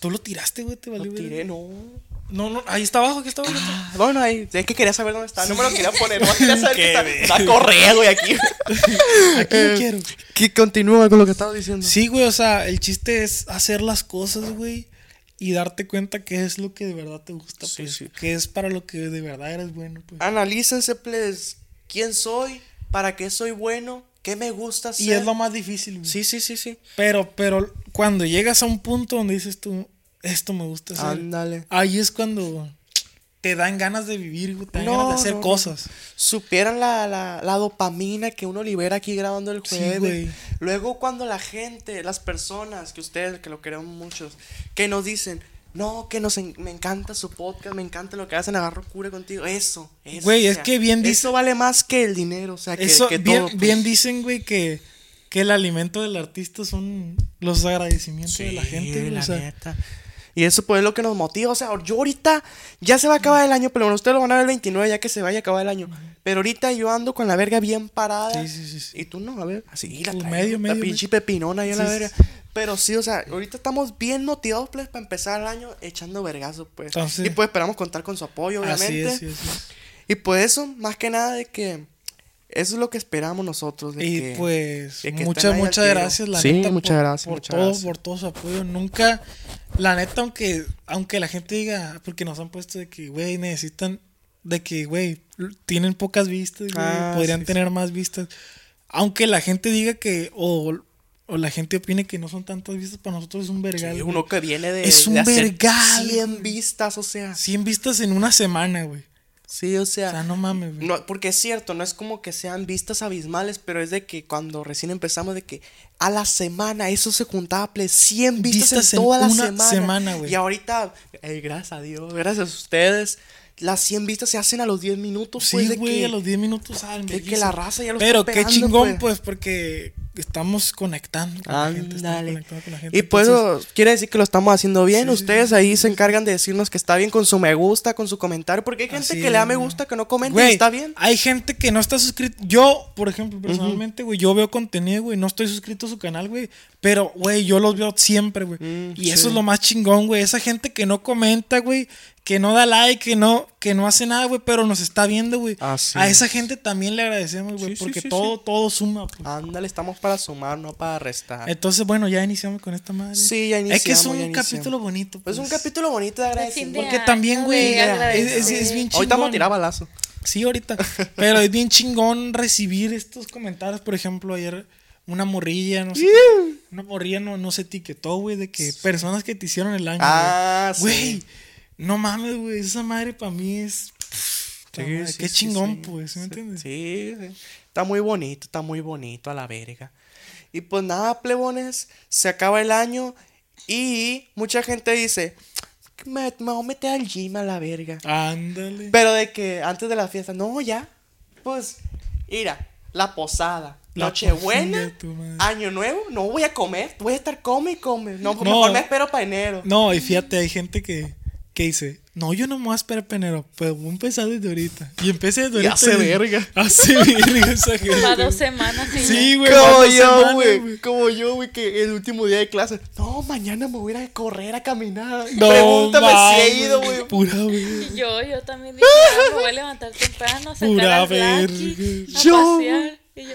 Speaker 5: Tú lo tiraste, güey, te valió.
Speaker 3: Lo
Speaker 5: verga.
Speaker 3: tiré, no.
Speaker 5: No, no, ahí está abajo, que está abajo.
Speaker 3: Ah, Bueno, ahí, es que quería saber dónde está. No me lo quería poner, no quería <laughs> saber
Speaker 5: Qué
Speaker 3: que
Speaker 5: ver-
Speaker 3: está, está corriendo y aquí.
Speaker 5: <laughs> Aquí
Speaker 3: Eh.
Speaker 5: lo quiero.
Speaker 3: <laughs> Que continúa con lo que estaba diciendo.
Speaker 5: Sí, güey, o sea, el chiste es hacer las cosas, güey. Y darte cuenta qué es lo que de verdad te gusta,
Speaker 3: Sí,
Speaker 5: pues.
Speaker 3: sí. Ah,
Speaker 5: Qué es para lo que de verdad eres bueno, pues.
Speaker 3: Analícense, please. ¿Quién soy? ¿Para qué soy bueno? ¿Qué me gusta hacer?
Speaker 5: y es lo más difícil, güey.
Speaker 3: Sí, sí, sí, sí.
Speaker 5: Pero, pero cuando llegas a un punto donde dices tú, esto me gusta hacer.
Speaker 3: Ándale.
Speaker 5: Ahí es cuando te dan ganas de vivir, güey, te dan
Speaker 3: No,
Speaker 5: ganas de hacer
Speaker 3: no, no.
Speaker 5: cosas.
Speaker 3: Supieran la, la, la dopamina que uno libera aquí grabando el
Speaker 5: Sí,
Speaker 3: jueves.
Speaker 5: güey.
Speaker 3: Luego cuando la gente, las personas que ustedes, que lo queremos muchos, que nos dicen, No, que nos en- me encanta su podcast, me encanta lo que hacen, agarro cura contigo. Eso, eso.
Speaker 5: Güey, es que bien dice-
Speaker 3: Eso vale más que el dinero, o sea, que,
Speaker 5: Eso,
Speaker 3: que
Speaker 5: bien,
Speaker 3: todo, pues.
Speaker 5: bien dicen, güey, que, que el alimento del artista son los agradecimientos de la gente, güey,
Speaker 3: la
Speaker 5: o sea,
Speaker 3: neta. Y eso pues es lo que nos motiva. O sea, yo ahorita ya se va a acabar el año, pero bueno, ustedes lo van a ver el 29 ya que se vaya a acabar el año. Pero ahorita yo ando con la verga bien parada.
Speaker 5: Sí, sí, sí, sí.
Speaker 3: Y tú no, a ver, así la
Speaker 5: Pues
Speaker 3: traigo,
Speaker 5: medio,
Speaker 3: la
Speaker 5: medio,
Speaker 3: pinche pepinona ahí en
Speaker 5: Sí,
Speaker 3: la
Speaker 5: sí,
Speaker 3: verga. Pero sí, o sea, ahorita estamos bien motivados pues para empezar el año echando vergazos pues.
Speaker 5: Entonces-
Speaker 3: y pues esperamos contar con su apoyo,
Speaker 5: Ah, Así
Speaker 3: obviamente.
Speaker 5: es, así es, así es.
Speaker 3: Y pues eso, más que nada de que eso es lo que esperamos nosotros. de
Speaker 5: Y
Speaker 3: que-
Speaker 5: pues,
Speaker 3: de que estén
Speaker 5: muchas,
Speaker 3: ahí al
Speaker 5: muchas
Speaker 3: tiro.
Speaker 5: gracias, la
Speaker 3: Sí,
Speaker 5: neta.
Speaker 3: muchas
Speaker 5: por,
Speaker 3: gracias,
Speaker 5: por
Speaker 3: muchas
Speaker 5: todo,
Speaker 3: gracias.
Speaker 5: por todo su apoyo. Nunca, la neta, aunque, aunque la gente diga, porque nos han puesto de que, güey, necesitan, de que, güey, l- tienen pocas vistas, güey,
Speaker 3: Ah,
Speaker 5: podrían
Speaker 3: sí,
Speaker 5: tener más vistas. Aunque la gente diga que, o, o la gente opine que no son tantas vistas, para nosotros es un vergal.
Speaker 3: Sí,
Speaker 5: güey.
Speaker 3: uno que viene de.
Speaker 5: Es un
Speaker 3: de hacer
Speaker 5: vergal,
Speaker 3: 100 vistas, o sea.
Speaker 5: 100 vistas en una semana, güey.
Speaker 3: Sí, o
Speaker 5: O sea,
Speaker 3: sea.
Speaker 5: no mames, güey.
Speaker 3: No, porque es cierto, no es como que sean vistas abismales, pero es de que cuando recién empezamos, de que a la semana eso se juntaba, ple, 100 vistas,
Speaker 5: Vistas
Speaker 3: en
Speaker 5: en
Speaker 3: toda la
Speaker 5: una
Speaker 3: semana.
Speaker 5: semana, güey.
Speaker 3: y ahorita, eh, gracias a Dios, gracias a ustedes, las 100 vistas se hacen a los 10 minutos. pues,
Speaker 5: Sí,
Speaker 3: de
Speaker 5: güey,
Speaker 3: que-
Speaker 5: a los 10 minutos salen.
Speaker 3: de que
Speaker 5: vergüenza.
Speaker 3: la raza ya lo
Speaker 5: Pero
Speaker 3: está
Speaker 5: qué
Speaker 3: pegando,
Speaker 5: chingón,
Speaker 3: pues.
Speaker 5: pues, porque estamos conectando con la gente. estamos
Speaker 3: Ándale.
Speaker 5: conectando con la gente,
Speaker 3: Y pues
Speaker 5: entonces,
Speaker 3: eso quiere decir que lo estamos haciendo bien.
Speaker 5: Sí, sí,
Speaker 3: Ustedes ahí se encargan de decirnos que está bien con su me gusta, con su comentario. Porque hay gente
Speaker 5: así
Speaker 3: que le da
Speaker 5: es,
Speaker 3: me
Speaker 5: güey.
Speaker 3: gusta, que no comenta y
Speaker 5: Güey,
Speaker 3: está bien.
Speaker 5: Hay gente que no está suscrita. Yo, por ejemplo, personalmente, güey, yo veo contenido, güey, no estoy suscrito a su canal, güey. Pero, güey, yo los veo siempre, güey.
Speaker 3: Mm,
Speaker 5: y eso es lo más chingón, güey. Esa gente que no comenta, güey, que no da like, que no, que no hace nada, güey, pero nos está viendo, güey.
Speaker 3: Así
Speaker 5: A
Speaker 3: es.
Speaker 5: esa gente también le agradecemos, güey,
Speaker 3: Sí, sí,
Speaker 5: porque
Speaker 3: sí,
Speaker 5: todo, todo suma, pues.
Speaker 3: Ándale, estamos para sumar, no para restar.
Speaker 5: Entonces, bueno, ya iniciamos con esta madre.
Speaker 3: Ah. Sí, ya
Speaker 5: Es que es
Speaker 3: iniciamos, ya
Speaker 5: un
Speaker 3: iniciamos.
Speaker 5: capítulo bonito.
Speaker 3: es
Speaker 5: pues.
Speaker 3: un capítulo bonito de
Speaker 6: fin
Speaker 3: agradecimiento.
Speaker 6: de
Speaker 5: Porque
Speaker 6: año,
Speaker 5: también, güey,
Speaker 6: de
Speaker 5: es, es-
Speaker 6: agradecer.
Speaker 5: es bien chingón.
Speaker 3: Ahorita vamos a tirar balazo.
Speaker 5: Sí, ahorita. Pero es bien chingón recibir estos comentarios. Por ejemplo, ayer una morrilla, no sé. Una morrilla no, no se etiquetó, güey, de que personas que te hicieron el año. güey.
Speaker 3: Ah, sí.
Speaker 5: Güey, no mames, güey. Esa madre para mí es. puta madre,
Speaker 3: Sí, sí,
Speaker 5: qué
Speaker 3: sí,
Speaker 5: chingón,
Speaker 3: sí.
Speaker 5: pues. ¿Me entiendes?
Speaker 3: Sí, sí. está muy bonito, está muy bonito a la verga. Y pues nada, plebones, se acaba el año y mucha gente dice, me, me voy a meter al gym a la verga.
Speaker 5: Ándale.
Speaker 3: Pero de que antes de la fiesta, no, ya. Pues, mira, la posada.
Speaker 5: La
Speaker 3: Nochebuena,
Speaker 5: posada, tu madre.
Speaker 3: Año Nuevo, no voy a comer, voy a estar come y come. No,
Speaker 5: No.
Speaker 3: mejor me espero para enero.
Speaker 5: No, y fíjate, hay gente que, que dice, no, yo no me voy a esperar penero, pues voy a empezar desde ahorita. Y empecé desde
Speaker 3: Y
Speaker 5: ahorita.
Speaker 3: hace
Speaker 5: güey.
Speaker 3: verga.
Speaker 5: Hace
Speaker 6: <laughs>
Speaker 5: verga esa gente.
Speaker 6: Para dos semanas. sin-
Speaker 5: Sí, güey. va
Speaker 3: Como
Speaker 5: dos
Speaker 3: yo,
Speaker 5: semanas,
Speaker 3: güey. Como yo, güey, que el último día de clase. No, mañana me voy a ir a correr, a caminar.
Speaker 5: No,
Speaker 3: Pregúntame si he
Speaker 5: mames,
Speaker 3: ido, güey.
Speaker 5: Pura verga.
Speaker 6: Yo, yo también dije, "Ah, me voy a levantar temprano, a sacar
Speaker 5: Pura
Speaker 6: al Blackie,
Speaker 5: verga.
Speaker 6: a
Speaker 3: Yo.
Speaker 6: pasear. Y yo,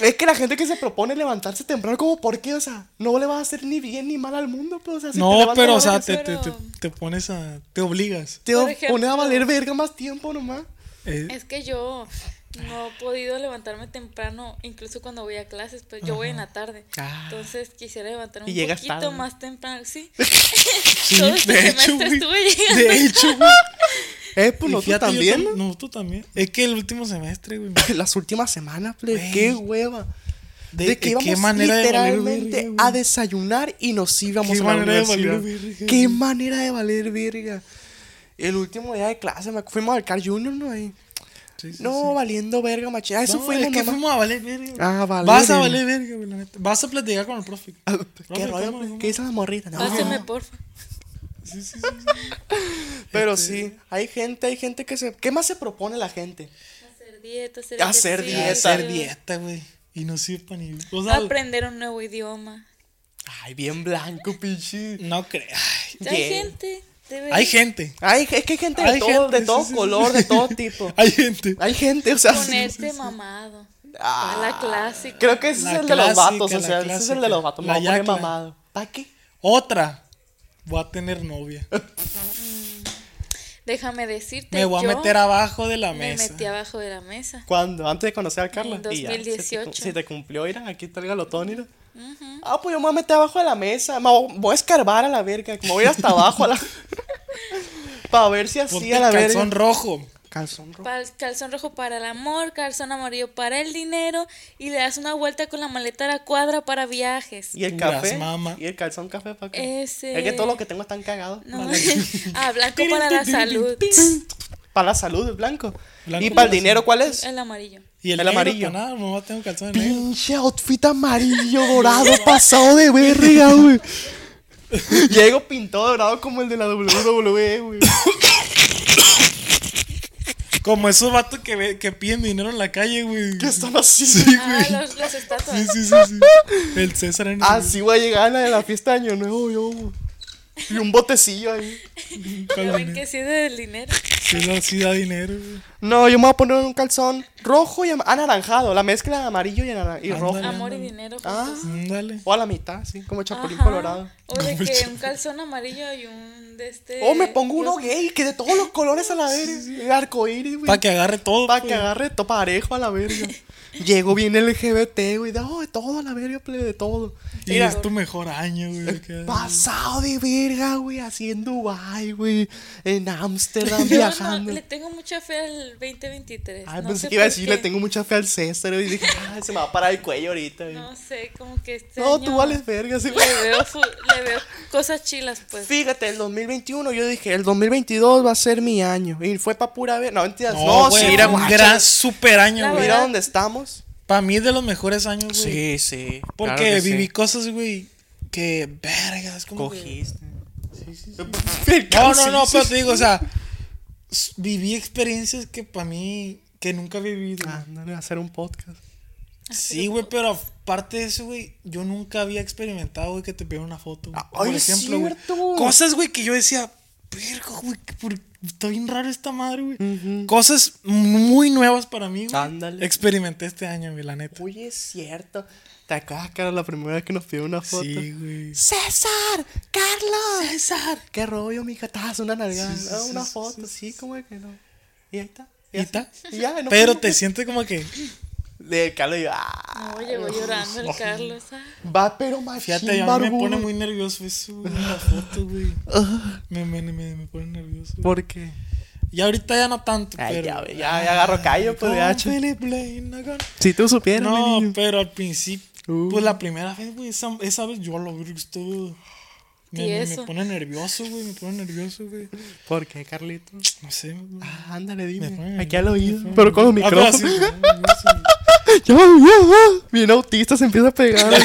Speaker 3: Es que la gente que se propone levantarse temprano, como por qué, o sea, no le vas a hacer ni bien ni mal al mundo, pues, o sea, si te
Speaker 5: No,
Speaker 3: levantas
Speaker 5: pero, o
Speaker 3: ahora
Speaker 5: sea,
Speaker 3: que
Speaker 5: te, te,
Speaker 6: pero-
Speaker 5: te, te pones a. Te obligas.
Speaker 3: Te
Speaker 6: Por
Speaker 3: va-
Speaker 6: ejemplo-
Speaker 3: pone a valer verga más tiempo nomás.
Speaker 5: Eh,
Speaker 6: Es que yo no he podido levantarme temprano, incluso cuando voy a clases, pues yo voy en la tarde.
Speaker 3: Ah.
Speaker 6: Entonces quisiera levantarme
Speaker 3: Y
Speaker 6: un
Speaker 3: llegas
Speaker 6: poquito
Speaker 3: tarde.
Speaker 6: más
Speaker 3: <laughs>
Speaker 6: temprano. Sí,
Speaker 5: sí,
Speaker 6: todo este
Speaker 5: de hecho,
Speaker 6: semestre
Speaker 5: güey.
Speaker 6: estuve llegando.
Speaker 5: De
Speaker 3: <laughs>
Speaker 5: hecho, güey.
Speaker 3: Eh, pues
Speaker 5: Y
Speaker 3: nosotros
Speaker 5: fíjate, yo
Speaker 3: también.
Speaker 5: tam- Nosotros también. Es que el último semestre, güey.
Speaker 3: <laughs> Las últimas semanas, ple,
Speaker 5: Güey.
Speaker 3: qué hueva. De,
Speaker 5: De,
Speaker 3: que
Speaker 5: de
Speaker 3: íbamos
Speaker 5: qué manera de valer
Speaker 3: literalmente
Speaker 5: verga, güey.
Speaker 3: a desayunar y nos íbamos
Speaker 5: Qué
Speaker 3: a la
Speaker 5: manera de
Speaker 3: universidad.
Speaker 5: valer verga,
Speaker 3: Qué
Speaker 5: güey.
Speaker 3: manera de valer verga. El último día de clase, me acu- fuimos al Car Junior, ¿no? Ahí.
Speaker 5: Sí, sí, sí.
Speaker 3: No, valiendo verga, machín. Ah, eso
Speaker 5: No,
Speaker 3: fuimos,
Speaker 5: es que
Speaker 3: nomás. <laughs>
Speaker 5: fuimos a valer verga. güey.
Speaker 3: Ah, valer,
Speaker 5: Vas a
Speaker 3: güey.
Speaker 5: valer verga, güey, la neta. Vas a platicar con el profe.
Speaker 3: Ah,
Speaker 5: Profe,
Speaker 3: ¿Qué rollo?
Speaker 5: ¿cómo, cómo?
Speaker 3: ¿Qué hizo la morrita?
Speaker 5: Ah,
Speaker 3: No.
Speaker 6: Páseme, porfa.
Speaker 5: Sí, sí, sí,
Speaker 3: <laughs>
Speaker 5: sí.
Speaker 3: Pero
Speaker 5: este.
Speaker 3: sí, hay gente, hay gente que se... ¿Qué más se propone la gente?
Speaker 6: Hacer dieta, hacer,
Speaker 3: Hacer
Speaker 5: Y
Speaker 3: dieta.
Speaker 5: hacer
Speaker 6: ejercicio,
Speaker 5: dieta, güey. Y no sirve para ni. O sea,
Speaker 6: Aprender un nuevo idioma.
Speaker 3: Ay, bien blanco, pinche.
Speaker 5: no creas.
Speaker 6: Hay
Speaker 3: Yeah.
Speaker 6: gente. debe-
Speaker 5: Hay gente.
Speaker 3: Ay, es que hay gente de
Speaker 5: Hay
Speaker 3: todo,
Speaker 5: gente,
Speaker 3: de todo
Speaker 5: sí, sí,
Speaker 3: color,
Speaker 5: sí.
Speaker 3: de todo tipo.
Speaker 5: <laughs> Hay gente.
Speaker 3: Hay gente, o sea... sí.
Speaker 6: Ponerte este mamado.
Speaker 3: Ah.
Speaker 6: a la clásica.
Speaker 3: Creo que ese
Speaker 5: La
Speaker 3: es el de los
Speaker 5: clásica,
Speaker 3: vatos, o
Speaker 5: la
Speaker 3: sea, ese es el de
Speaker 5: clásica.
Speaker 3: los vatos. Me
Speaker 5: La
Speaker 3: voy a poner
Speaker 5: yacla.
Speaker 3: mamado. ¿Para qué?
Speaker 5: Otra. Voy a tener novia.
Speaker 6: Déjame decirte.
Speaker 5: Me voy a
Speaker 6: yo
Speaker 5: meter abajo de la
Speaker 6: Me
Speaker 5: mesa.
Speaker 6: metí abajo de la mesa.
Speaker 3: ¿Cuándo? Antes de conocer a Carla.
Speaker 6: En
Speaker 3: Y ya, se te cum-
Speaker 6: 2018.
Speaker 3: se te cumplió, mira, aquí está el galotón, mira. Ah, pues yo me voy a meter abajo de la mesa. Me voy voy a escarbar <laughs> a la verga. Me voy hasta abajo a la. Para ver si así
Speaker 5: Ponte
Speaker 3: a
Speaker 5: el
Speaker 3: la
Speaker 5: calzón
Speaker 3: verga.
Speaker 5: rojo.
Speaker 3: Calzón rojo.
Speaker 6: Pal- calzón rojo para el amor, calzón amarillo para el dinero y le das una vuelta con la maleta a la cuadra para viajes.
Speaker 3: ¿Y el
Speaker 5: Las
Speaker 3: café?
Speaker 5: mama.
Speaker 3: ¿Y el calzón café para qué?
Speaker 6: Ese-
Speaker 3: Es que todo lo que tengo están cagados.
Speaker 6: <laughs> No, <laughs> ah, blanco para la salud,
Speaker 3: Para la salud, el blanco.
Speaker 5: Blanco
Speaker 3: ¿Y
Speaker 5: para
Speaker 3: para el
Speaker 5: la
Speaker 3: dinero cuál es?
Speaker 6: el amarillo.
Speaker 5: Y el,
Speaker 3: El
Speaker 5: amarillo.
Speaker 3: amarillo.
Speaker 5: Nada, no tengo calzón de negro.
Speaker 3: Pinche outfit amarillo dorado <laughs> pasado de verga, <laughs> güey. Llego pintado dorado como el de la WWE, güey.
Speaker 5: Como esos vatos que, ve- que piden dinero en la calle, güey.
Speaker 3: ¿Qué están así?
Speaker 6: Ah, los, las estatuas.
Speaker 5: Sí, sí, sí, sí. El César en
Speaker 3: Así Ah, voy a llegar a la de la fiesta de Año Nuevo, yo. güey. Y un botecillo ahí.
Speaker 6: Ya ven que sí es del dinero.
Speaker 5: Sí, no, sí da dinero, güey.
Speaker 3: No, yo me voy a poner un calzón rojo y am- anaranjado. La mezcla de amarillo y, ana- y rojo.
Speaker 5: Ándale.
Speaker 6: Amor y dinero.
Speaker 3: Ah,
Speaker 5: Ándale.
Speaker 3: o a la mitad, sí, como chapulín
Speaker 6: Ajá.
Speaker 3: colorado.
Speaker 6: O de que un calzón amarillo y un de este.
Speaker 3: O me pongo uno gay, que de todos los colores a la vez. El arco iris, güey.
Speaker 5: Para que agarre todo.
Speaker 3: Para que
Speaker 5: pues.
Speaker 3: agarre to parejo a la verga. Llego bien LGBT, güey. De, oh, de todo a la verga, plebe, de todo.
Speaker 5: Y
Speaker 3: Mira, Eh,
Speaker 5: es tu mejor año, güey. acá.
Speaker 3: pasado de verga, güey. Así en Dubai, güey. En Ámsterdam,
Speaker 6: Yo no-
Speaker 3: viajando.
Speaker 6: le tengo mucha fe al 2023.
Speaker 3: Ay,
Speaker 6: no
Speaker 3: pensé
Speaker 6: sé
Speaker 3: que iba a
Speaker 6: por
Speaker 3: decir,
Speaker 6: qué.
Speaker 3: le tengo mucha fe al César, güey. Y dije, ay, se me va a parar el cuello ahorita, güey. No,
Speaker 6: No sé, como que este. año
Speaker 3: tú vales verga, sí, güey.
Speaker 6: Le veo, fu- le veo cosas chilas, pues.
Speaker 3: Fíjate, el 2021 yo dije, el 2022 va a ser mi año. Y fue pa' pura verga. No, mentiras. No,
Speaker 5: No, güey.
Speaker 3: sí, era
Speaker 5: un
Speaker 3: guacha.
Speaker 5: gran super año,
Speaker 6: La
Speaker 5: güey.
Speaker 3: Mira
Speaker 6: verdad.
Speaker 3: dónde estamos.
Speaker 5: Para mí es de los mejores años, güey.
Speaker 3: sí.
Speaker 5: Porque
Speaker 3: claro que sí.
Speaker 5: viví cosas, güey, que vergas, como que-
Speaker 3: Cogiste. pues,
Speaker 5: No, no, no, pero te digo, o sea, s- viví experiencias que para mí que nunca he vivido. güey.
Speaker 3: Ándale, a hacer un podcast.
Speaker 5: Sí, güey, pero aparte de eso, güey, yo nunca había experimentado, güey, que te pidieran una foto. güey.
Speaker 3: Ah, ay, es
Speaker 5: güey,
Speaker 3: cierto.
Speaker 5: Cosas, güey, que yo decía, vergo, güey, que por- está bien raro esta madre, güey. Cosas muy nuevas para mí, güey.
Speaker 3: Ándale.
Speaker 5: Experimenté este año, güey, la neta.
Speaker 3: Oye, es cierto. ¿Te acuerdas que era la primera vez que nos pidió una foto?
Speaker 5: Sí, güey.
Speaker 3: César, Carlos. César. Qué rollo, mija. Estás una nalgada. Ah, una foto, sí, como que no. Y ahí está.
Speaker 5: ¿Y está?
Speaker 3: Y ya, no
Speaker 5: Pero
Speaker 3: fuimos.
Speaker 5: te sientes como que.
Speaker 3: De Carlos y yo, ah,
Speaker 6: No, llegó llorando el Carlos. ah.
Speaker 3: va, pero más
Speaker 5: Fíjate, a mí me pone muy nervioso eso, güey, la foto, güey. Me, me, me, me pone nervioso. güey.
Speaker 3: ¿Por qué?
Speaker 5: Y ahorita ya no tanto,
Speaker 3: Ay,
Speaker 5: pero.
Speaker 3: ya, ya, ya agarro callo, pues, de hacha.
Speaker 5: Con Philip Lane, con-
Speaker 3: Si tú supieras, mi
Speaker 5: No,
Speaker 3: niño.
Speaker 5: pero al principio,
Speaker 3: Uh.
Speaker 5: pues la primera vez, güey, esa, esa vez yo lo vi estuvo. Me, me, me
Speaker 6: Tieso.
Speaker 5: pone nervioso, güey, me pone nervioso, güey.
Speaker 3: ¿Por qué, Carlito?
Speaker 5: No sé, güey.
Speaker 3: Ah, ándale,
Speaker 5: Me pone
Speaker 3: dime. Aquí al oído.
Speaker 5: nervioso.
Speaker 3: Pero con los
Speaker 5: Ah, pero
Speaker 3: micrófonos.
Speaker 5: así,
Speaker 3: <laughs>
Speaker 5: güey,
Speaker 3: Ya, ya, ya. Bien autista se empieza a pegar.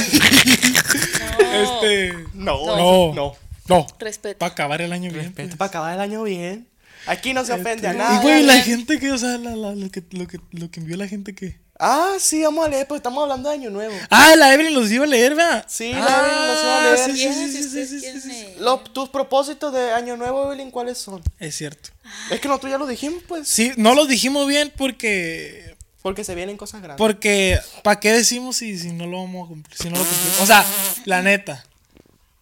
Speaker 6: No,
Speaker 5: Este.
Speaker 3: no,
Speaker 5: <laughs> No.
Speaker 3: no.
Speaker 5: No,
Speaker 6: respeto.
Speaker 5: para acabar el año bien. pues.
Speaker 3: para acabar el año bien. Aquí no se ofende a
Speaker 5: Y
Speaker 3: nada.
Speaker 5: güey, la gente que, o sea, la- la- lo, que, lo, que, lo que envió la gente que.
Speaker 3: Ah, sí, vamos a leer, pues estamos hablando de año nuevo.
Speaker 5: Ah, la Evelyn los iba a leer, ¿verdad?
Speaker 3: Sí,
Speaker 5: ah,
Speaker 3: la Evelyn los iba a leer.
Speaker 5: Sí, sí,
Speaker 6: ¿Quién
Speaker 5: sí,
Speaker 6: es
Speaker 5: sí,
Speaker 6: usted?
Speaker 5: sí, sí,
Speaker 6: ¿Quién
Speaker 5: sí.
Speaker 6: es?
Speaker 3: Lo- tus propósitos de año nuevo, Evelyn, ¿cuáles son?
Speaker 5: Es cierto.
Speaker 3: Es que nosotros ya lo dijimos, pues.
Speaker 5: Sí, no los dijimos bien porque.
Speaker 3: Porque se vienen cosas grandes.
Speaker 5: Porque, ¿para qué decimos si, si no lo vamos a cumplir? Si no lo cumplimos. O sea, la neta.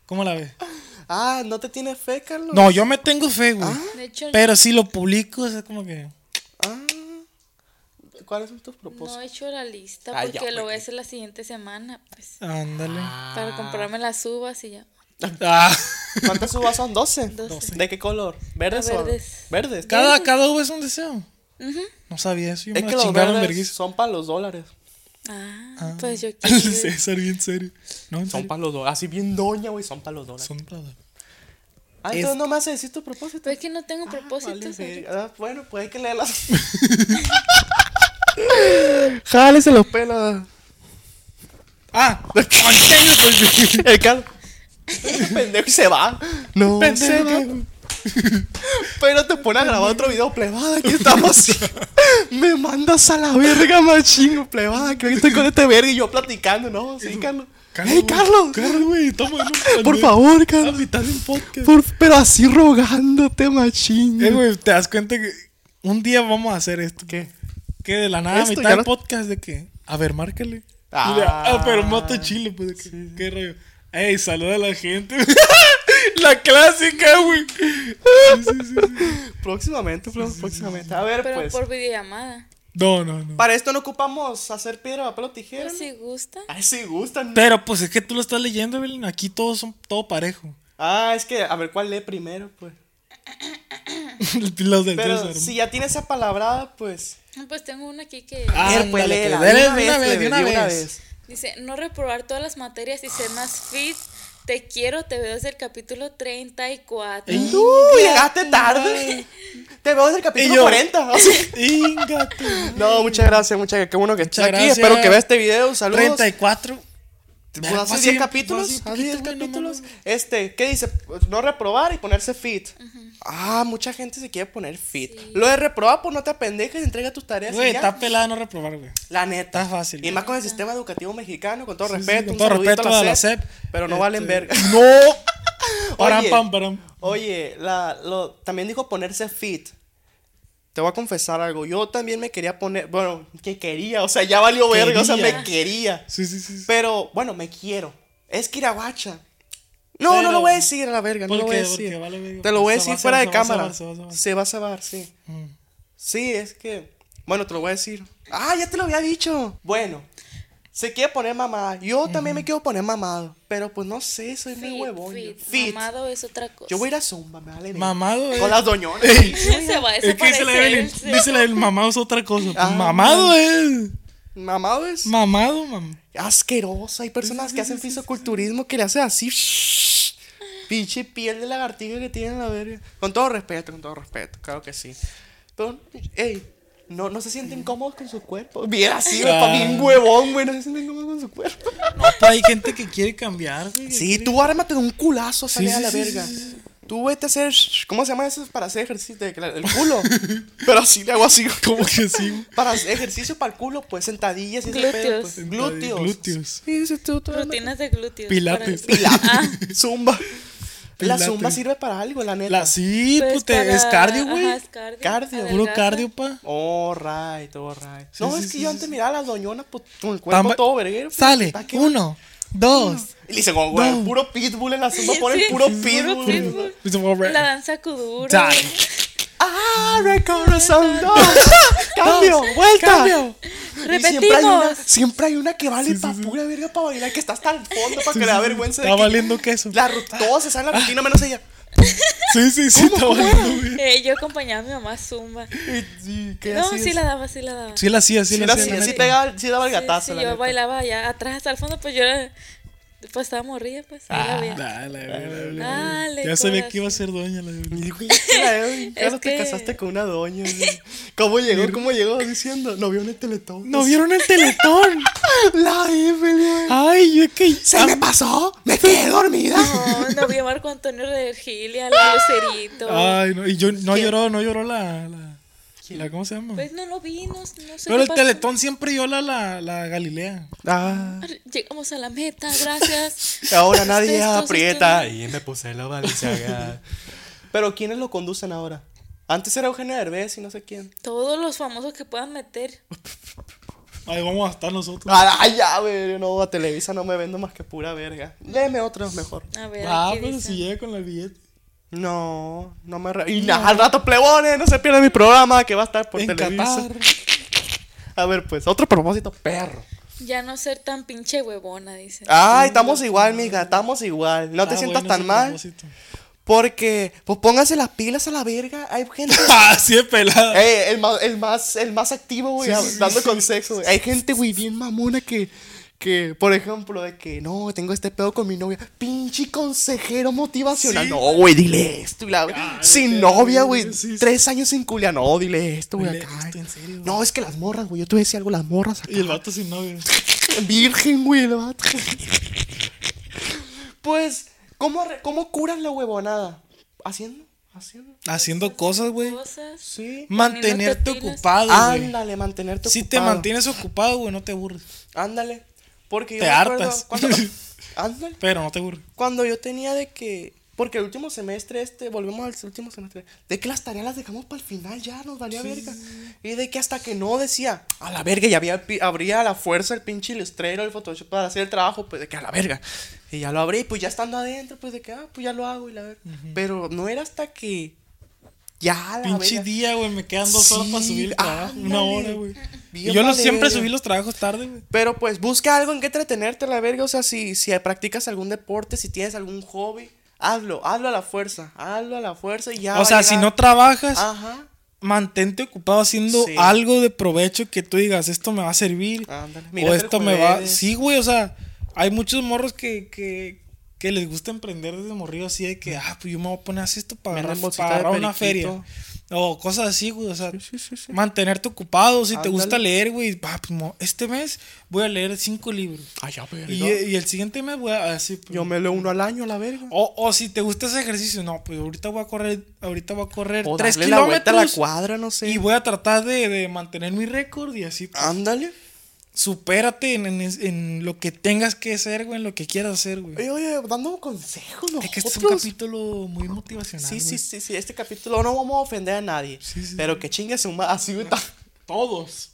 Speaker 5: ¿Cómo la ves?
Speaker 3: Ah, ¿no te tienes fe, Carlos?
Speaker 5: No, yo me tengo fe, güey.
Speaker 6: De hecho,
Speaker 5: Pero si lo publico, es como que.
Speaker 3: Ah. ¿Cuáles son tus
Speaker 5: pues,
Speaker 3: propósitos?
Speaker 6: no he hecho la lista
Speaker 3: Ah, ya,
Speaker 6: porque lo voy
Speaker 3: güey.
Speaker 6: a hacer la siguiente semana, pues.
Speaker 5: Ándale.
Speaker 3: Ah.
Speaker 6: Para comprarme las uvas y ya.
Speaker 5: Ah. <laughs>
Speaker 3: ¿Cuántas uvas son? 12.
Speaker 6: 12.
Speaker 3: ¿De qué color? ¿Verdes
Speaker 6: Ah,
Speaker 3: son?
Speaker 6: verdes.
Speaker 3: Verdes.
Speaker 5: Cada, cada uva es un deseo. No sabía eso. Yo
Speaker 3: Es
Speaker 5: me
Speaker 3: que
Speaker 5: la
Speaker 3: los
Speaker 5: chingaba en
Speaker 3: verdes
Speaker 5: vergüenza.
Speaker 3: son para los dólares.
Speaker 6: Ah, pues
Speaker 5: <laughs>
Speaker 6: yo quiero.
Speaker 5: El César, bien serio. No, en
Speaker 3: Son
Speaker 5: serio.
Speaker 3: para los dólares. Así bien doña, güey. Son para los dólares.
Speaker 5: Son para-
Speaker 3: Ah, entonces no me haces decir tu propósito.
Speaker 6: Pues es que no tengo propósitos.
Speaker 3: Ah, Vale, verga. Ah, bueno, pues hay que leerlas. <laughs> Jálese los pelos. <laughs>
Speaker 5: Ah, contenido, pues.
Speaker 3: El Carlos. Ese Este pendejo y se va. No, se va. Pero te pone a grabar otro video, plebada, aquí <laughs> estamos. Me mandas a la verga, machingo, plebada. Creo que estoy con este verga y yo platicando, ¿no? Sí, Carlos.
Speaker 5: Carlos,
Speaker 3: ¡Ey,
Speaker 5: güey,
Speaker 3: Carlos!
Speaker 5: Carlos, güey, estamos en un
Speaker 3: Por favor,
Speaker 5: A
Speaker 3: Carlos.
Speaker 5: mitad de un podcast.
Speaker 3: Por- pero así rogándote, machingo.
Speaker 5: Eh, güey, te das cuenta que un día vamos a hacer esto.
Speaker 3: ¿Qué?
Speaker 5: Que de la nada, a
Speaker 3: Esto
Speaker 5: mitad
Speaker 3: ya
Speaker 5: del
Speaker 3: lo-
Speaker 5: podcast, de que, a ver, márcale. Y de,
Speaker 3: Ah.
Speaker 5: Ah, pero moto chile, pues, de que, qué rollo. Ey, saluda a la gente. <laughs> la clásica, güey. Sí, sí, sí, sí.
Speaker 3: <laughs> Próximamente, Flo, próximamente. A ver,
Speaker 6: Pero
Speaker 3: pues.
Speaker 6: por videollamada.
Speaker 5: No, no, no.
Speaker 3: Para esto no ocupamos hacer piedra, papel o tijera.
Speaker 6: Pero
Speaker 3: ¿no?
Speaker 6: si gusta.
Speaker 3: Ay, sí, gustan.
Speaker 5: Pero pues es que tú lo estás leyendo, Evelyn. Aquí todos son todo parejo. <laughs>
Speaker 3: Ah, es que, a ver, ¿cuál lee primero, pues?
Speaker 5: Los del
Speaker 3: Pero
Speaker 5: César.
Speaker 3: si ya tienes esa palabrada, pues.
Speaker 6: Pues tengo una aquí que
Speaker 5: Ándale,
Speaker 3: Él, pues, léela,
Speaker 5: pues,
Speaker 3: de
Speaker 5: léela
Speaker 3: una vez, plebe, de una vez.
Speaker 6: dice, no reprobar todas las materias y ser más fit. Te quiero, te veo desde el capítulo 34.
Speaker 5: Ey.
Speaker 3: Tú llegaste tarde. Te veo desde el
Speaker 5: Y
Speaker 3: capítulo
Speaker 5: yo- <laughs>
Speaker 3: 40. <laughs>
Speaker 5: Inga tu-
Speaker 3: No, muchas gracias, muchas gracias. Qué bueno que estás
Speaker 5: Muchas
Speaker 3: aquí.
Speaker 5: gracias.
Speaker 3: Espero que veas este video. Saludos.
Speaker 5: 34.
Speaker 3: Pues hace
Speaker 5: Fácil,
Speaker 3: 10 capítulos.
Speaker 5: fácil,
Speaker 3: hace 10
Speaker 5: poquito, güey, no
Speaker 3: capítulos.
Speaker 5: mames.
Speaker 3: Este, ¿qué dice? Pues, No reprobar y ponerse fit. Ah, mucha gente se quiere poner fit. Lo de reprobar, pues no te apendejes, entrega tus tareas. y
Speaker 5: Güey,
Speaker 3: ya.
Speaker 5: está pelada no reprobar, güey.
Speaker 3: La neta.
Speaker 5: está fácil,
Speaker 3: Y
Speaker 5: güey.
Speaker 3: más con el sistema educativo mexicano, con todo
Speaker 5: Sí, sí,
Speaker 3: respeto.
Speaker 5: con
Speaker 3: un
Speaker 5: todo
Speaker 3: saludito
Speaker 5: respeto a la SEP.
Speaker 3: Pero no
Speaker 5: Este,
Speaker 3: valen verga. <laughs>
Speaker 5: No. Param,
Speaker 3: Oye.
Speaker 5: pam, param.
Speaker 3: Oye, la, lo, también dijo ponerse fit. Te voy a confesar algo. Yo también me quería poner. Bueno, que quería. O sea, ya valió verga. O sea,
Speaker 5: Quería.
Speaker 3: me quería.
Speaker 5: Sí, sí, sí. sí.
Speaker 3: Pero bueno, me quiero. Es Kiraguacha. No, no
Speaker 5: Pero-
Speaker 3: lo voy a decir a la verga, no
Speaker 5: ¿Por
Speaker 3: lo voy a
Speaker 5: qué? Porque
Speaker 3: decir.
Speaker 5: vale verga.
Speaker 3: te lo voy a
Speaker 5: Se
Speaker 3: decir
Speaker 5: va, se
Speaker 3: fuera
Speaker 5: va,
Speaker 3: de
Speaker 5: se va,
Speaker 3: cámara.
Speaker 5: se va, se va.
Speaker 3: Se va a cebar, sí.
Speaker 5: Mm.
Speaker 3: Sí, es que. Bueno, te lo voy a decir. Ah, ya te lo había dicho. Bueno, se quiere poner mamada. Yo también me quiero poner mamado. Pero pues no sé, soy
Speaker 6: Fit,
Speaker 3: muy huevón. yo.
Speaker 6: fit.
Speaker 3: Fit.
Speaker 6: Mamado es otra cosa.
Speaker 3: Yo voy a
Speaker 6: <laughs>
Speaker 3: ir a Zumba, me vale. verga.
Speaker 5: Mamado, eh.
Speaker 3: Con las doñonas.
Speaker 5: <laughs>
Speaker 6: se va a
Speaker 5: Es que dice la
Speaker 6: desaparecer
Speaker 5: Evelyn,
Speaker 6: el ser.
Speaker 5: dice la Evelyn, mamado es otra cosa.
Speaker 3: Ah.
Speaker 5: mamado es.
Speaker 3: Mamado es
Speaker 5: Mamado, mam.
Speaker 3: asqueroso. Hay personas que hacen fisiculturismo que le hacen así. Pinche piel de lagartija que tienen la verga. Con todo respeto, con todo respeto, claro que sí. Pero, ey, no, no se
Speaker 5: Mm.
Speaker 3: sienten cómodos con su cuerpo. Bien así, güey, pa'
Speaker 5: Ah.
Speaker 3: bien huevón, güey. No se sienten cómodos con su
Speaker 5: <laughs>
Speaker 3: cuerpo.
Speaker 5: No, pa, hay gente que quiere cambiar, güey.
Speaker 3: Sí, tú ármate de un culazo, sale
Speaker 5: sí,
Speaker 3: a la
Speaker 5: sí,
Speaker 3: verga.
Speaker 5: sí,
Speaker 3: Tú vete a hacer. ¿Cómo se llama eso? Para hacer ejercicio. de- El
Speaker 5: <laughs>
Speaker 3: culo. Pero así le hago así.
Speaker 5: Como que sí. güey.
Speaker 3: Para hacer ejercicio para el culo, pues sentadillas y ese
Speaker 6: Glúteos.
Speaker 3: pedo, pues. Glúteos.
Speaker 5: Glúteos.
Speaker 3: Sí, dices tú, tú,
Speaker 6: Rutinas de glúteos.
Speaker 5: Pilates.
Speaker 6: para- Ah,
Speaker 3: Pilates. <laughs> Zumba.
Speaker 5: Pilates.
Speaker 3: La zumba sirve para algo, la neta.
Speaker 5: La sí,
Speaker 6: Pues
Speaker 5: pues, te- es
Speaker 6: para-
Speaker 5: cardio, güey.
Speaker 6: ajá, es cardio.
Speaker 3: Cardio.
Speaker 6: Adelgaza.
Speaker 5: Puro
Speaker 6: <laughs>
Speaker 5: cardio, pa.
Speaker 3: All Oh, right, all right. no,
Speaker 5: sí,
Speaker 3: es que
Speaker 5: sí,
Speaker 3: yo
Speaker 5: sí,
Speaker 3: antes miraba a las doñonas pues, con el cuerpo
Speaker 5: Tamba-
Speaker 3: todo verguero. pues,
Speaker 5: Sale,
Speaker 3: ¿pa' qué?
Speaker 5: uno, dos.
Speaker 3: Y le dice, como, güey,
Speaker 5: No.
Speaker 3: puro pitbull en la zumba, pone el puro pitbull.
Speaker 6: pitbull.
Speaker 5: Pues,
Speaker 6: La danza kuduro.
Speaker 5: Dale.
Speaker 3: Ah, recorazón, no. Cambio, vuelta.
Speaker 5: Cambio.
Speaker 3: Y Siempre hay, una,
Speaker 6: Repetimos.
Speaker 3: <laughs> siempre hay una que vale pa' pura verga para bailar, que está hasta el fondo para que le da vergüenza. de
Speaker 5: Está
Speaker 3: que-
Speaker 5: valiendo queso.
Speaker 3: La ruta, todos se saben la rutina menos ella.
Speaker 5: Sí, sí, sí, está valiendo, güey.
Speaker 6: Eh, yo acompañaba a mi mamá a Zumba.
Speaker 3: Sí, ¿qué
Speaker 6: No,
Speaker 3: hacías?
Speaker 6: sí la daba, sí la daba.
Speaker 5: Sí la hacía, sí
Speaker 3: Sí,
Speaker 5: la
Speaker 3: la-
Speaker 5: hacía.
Speaker 3: sí,
Speaker 5: la
Speaker 3: sí
Speaker 5: neta.
Speaker 3: pegaba, sí daba el
Speaker 6: Sí,
Speaker 3: gatazo.
Speaker 6: sí,
Speaker 3: la
Speaker 6: yo
Speaker 3: neta.
Speaker 6: bailaba allá atrás, al fondo, pues yo era- pues estaba morrida, pues. ahí la
Speaker 5: Ah,
Speaker 6: veía.
Speaker 5: dale, dale, dale.
Speaker 6: Dale,
Speaker 5: Ya sabía
Speaker 6: corazón.
Speaker 5: que iba a ser dueña la
Speaker 3: Y
Speaker 5: de-
Speaker 3: digo, "Ya <laughs> la Edwin, claro,
Speaker 6: que-
Speaker 3: te casaste con una doña. güey". <laughs> ¿Cómo llegó? ¿Cómo llegó diciendo? No vio en el teletón.
Speaker 5: No vieron el teletón.
Speaker 3: La Evelyn.
Speaker 5: Ay, yo es
Speaker 3: <laughs>
Speaker 5: que Ah,
Speaker 3: ¿Se me pasó? ¿Me quedé dormida?
Speaker 6: No, no vi a Marco Antonio de Gilia,
Speaker 5: Ah.
Speaker 6: al Lucerito.
Speaker 5: Ay, no, y yo no lloró, no lloró la, la, la- ¿cómo se llama?
Speaker 6: Pues no lo vi, no, no sé.
Speaker 5: Pero
Speaker 6: qué
Speaker 5: el
Speaker 6: pasó.
Speaker 5: teletón siempre llora la, la Galilea.
Speaker 3: <laughs> Ah,
Speaker 6: Llegamos a la meta, gracias.
Speaker 3: <laughs> ahora nadie
Speaker 6: Ustedes todos
Speaker 3: aprieta.
Speaker 6: ustedes.
Speaker 3: Y me puse la valenciaga. Pero ¿quiénes lo conducen ahora? Antes era Eugenio Derbez y no sé quién.
Speaker 6: Todos los famosos que puedan meter.
Speaker 5: <laughs> Ahí vamos a estar nosotros.
Speaker 3: Ah, ay, ya, güey. No, a Televisa no me vendo más que pura verga. Léeme otros mejor.
Speaker 6: A ver,
Speaker 5: Ah,
Speaker 6: aquí
Speaker 5: pero
Speaker 6: dice.
Speaker 5: si llega con la billete.
Speaker 3: No, no me. re- Y nada, al rato, plebones, no se pierda mi programa que va a estar por
Speaker 5: En
Speaker 3: Televisa.
Speaker 5: Qatar.
Speaker 3: A ver, pues, otro propósito, perro.
Speaker 6: Ya no ser tan pinche huevona, dice.
Speaker 3: Ay, estamos igual, miga, estamos igual. No te
Speaker 5: Ah,
Speaker 3: sientas
Speaker 5: bueno,
Speaker 3: tan
Speaker 5: ese
Speaker 3: mal
Speaker 5: propósito.
Speaker 3: porque, pues, póngase las pilas a la verga. Hay
Speaker 5: <laughs>
Speaker 3: gente.
Speaker 5: <laughs> Ah, sí es pelada.
Speaker 3: Eh, el, más, el, más, el más activo, güey,
Speaker 5: Sí,
Speaker 3: a-
Speaker 5: sí, sí,
Speaker 3: dando
Speaker 5: sí.
Speaker 3: consejos. güey. Hay gente, güey, bien mamona que, que, por ejemplo, de que no, tengo este pedo con mi novia. Pinche consejero motivacional.
Speaker 5: Sí.
Speaker 3: No, güey, dile esto. y la- sin
Speaker 5: vete a la
Speaker 3: novia,
Speaker 5: verga,
Speaker 3: güey.
Speaker 5: sí, sí.
Speaker 3: Tres años sin culia. No, dile esto, güey.
Speaker 5: Dile
Speaker 3: acá.
Speaker 5: esto, en serio,
Speaker 3: No, es que las morras, güey. Yo te voy a decir algo, las morras. acá.
Speaker 5: Y el vato sin novio.
Speaker 3: Virgen, güey, el vato. pues, ¿cómo, re- ¿cómo curas la huevonada? Haciendo, haciendo.
Speaker 5: Haciendo cosas, güey.
Speaker 6: Cosas.
Speaker 3: Sí.
Speaker 5: Mantenerte
Speaker 6: Poniéndote pilas.
Speaker 5: ocupado, güey.
Speaker 3: Ándale, mantenerte
Speaker 5: Si te
Speaker 3: ocupado.
Speaker 5: mantienes ocupado, güey, no te aburres.
Speaker 3: Ándale. Porque yo
Speaker 5: Te
Speaker 3: me acuerdo
Speaker 5: hartas. <laughs>
Speaker 3: Cuando, ándale.
Speaker 5: Pero no te aburres.
Speaker 3: Cuando yo tenía de que. Porque el último semestre este, volvemos al último semestre, de que las tareas las dejamos para el final, ya nos valía verga. Y de que hasta que no decía, a la verga, y había, pi- abría a la fuerza el pinche ilustrero, el Photoshop para hacer el trabajo, pues de que a la verga. Y ya lo abrí, pues ya estando adentro, pues de que, ah, pues ya lo hago y la verga. Pero no era hasta que. Ya, a la
Speaker 5: Pinche
Speaker 3: verga.
Speaker 5: día, güey. Me quedan dos
Speaker 3: Sí,
Speaker 5: horas para subir el trabajo. Una
Speaker 3: ándale.
Speaker 5: hora, güey.
Speaker 3: Bien
Speaker 5: Y Yo los
Speaker 3: vale
Speaker 5: siempre
Speaker 3: verga.
Speaker 5: subí los trabajos tarde, güey.
Speaker 3: Pero pues busca algo en que entretenerte, la verga. O sea, si, si practicas algún deporte, si tienes algún hobby, Hazlo, hazlo a la fuerza, hazlo a la fuerza y ya. va
Speaker 5: O
Speaker 3: a
Speaker 5: sea, si
Speaker 3: llegar.
Speaker 5: no trabajas,
Speaker 3: Ajá,
Speaker 5: mantente ocupado haciendo
Speaker 3: Sí.
Speaker 5: algo de provecho que tú digas, esto me va a servir.
Speaker 3: Ándale.
Speaker 5: o
Speaker 3: Mírate el
Speaker 5: esto me va.
Speaker 3: jueves.
Speaker 5: Sí, güey, o sea, hay muchos morros que, que, que les gusta emprender desde morrillo así de que, ah, pues yo me voy a poner así esto para
Speaker 3: Venden
Speaker 5: agarrar,
Speaker 3: bolsita
Speaker 5: para
Speaker 3: de
Speaker 5: agarrar una feria.
Speaker 3: periquito.
Speaker 5: O cosas así, güey, o sea,
Speaker 3: sí, sí, sí.
Speaker 5: mantenerte ocupado. Si te gusta
Speaker 3: Ándale.
Speaker 5: leer, güey, ah, pues, mo- este mes voy a leer cinco libros.
Speaker 3: Ay, Ah, ya, pues, verga.
Speaker 5: Y, y el siguiente mes voy a así, pues,
Speaker 3: eh, Yo me leo uno al año, la verga.
Speaker 5: o, o si te gusta ese ejercicio, no, pues ahorita voy a correr, ahorita voy a correr
Speaker 3: O
Speaker 5: tres
Speaker 3: darle la vuelta a la
Speaker 5: kilómetros
Speaker 3: cuadra, no sé.
Speaker 5: y voy a tratar de, de mantener mi récord y así. pues,
Speaker 3: Ándale.
Speaker 5: supérate en, en- en lo que tengas que hacer, güey, en lo que quieras hacer, güey.
Speaker 3: Oye, oye, dando consejos,
Speaker 5: Es que este es un
Speaker 3: nosotros.
Speaker 5: capítulo muy motivacional.
Speaker 3: Sí, sí,
Speaker 5: güey.
Speaker 3: sí, sí, este capítulo no vamos a ofender a nadie.
Speaker 5: Sí, sí,
Speaker 3: pero que chingue su madre. Así <laughs> güey, ta-
Speaker 5: Todos.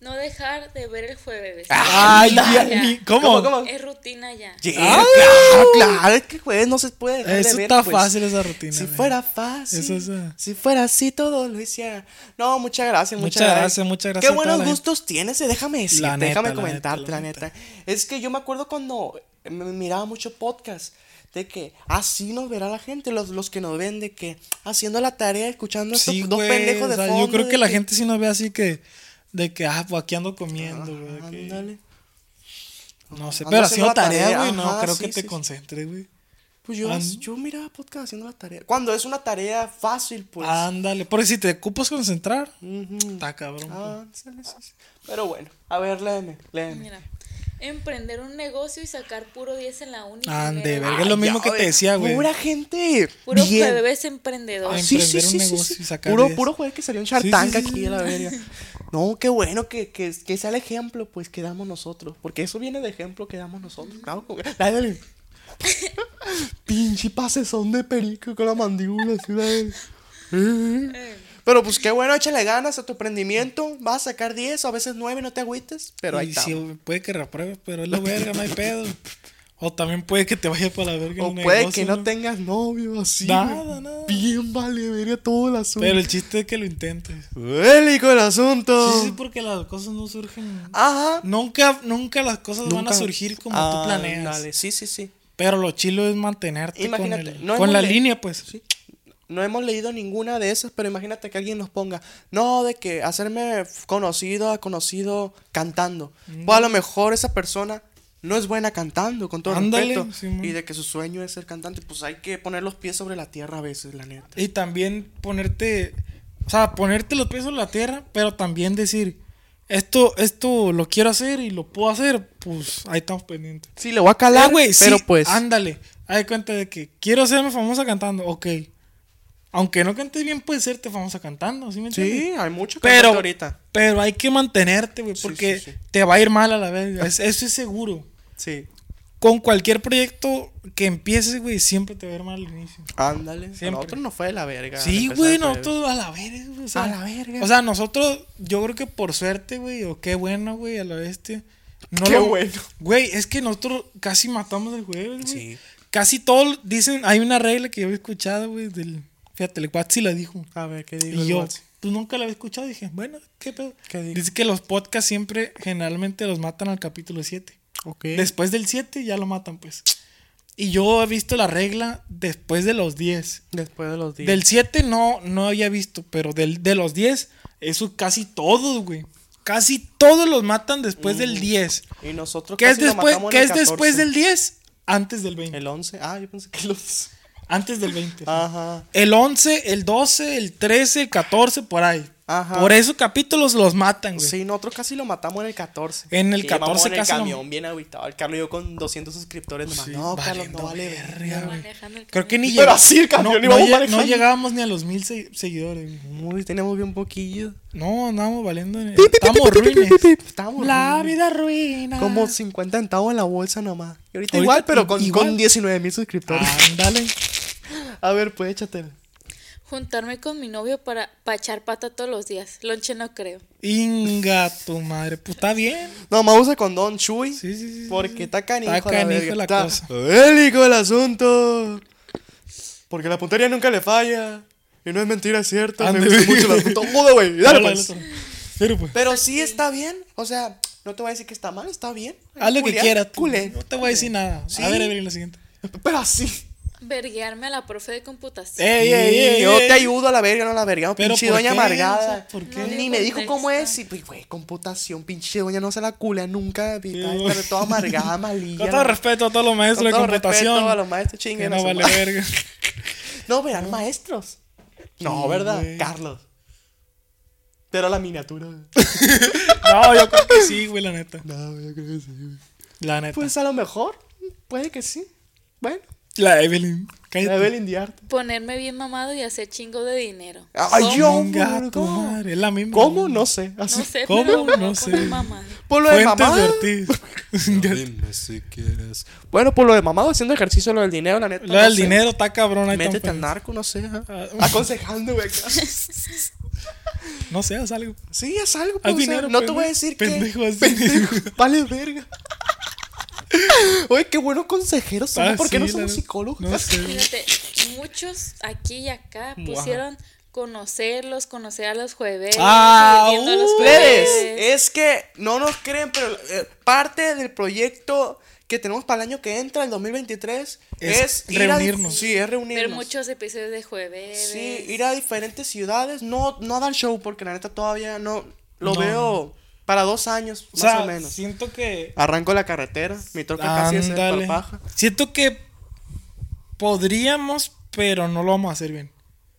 Speaker 6: No dejar de ver el jueves.
Speaker 5: Ay,
Speaker 3: Anda.
Speaker 5: ya, ni- ¿Cómo?
Speaker 6: Es rutina ya.
Speaker 3: Yeah, claro, claro, es que jueves no se puede. dejar de
Speaker 5: Eso
Speaker 3: ver,
Speaker 5: está
Speaker 3: pues.
Speaker 5: fácil, esa rutina.
Speaker 3: Si
Speaker 5: güey.
Speaker 3: fuera fácil.
Speaker 5: Eso es, ah.
Speaker 3: Si fuera así, todo lo hiciera. No, muchas gracias, muchas,
Speaker 5: Muchas gracias, muchas gracias a
Speaker 3: Qué
Speaker 5: toda
Speaker 3: buenos
Speaker 5: la gente.
Speaker 3: gustos tienes, eh, déjame decirte,
Speaker 5: neta,
Speaker 3: déjame
Speaker 5: la
Speaker 3: comentarte,
Speaker 5: neta, la
Speaker 3: la neta. Es que yo me acuerdo cuando me miraba mucho podcast. De que así nos verá la gente, los, los que nos ven, de que haciendo la tarea, escuchando a estos
Speaker 5: Sí,
Speaker 3: dos
Speaker 5: güey,
Speaker 3: pendejos de
Speaker 5: o sea,
Speaker 3: fondo.
Speaker 5: Yo creo
Speaker 3: de
Speaker 5: que la gente sí nos ve así que. De que, ah, pues aquí ando comiendo, güey. de que-
Speaker 3: Ándale.
Speaker 5: No sé,
Speaker 3: Ando haciendo
Speaker 5: pero haciendo
Speaker 3: la
Speaker 5: tarea,
Speaker 3: tarea,
Speaker 5: güey, no,
Speaker 3: ajá,
Speaker 5: creo
Speaker 3: sí,
Speaker 5: que te
Speaker 3: sí, sí.
Speaker 5: concentres, güey.
Speaker 3: Pues yo,
Speaker 5: And-
Speaker 3: yo miraba podcast haciendo la tarea. Cuando es una tarea fácil, pues.
Speaker 5: Ah, Ándale, porque si te ocupas concentrar,
Speaker 3: Ujú.
Speaker 5: está cabrón. pues.
Speaker 3: Ah, sí, sí, sí. Pero bueno, a ver, léeme, léeme.
Speaker 6: Mira, emprender un negocio y sacar puro 10 en la uni.
Speaker 5: Ande,
Speaker 6: primera.
Speaker 5: verga, es lo
Speaker 3: Ay,
Speaker 5: mismo
Speaker 3: ya,
Speaker 5: que te
Speaker 3: oye,
Speaker 5: decía, güey.
Speaker 3: Pura gente.
Speaker 6: Puro
Speaker 3: bien. Ah,
Speaker 6: bebés emprendedores.
Speaker 3: Sí, sí,
Speaker 5: Emprender un
Speaker 3: sí, sí,
Speaker 5: negocio
Speaker 3: sí.
Speaker 5: y sacar
Speaker 3: Puro,
Speaker 5: diez.
Speaker 3: puro juez que salió un Shark
Speaker 5: Sí, sí,
Speaker 3: Tank
Speaker 5: sí,
Speaker 3: aquí
Speaker 5: sí.
Speaker 3: a la verga. No, qué bueno que, que, que sea el ejemplo, pues, que damos nosotros. Porque eso viene de ejemplo que damos nosotros. Claro, como- Dale,
Speaker 6: <laughs>
Speaker 3: dale. Pinche pasezón de perico con la mandíbula. así, dale. Eh. Pero pues qué bueno, échale ganas a tu emprendimiento. Vas a sacar 10 o a veces 9, no te agüites. Pero ahí
Speaker 5: Y
Speaker 3: está.
Speaker 5: sí, güey, puede que repruebes, pero es la verga, no hay pedo. O también puede que te vaya para la verga.
Speaker 3: O
Speaker 5: el
Speaker 3: puede
Speaker 5: negocio,
Speaker 3: que no tengas novio así.
Speaker 5: Nada,
Speaker 3: güey.
Speaker 5: nada.
Speaker 3: Bien vale vería todo el asunto.
Speaker 5: Pero el chiste es que lo intentes.
Speaker 3: Bélico el asunto.
Speaker 5: Sí, sí, porque las cosas no surgen.
Speaker 3: Ajá.
Speaker 5: Nunca, nunca las cosas van a
Speaker 3: Ah. Nunca-
Speaker 5: surgir como tú
Speaker 3: Ah,
Speaker 5: planeas.
Speaker 3: dale, sí, sí, sí.
Speaker 5: Pero lo chilo es mantenerte
Speaker 3: Imagínate,
Speaker 5: con, el-
Speaker 3: no
Speaker 5: con
Speaker 3: hemos
Speaker 5: la
Speaker 3: le-
Speaker 5: línea, pues.
Speaker 3: No hemos leído ninguna de esas, pero imagínate que alguien nos ponga, no, de que hacerme conocido a conocido cantando.
Speaker 5: Mm.
Speaker 3: Pues a lo mejor esa persona no es buena cantando, con todo
Speaker 5: Ándale,
Speaker 3: respeto.
Speaker 5: Simón.
Speaker 3: y de que su sueño es ser cantante, pues hay que poner los pies sobre la tierra a veces, la neta.
Speaker 5: Y también ponerte, o sea, ponerte los pies en la tierra, pero también decir, esto, esto lo quiero hacer y lo puedo hacer, pues ahí estamos pendientes.
Speaker 3: Sí, le voy a calar,
Speaker 5: Eh, güey,
Speaker 3: pero
Speaker 5: sí,
Speaker 3: pues.
Speaker 5: Ándale, hay cuenta de que quiero hacerme famosa cantando, ok. Aunque no cantes bien, puedes serte famosa cantando, ¿sí me entiendes?
Speaker 3: Sí, hay mucho que
Speaker 5: pero,
Speaker 3: ahorita.
Speaker 5: pero hay que mantenerte, güey,
Speaker 3: Sí,
Speaker 5: porque
Speaker 3: sí, sí.
Speaker 5: te va a ir mal a la vez, es- eso es seguro.
Speaker 3: Sí.
Speaker 5: Con cualquier proyecto que empieces, güey, siempre te va a ir mal al inicio.
Speaker 3: Ándale. A
Speaker 5: Siempre.
Speaker 3: nosotros nos fue de la verga.
Speaker 5: Sí,
Speaker 3: empezar
Speaker 5: güey,
Speaker 3: el jueves.
Speaker 5: nosotros a la verga, güey. o sea,
Speaker 3: A la verga.
Speaker 5: O sea, nosotros, yo creo que por suerte, güey, o qué bueno, güey, a la bestia. No
Speaker 3: Qué
Speaker 5: lo-
Speaker 3: bueno.
Speaker 5: Güey, es que nosotros casi matamos el jueves, güey.
Speaker 3: Sí.
Speaker 5: Casi todo, dicen, hay una regla que yo había escuchado, güey, del. Fíjate, el Watsi la dijo.
Speaker 3: A ver, ¿qué digo?
Speaker 5: Y
Speaker 3: el
Speaker 5: yo,
Speaker 3: WhatsApp?
Speaker 5: tú nunca la había escuchado, dije, bueno, qué pedo.
Speaker 3: ¿Qué dijo?
Speaker 5: Dice que los podcasts siempre, generalmente, los matan al capítulo 7.
Speaker 3: Ok.
Speaker 5: Después del 7 ya lo matan, pues. Y yo he visto la regla después de los 10.
Speaker 3: Después de los días.
Speaker 5: Del 7 no, no había visto, pero del, de los 10, eso casi todos, güey. Casi todos los matan después del 10.
Speaker 3: Y nosotros
Speaker 5: ¿Qué es,
Speaker 3: Mm. casi lo
Speaker 5: después,
Speaker 3: matamos en
Speaker 5: ¿qué
Speaker 3: el
Speaker 5: es
Speaker 3: 14.
Speaker 5: después del 10? Antes del 20.
Speaker 3: El Ah. 11. Ah, yo pensé que el 11.
Speaker 5: Antes del 20.
Speaker 3: Ajá.
Speaker 5: El 11, el 12, el 13, el 14, por ahí.
Speaker 3: Ajá.
Speaker 5: Por eso capítulos los matan, güey.
Speaker 3: Sí, nosotros casi lo matamos en el 14.
Speaker 5: En el
Speaker 3: Que llevamos
Speaker 5: 14
Speaker 3: en el
Speaker 5: casi lo-
Speaker 3: camión, bien aguitado. El Carlos y yo con 200 suscriptores nomás.
Speaker 5: Sí,
Speaker 3: no, Carlos,
Speaker 5: valiendo
Speaker 3: no vale
Speaker 5: verga,
Speaker 3: verga.
Speaker 5: güey.
Speaker 6: Manejando el
Speaker 5: Creo que ni
Speaker 3: Pero
Speaker 5: llega-
Speaker 3: así el camión
Speaker 5: no,
Speaker 3: íbamos
Speaker 5: no lle-
Speaker 3: manejando.
Speaker 5: no llegábamos ni a los mil se- seguidores, güey.
Speaker 3: Muy, tenemos bien poquillo.
Speaker 5: No, andábamos valiendo. en-
Speaker 3: pi, pi,
Speaker 5: Estábamos
Speaker 3: pi, pi, pi, pi,
Speaker 5: ruines.
Speaker 3: pi, pi. Estábamos
Speaker 5: La
Speaker 3: ruines.
Speaker 5: vida ruina.
Speaker 3: Como 50 centavos en la bolsa nomás. Y ahorita,
Speaker 5: Ah. Ahorita
Speaker 3: igual, pero con,
Speaker 5: igual. Ah.
Speaker 3: con 19 mil suscriptores.
Speaker 5: Ándale.
Speaker 3: <laughs> A ver, pues échatela.
Speaker 6: Juntarme con mi novio para pachar pata todos los días. Lonche no creo.
Speaker 5: Inga tu madre. Pues está bien.
Speaker 3: No, más usa condón, Chuy.
Speaker 5: Sí, sí, sí, sí.
Speaker 3: Porque está canijo.
Speaker 5: Está
Speaker 3: la
Speaker 5: canijo
Speaker 3: verga,
Speaker 5: la
Speaker 3: está
Speaker 5: cosa.
Speaker 3: bélico el asunto. Porque la puntería nunca le falla. Y no es mentira, es cierto.
Speaker 5: Ande,
Speaker 3: Me gusta
Speaker 5: güey.
Speaker 3: mucho
Speaker 5: <laughs>
Speaker 3: la punta. Joder, güey. Dale,
Speaker 5: Hola,
Speaker 3: pues.
Speaker 5: el otro. Pero pues.
Speaker 3: Pero sí está bien. O sea, no te voy a decir que está mal, está bien.
Speaker 5: Haz lo que
Speaker 3: Culiar,
Speaker 5: quieras. tú.
Speaker 3: culé.
Speaker 5: No te voy a decir nada.
Speaker 3: Sí.
Speaker 5: A ver, Evelyn, lo siguiente.
Speaker 3: Pero así.
Speaker 6: Verguearme a la profe de computación.
Speaker 5: Ey, ey, ey,
Speaker 3: yo
Speaker 5: ey.
Speaker 3: te ayudo a la verga, no a la verga.
Speaker 5: Pero
Speaker 3: Pinche
Speaker 5: ¿por
Speaker 3: doña
Speaker 5: qué? O
Speaker 3: amargada.
Speaker 5: sea, ¿por qué?
Speaker 6: No
Speaker 3: Ni
Speaker 6: dio
Speaker 3: me dijo cómo es.
Speaker 6: contexto.
Speaker 3: Y pues, güey, computación. Pinche doña no se la culea nunca. Pero toda amargada, malilla.
Speaker 5: Con todo respeto a todos los maestros
Speaker 3: Con
Speaker 5: de
Speaker 3: todo
Speaker 5: computación.
Speaker 3: respeto a los maestros
Speaker 5: que
Speaker 3: chinguen a
Speaker 5: no
Speaker 3: su
Speaker 5: vale
Speaker 3: madre.
Speaker 5: verga.
Speaker 3: No, verán maestros. No,
Speaker 5: Sí,
Speaker 3: ¿verdad?
Speaker 5: güey.
Speaker 3: Carlos. Pero la miniatura.
Speaker 5: No, yo creo que sí, güey, la neta.
Speaker 3: No, yo creo que sí, güey.
Speaker 5: La neta.
Speaker 3: Pues a lo mejor, puede que sí. Bueno,
Speaker 5: la Evelyn. Cállate.
Speaker 3: la Evelyn
Speaker 5: Eh.
Speaker 3: Diarte.
Speaker 6: Ponerme bien mamado y hacer chingo de dinero.
Speaker 3: Ay, yo,
Speaker 5: Chinga tu
Speaker 3: ¿cómo?
Speaker 5: madre, es la misma.
Speaker 3: ¿Cómo? No sé. Así.
Speaker 6: No sé,
Speaker 5: ¿Cómo?
Speaker 6: pero me voy a
Speaker 5: No
Speaker 6: poner
Speaker 5: sé.
Speaker 6: mamada.
Speaker 3: Por lo de
Speaker 5: Fuentes de
Speaker 3: mamado. <laughs>
Speaker 5: Ortiz.
Speaker 3: Bueno, por lo de mamado haciendo ejercicio, lo del dinero, la neta.
Speaker 5: Lo del
Speaker 3: no sé.
Speaker 5: dinero está cabrón. ahí
Speaker 3: Métete
Speaker 5: está un
Speaker 3: al
Speaker 5: pedo.
Speaker 3: narco, no sé. ajá.
Speaker 5: Ah.
Speaker 3: Aconsejando,
Speaker 5: <laughs>
Speaker 3: güey. acá.
Speaker 5: No sé, haz algo.
Speaker 3: Sí, es algo.
Speaker 5: Haz
Speaker 3: pues, o sea,
Speaker 5: dinero,
Speaker 3: no te
Speaker 5: pendejo.
Speaker 3: voy a decir
Speaker 5: Pendejo,
Speaker 3: que.
Speaker 5: haz dinero.
Speaker 3: <laughs> Vale,
Speaker 5: <laughs>
Speaker 3: verga. Oye, qué buenos consejeros somos.
Speaker 5: Ah,
Speaker 3: ¿Por qué
Speaker 5: sí,
Speaker 3: no
Speaker 5: la
Speaker 3: somos
Speaker 5: neta.
Speaker 3: psicólogos?
Speaker 5: No sé.
Speaker 3: <laughs>
Speaker 5: güey.
Speaker 6: Fíjate, muchos aquí y acá
Speaker 5: Guau.
Speaker 6: pusieron conocerlos, conocer a los jueves.
Speaker 5: Ah,
Speaker 6: ir viendo a los
Speaker 5: uh,
Speaker 3: Plebes,
Speaker 6: jueves.
Speaker 3: es que no nos creen, pero eh, parte del proyecto que tenemos para el año que entra, el 2023,
Speaker 5: Es
Speaker 3: es, ir a-
Speaker 5: reunirnos.
Speaker 3: sí, es reunirnos.
Speaker 6: Ver muchos episodios de jueves.
Speaker 3: Sí, ir a diferentes ciudades, no, no dar show, porque la neta todavía no lo
Speaker 5: No.
Speaker 3: veo para dos años,
Speaker 5: O
Speaker 3: más
Speaker 5: sea,
Speaker 3: o menos.
Speaker 5: siento que.
Speaker 3: Arranco la carretera, mi troca casi es
Speaker 5: Ándale.
Speaker 3: paja.
Speaker 5: Siento que podríamos, pero no lo vamos a hacer bien.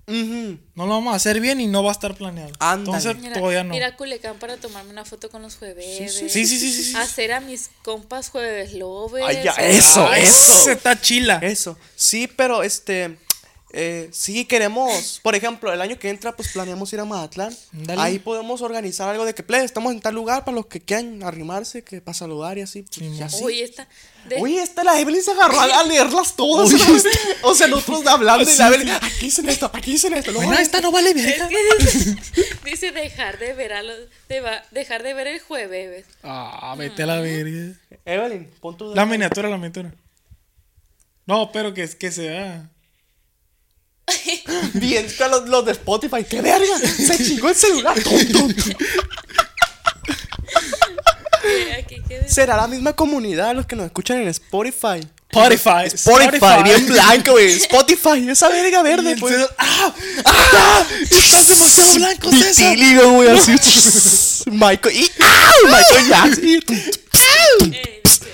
Speaker 3: Ujú.
Speaker 5: No lo vamos a hacer bien y no va a estar planeado.
Speaker 3: Ándale.
Speaker 5: Entonces
Speaker 6: Mira,
Speaker 5: todavía no.
Speaker 6: ir a Culiacán para tomarme una foto con los jueves.
Speaker 5: sí, sí, sí, sí, sí.
Speaker 6: Hacer a mis compas jueves lovers.
Speaker 3: Ay, ya, eh,
Speaker 6: o-
Speaker 3: eso,
Speaker 5: Ay,
Speaker 3: eso.
Speaker 5: esa Está chila.
Speaker 3: Eso, sí, pero este, eh, sí queremos, por ejemplo, el año que entra, pues planeamos ir a Mazatlán.
Speaker 5: Ándale.
Speaker 3: Ahí podemos organizar algo de que, play, estamos en tal lugar para los que quieran arrimarse, que para saludar y así. pues,
Speaker 5: Simón.
Speaker 3: y así.
Speaker 6: Oye, esta. de- <laughs>
Speaker 3: Oye, esta la Evelyn se agarró a a leerlas todas. <laughs> ¿no?
Speaker 5: este.
Speaker 3: O sea, nosotros hablando y la Evelyn, aquí dicen esto, aquí dicen esto. luego
Speaker 5: Bueno, esta no vale verga.
Speaker 6: Dice dejar de ver a los. de va- dejar de ver el jueves.
Speaker 5: Ah, vete a la verga.
Speaker 3: Evelyn, pon tu
Speaker 5: La miniatura, la miniatura. No, pero que, que se vea.
Speaker 3: <laughs> bien a los, los de Spotify. ¡Qué verga! Se chingó el celular. Tum, tum, tum.
Speaker 6: Eh, Aquí queda-
Speaker 3: Será la misma comunidad los que nos escuchan en Spotify.
Speaker 5: Spotify.
Speaker 3: Spotify, bien blanco, güey.
Speaker 5: <laughs>
Speaker 3: Spotify, esa verga verde, pues.
Speaker 5: ¡Ah! ¡Ah! ¡Estás demasiado blanco, César!
Speaker 3: Vitíligo, güey, así. <laughs> Michael. Y, ¡Ah! Michael Jackson.
Speaker 6: Eh, dice,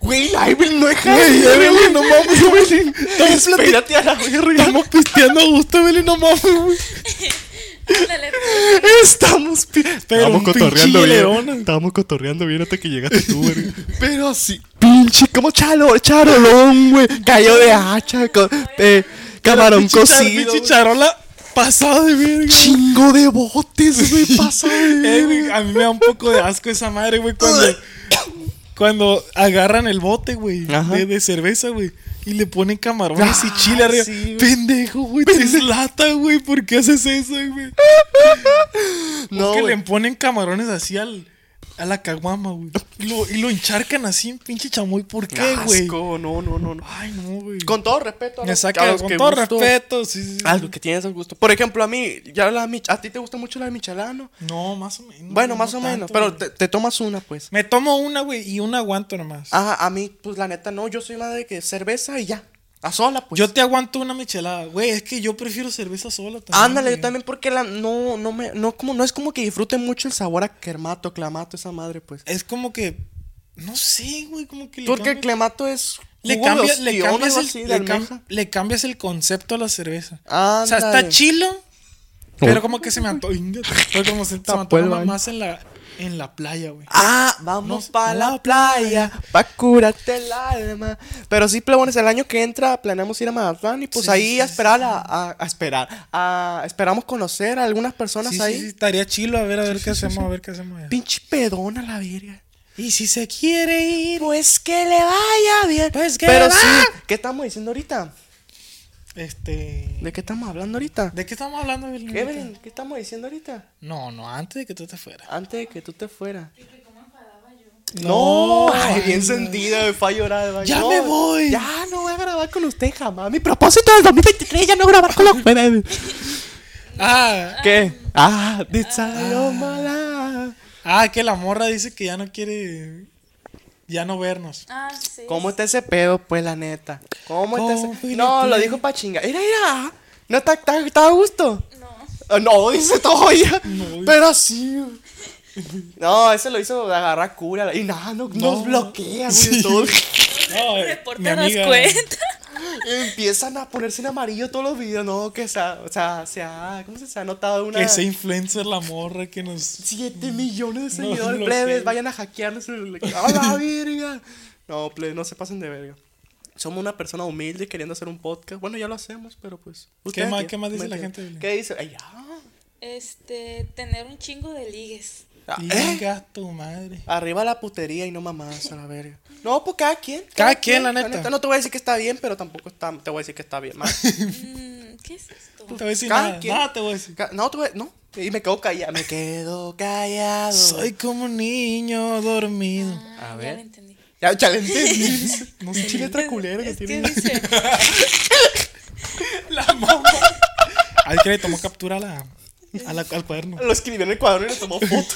Speaker 3: Güey, la Evelyn no deja. Güey, Evelyn, no mames, Evelyn. Espérate a la verga.
Speaker 5: Estamos pisteando a gusto, Evelyn, no mames, güey.
Speaker 6: ándale, pues,
Speaker 3: Estamos. pi-
Speaker 5: un pinche león.
Speaker 3: Estábamos cotorreando bien hasta que llegaste tú, güey. <laughs> Pero así. Pinche, como chalo, charolón, güey. Cayó de hacha. co- eh, camarón
Speaker 5: Pinche char-
Speaker 3: cocido.
Speaker 5: pinche charola pasada de verga.
Speaker 3: Chingo de botes, güey. Pasa de
Speaker 5: <laughs>
Speaker 3: verga.
Speaker 5: Eh, güey, a mí me da un poco de asco esa madre, güey, cuando, cuando agarran el bote, güey,
Speaker 3: Ajá.
Speaker 5: de, de cerveza, güey, y le ponen camarones y chile
Speaker 3: Ah,
Speaker 5: arriba.
Speaker 3: sí, güey.
Speaker 5: Pendejo, güey, te es lata, güey, ¿por qué haces eso, güey?
Speaker 3: No,
Speaker 5: que
Speaker 3: güey.
Speaker 5: le ponen camarones así al, a la caguama, güey. Y lo, y lo encharcan así en pinche chamoy, ¿por qué, güey?
Speaker 3: Asco, no, no, no, no.
Speaker 5: Ay, no, güey.
Speaker 3: Con todo respeto a
Speaker 5: Me
Speaker 3: los,
Speaker 5: saca,
Speaker 3: a los
Speaker 5: con
Speaker 3: que
Speaker 5: todo
Speaker 3: gusto-
Speaker 5: respeto, sí, sí, sí.
Speaker 3: A los que tienes el gusto. Por ejemplo, a mí, ya la mich- a ti te gusta mucho la de Michelano.
Speaker 5: No, más o menos.
Speaker 3: Bueno,
Speaker 5: no
Speaker 3: más o
Speaker 5: tanto,
Speaker 3: menos, pero
Speaker 5: güey.
Speaker 3: te, te tomas una, pues.
Speaker 5: Me tomo una, güey, y una aguanto nomás.
Speaker 3: Ajá, a mí, pues la neta, no, yo soy una de que cerveza y ya. A sola, pues.
Speaker 5: Yo te aguanto una michelada, güey. Es que yo prefiero cerveza sola también.
Speaker 3: Ándale,
Speaker 5: güey.
Speaker 3: yo también porque la no no me no como no es como que disfrute mucho el sabor a clemato, clamato esa madre, pues.
Speaker 5: Es como que. No sé, güey. Como que le
Speaker 3: Porque el
Speaker 5: cambia-
Speaker 3: clamato es
Speaker 5: le
Speaker 3: jugo de
Speaker 5: cambias, le
Speaker 3: ostión,
Speaker 5: cambias
Speaker 3: algo
Speaker 5: el,
Speaker 3: así, de
Speaker 5: le, cam-
Speaker 3: almeja.
Speaker 5: le cambias el concepto a la cerveza. O sea, está
Speaker 3: Ándale.
Speaker 5: chilo. Pero como que se me antojó. Pero como se, se me
Speaker 3: Tapó el
Speaker 5: antojó
Speaker 3: baño.
Speaker 5: más en la, en la playa, güey.
Speaker 3: Ah, vamos
Speaker 5: No,
Speaker 3: para
Speaker 5: no.
Speaker 3: la playa, pa' curarte el alma. Pero sí, plebones, el año que entra planeamos ir a Mazatlán y pues
Speaker 5: Sí,
Speaker 3: ahí
Speaker 5: sí,
Speaker 3: a
Speaker 5: sí,
Speaker 3: esperar a, a- a esperar. a- esperamos conocer a algunas personas
Speaker 5: Sí, sí,
Speaker 3: ahí.
Speaker 5: sí, estaría chilo. A ver, a ver qué hacemos, a ver qué hacemos. allá.
Speaker 3: Pinche pedona la verga.
Speaker 5: Y si se quiere ir.
Speaker 3: Pues que le vaya bien.
Speaker 5: Pues que
Speaker 3: Pero
Speaker 5: le va.
Speaker 3: sí, ¿qué estamos diciendo ahorita?
Speaker 5: Este.
Speaker 3: ¿De qué estamos hablando ahorita?
Speaker 5: ¿De qué estamos hablando, Evelyn?
Speaker 3: Evelyn, ¿qué estamos diciendo ahorita?
Speaker 5: No, no, antes de que tú te fueras.
Speaker 3: Antes de que tú te fueras.
Speaker 5: No,
Speaker 3: ay,
Speaker 5: ay,
Speaker 3: bien sentida, me fue a llorar. va.
Speaker 5: Ya
Speaker 3: No,
Speaker 5: me voy.
Speaker 3: Ya no voy a grabar con usted jamás. Mi propósito del 2023 ya no grabar con los jueves.
Speaker 5: Ah,
Speaker 3: <laughs> ¿Qué? Ah, de Sayomala.
Speaker 5: ah, que la morra dice que ya no quiere. ya no <laughs> vernos.
Speaker 6: Ah, sí.
Speaker 3: ¿Cómo está ese pedo, pues, la neta? ¿Cómo está ese.?
Speaker 5: Confíe,
Speaker 3: No, lo
Speaker 5: pues.
Speaker 3: dijo pa' chinga. Mira, mira. No está, está, está a gusto.
Speaker 6: No.
Speaker 3: Ah, No, dice todavía. Pero sí. No, ese lo hizo de agarrar cura. Y nada, no, nos bloquean. güey, todos.
Speaker 5: No, eh, mi
Speaker 6: Reporta las
Speaker 5: amiga.
Speaker 6: cuentas.
Speaker 3: Empiezan a ponerse en amarillo todos los videos. No, que se ha, o sea, se ha, ¿cómo se, se ha notado una.
Speaker 5: Que sea influencer la morra que nos.
Speaker 3: 7 millones de
Speaker 5: Mm. No,
Speaker 3: seguidores
Speaker 5: lo
Speaker 3: plebes,
Speaker 5: sé.
Speaker 3: vayan a hackearnos el- ¡A la verga! No, plebes, no se pasen de verga. Somos una persona humilde queriendo hacer un podcast. Bueno, ya lo hacemos, pero pues. ustedes
Speaker 5: más-
Speaker 3: que-
Speaker 5: qué más dice
Speaker 3: me
Speaker 5: la
Speaker 3: entienden.
Speaker 5: gente, Belén?
Speaker 3: ¿Qué dice? Ay, ya.
Speaker 6: Este, tener un chingo de ligues.
Speaker 3: Ah, ¿eh?
Speaker 5: Venga, tu madre.
Speaker 3: Arriba la putería y no mamás a la verga. No, pues cada quien.
Speaker 5: Cada quien, la neta.
Speaker 3: No te voy a decir que está bien, pero tampoco está, te voy a decir que está bien.
Speaker 5: <laughs>
Speaker 3: mal.
Speaker 6: Mm, ¿Qué es esto?
Speaker 5: Te voy a decir
Speaker 3: Cada
Speaker 5: nada.
Speaker 3: quien.
Speaker 5: Nada te voy a decir.
Speaker 3: Ca- no, te voy a- no. Y me quedo callado. Me quedo callado.
Speaker 5: Soy como un niño dormido.
Speaker 6: Ah, ya lo entendí.
Speaker 3: Ya, ya le entendí. No sé, chile traculero que
Speaker 6: Es que
Speaker 3: tiene.
Speaker 6: dice,
Speaker 5: Al que le tomó captura a la, a la- al cuaderno.
Speaker 3: <laughs> Lo escribió en el cuadro y le tomó foto.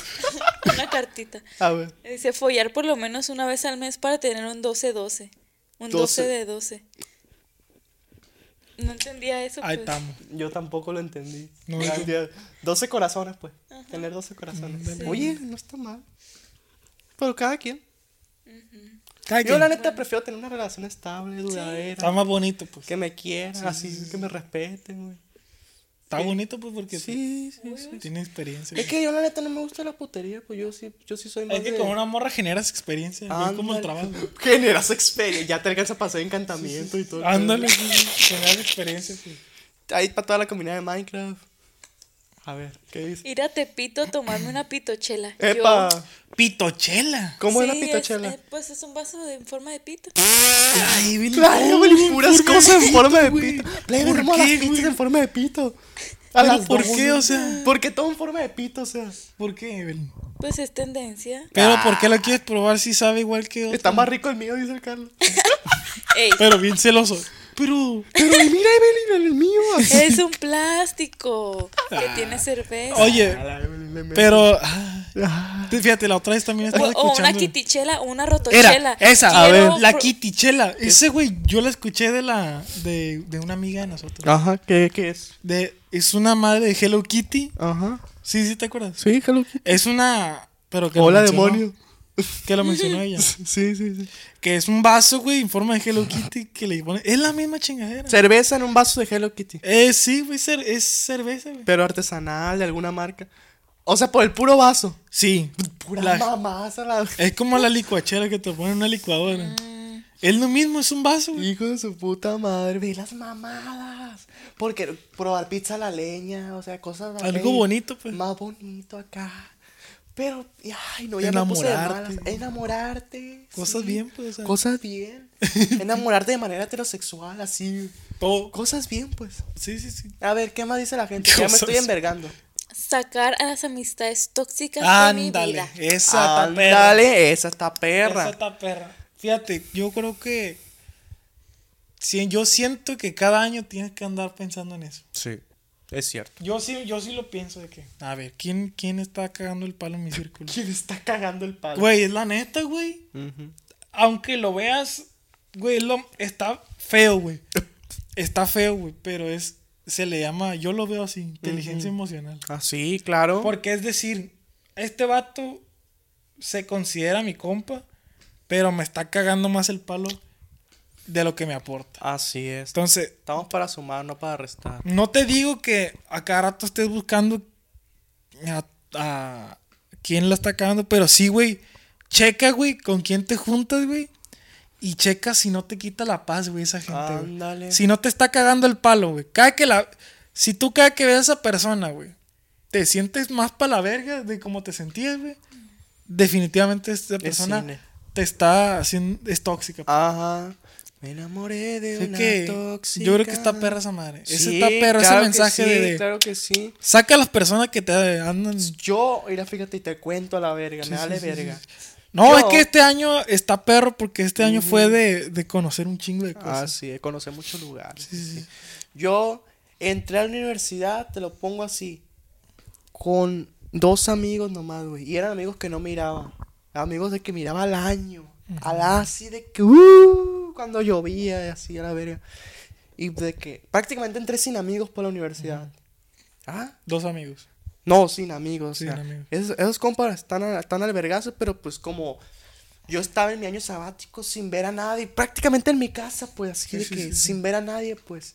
Speaker 6: una cartita.
Speaker 3: A ver.
Speaker 6: Dice, follar por lo menos una vez al mes para tener un 12-12.
Speaker 3: 12.
Speaker 6: Un 12, de 12. No entendía eso.
Speaker 5: Ahí
Speaker 6: pues.
Speaker 5: estamos.
Speaker 3: Yo tampoco lo entendí.
Speaker 5: No,
Speaker 3: Gracias.
Speaker 5: yo-
Speaker 3: 12 corazones, pues. Tener 12 corazones. Oye, no está mal. Pero cada quien.
Speaker 5: Cada
Speaker 3: Yo,
Speaker 5: quien.
Speaker 3: la neta, prefiero tener una relación estable, duradera.
Speaker 5: Está más bonito, pues.
Speaker 3: Que me quieran, así, que me respeten, güey.
Speaker 5: Está bonito, pues, porque
Speaker 3: Sí, sí.
Speaker 5: tiene experiencia.
Speaker 3: Es que yo, la neta, no me gusta la putería, pues yo sí, yo sí soy más.
Speaker 5: Es que
Speaker 3: de-
Speaker 5: con una morra generas experiencia, güey, es como el
Speaker 3: Ándale.
Speaker 5: trabajo.
Speaker 3: <laughs> Generas experiencia, ya te alcanza a pasar encantamiento y todo. el
Speaker 5: Ándale, güey, generas experiencia. güey.
Speaker 3: pedo. Ahí para toda la comunidad de Minecraft. A ver, ¿qué dice?
Speaker 6: Ir a Tepito a tomarme una pitochela. Yo-
Speaker 3: ¡Epa!
Speaker 5: Pitochela.
Speaker 3: ¿Cómo es la
Speaker 6: Sí,
Speaker 3: pitochela?
Speaker 6: es- pues es un vaso de, en forma de pito.
Speaker 5: Ay, Billy,
Speaker 3: Claro, güey, puras cosas en forma de pito. Le
Speaker 5: ¿Por
Speaker 3: vendemos las
Speaker 5: qué,
Speaker 3: pizzas
Speaker 5: güey?
Speaker 3: en forma de pito. A
Speaker 5: Pero
Speaker 3: las
Speaker 5: ¿por
Speaker 3: dos,
Speaker 5: qué,
Speaker 3: güey.
Speaker 5: o sea?
Speaker 3: ¿Por qué todo en forma de pito, o sea?
Speaker 5: ¿Por qué, Evelyn?
Speaker 6: Pues es tendencia.
Speaker 5: Pero ¿por qué lo quieres probar si sabe igual que otro?
Speaker 3: Está más rico el mío, dice el Carlos.
Speaker 6: Ey,
Speaker 5: Pero bien celoso. Pero.
Speaker 3: Pero y mira, Evelyn, el mío. así.
Speaker 6: es un plástico que tiene cerveza.
Speaker 5: Ah. Oye,
Speaker 3: A la Evelyn le mete.
Speaker 5: pero. ah,
Speaker 3: Ah,
Speaker 5: Fíjate, la otra vez
Speaker 6: O,
Speaker 5: también estaba
Speaker 6: o una
Speaker 5: escuchando.
Speaker 6: kitichela o una
Speaker 5: Era,
Speaker 6: rotochela.
Speaker 5: esa, a
Speaker 6: Quiero
Speaker 5: ver, la
Speaker 6: pro-
Speaker 5: kitichela. Ese güey, yo la escuché de la de, de una amiga de nosotros.
Speaker 3: Ajá, ¿qué, qué es?
Speaker 5: De, es una madre de Hello Kitty.
Speaker 3: Ajá.
Speaker 5: Sí, sí, ¿te acuerdas?
Speaker 3: Sí, Hello Kitty.
Speaker 5: Es una. Pero que lo
Speaker 3: Hola,
Speaker 5: mencionó-
Speaker 3: demonio.
Speaker 5: Que lo mencionó ella. <laughs>
Speaker 3: Sí, sí, sí.
Speaker 5: Que es un vaso, güey, en forma de
Speaker 3: <laughs>
Speaker 5: Hello Kitty que le pone. Es la misma chingadera.
Speaker 3: Cerveza en un vaso de Hello Kitty.
Speaker 5: Eh, sí, güey, cer- es cerveza, güey.
Speaker 3: Pero artesanal, de alguna marca. O sea, por el puro vaso.
Speaker 5: Sí.
Speaker 3: Pura
Speaker 5: la-
Speaker 3: mamaza la...
Speaker 5: es como la licuachera que te ponen en una licuadora.
Speaker 3: Mm.
Speaker 5: Es lo mismo, es un vaso, güey.
Speaker 3: Hijo de su puta madre, ve las mamadas. Porque probar pizza a la leña, o sea, cosas
Speaker 5: Algo
Speaker 3: ahí,
Speaker 5: bonito, pues.
Speaker 3: Más bonito acá. Pero, y- ay, no, ya me puse de
Speaker 5: Enamorarte.
Speaker 3: malas. Enamorarte.
Speaker 5: Cosas
Speaker 3: sí.
Speaker 5: bien, pues. o sea,
Speaker 3: Cosas
Speaker 5: <laughs>
Speaker 3: bien. Enamorarte de manera heterosexual, así.
Speaker 5: todo.
Speaker 3: Cosas bien, pues.
Speaker 5: Sí, sí, sí.
Speaker 3: A ver, ¿qué más dice la gente? Ya me
Speaker 5: Cosas-
Speaker 3: estoy envergando.
Speaker 6: Sacar a las amistades tóxicas de mi
Speaker 5: Ándale.
Speaker 6: vida.
Speaker 5: Esa está perra.
Speaker 3: Dale, esa está
Speaker 5: Esa
Speaker 3: perra.
Speaker 5: está perra. Fíjate, yo creo que. sí, yo siento que cada año tienes que andar pensando en eso.
Speaker 3: Sí, es cierto.
Speaker 5: Yo sí, yo sí lo pienso de que. A ver, ¿quién, quién está cagando el palo en
Speaker 3: <laughs>
Speaker 5: mi círculo?
Speaker 3: ¿Quién está cagando el palo?
Speaker 5: Güey, es la neta, güey.
Speaker 3: Ujú.
Speaker 5: Aunque lo veas, güey, lo- está feo, güey. Está feo, güey, pero es. Se le llama, yo lo veo así, inteligencia emocional.
Speaker 3: Ah, sí, claro.
Speaker 5: Porque es decir, este vato se considera mi compa, pero me está cagando más el palo de lo que me aporta.
Speaker 3: Así es.
Speaker 5: Entonces,
Speaker 3: Estamos para sumar, no para restar.
Speaker 5: no te digo que a cada rato estés buscando a, a quién la está cagando, pero sí, güey. Checa, güey, con quién te juntas, güey. Y checa si no te quita la paz, güey, esa gente, güey.
Speaker 3: Ándale.
Speaker 5: Si no te está cagando el palo, güey. Cada que la. Si tú cada que ves a esa persona, güey, te sientes más para la verga de cómo te sentías, güey. Definitivamente esta
Speaker 3: cine.
Speaker 5: persona te está haciendo. Es tóxica.
Speaker 3: Ajá. Me enamoré de
Speaker 5: Así
Speaker 3: una
Speaker 5: que
Speaker 3: Ah, tóxica.
Speaker 5: yo creo que está perra esa madre. Ese
Speaker 3: Sí,
Speaker 5: está perro,
Speaker 3: claro
Speaker 5: ese
Speaker 3: que
Speaker 5: mensaje
Speaker 3: sí,
Speaker 5: de, de-
Speaker 3: Claro que sí.
Speaker 5: Saca a las personas que te andan.
Speaker 3: Yo, mira, fíjate, y te cuento a la verga. me vale verga.
Speaker 5: No,
Speaker 3: Yo-
Speaker 5: es que este año está perro porque este año fue de, de conocer un chingo de
Speaker 3: Ah,
Speaker 5: cosas.
Speaker 3: sí, conocí muchos lugares. sí, sí. Yo entré a la universidad, te lo pongo así, con dos amigos nomás, güey. Y eran amigos que no miraba. Amigos de que miraba al año. A la así de que, uh, cuando llovía y así a la verga. Y de que prácticamente entré sin amigos por la universidad. ¿Ah?
Speaker 5: Dos amigos.
Speaker 3: No, sin amigos. o
Speaker 5: Sin
Speaker 3: sea,
Speaker 5: amigos.
Speaker 3: Esos, esos compas están, a- están al vergazo, pero pues como yo estaba en mi año sabático sin ver a nadie, prácticamente en mi casa, pues así
Speaker 5: Sí,
Speaker 3: de
Speaker 5: sí,
Speaker 3: que
Speaker 5: sí, sí.
Speaker 3: sin ver a nadie, pues.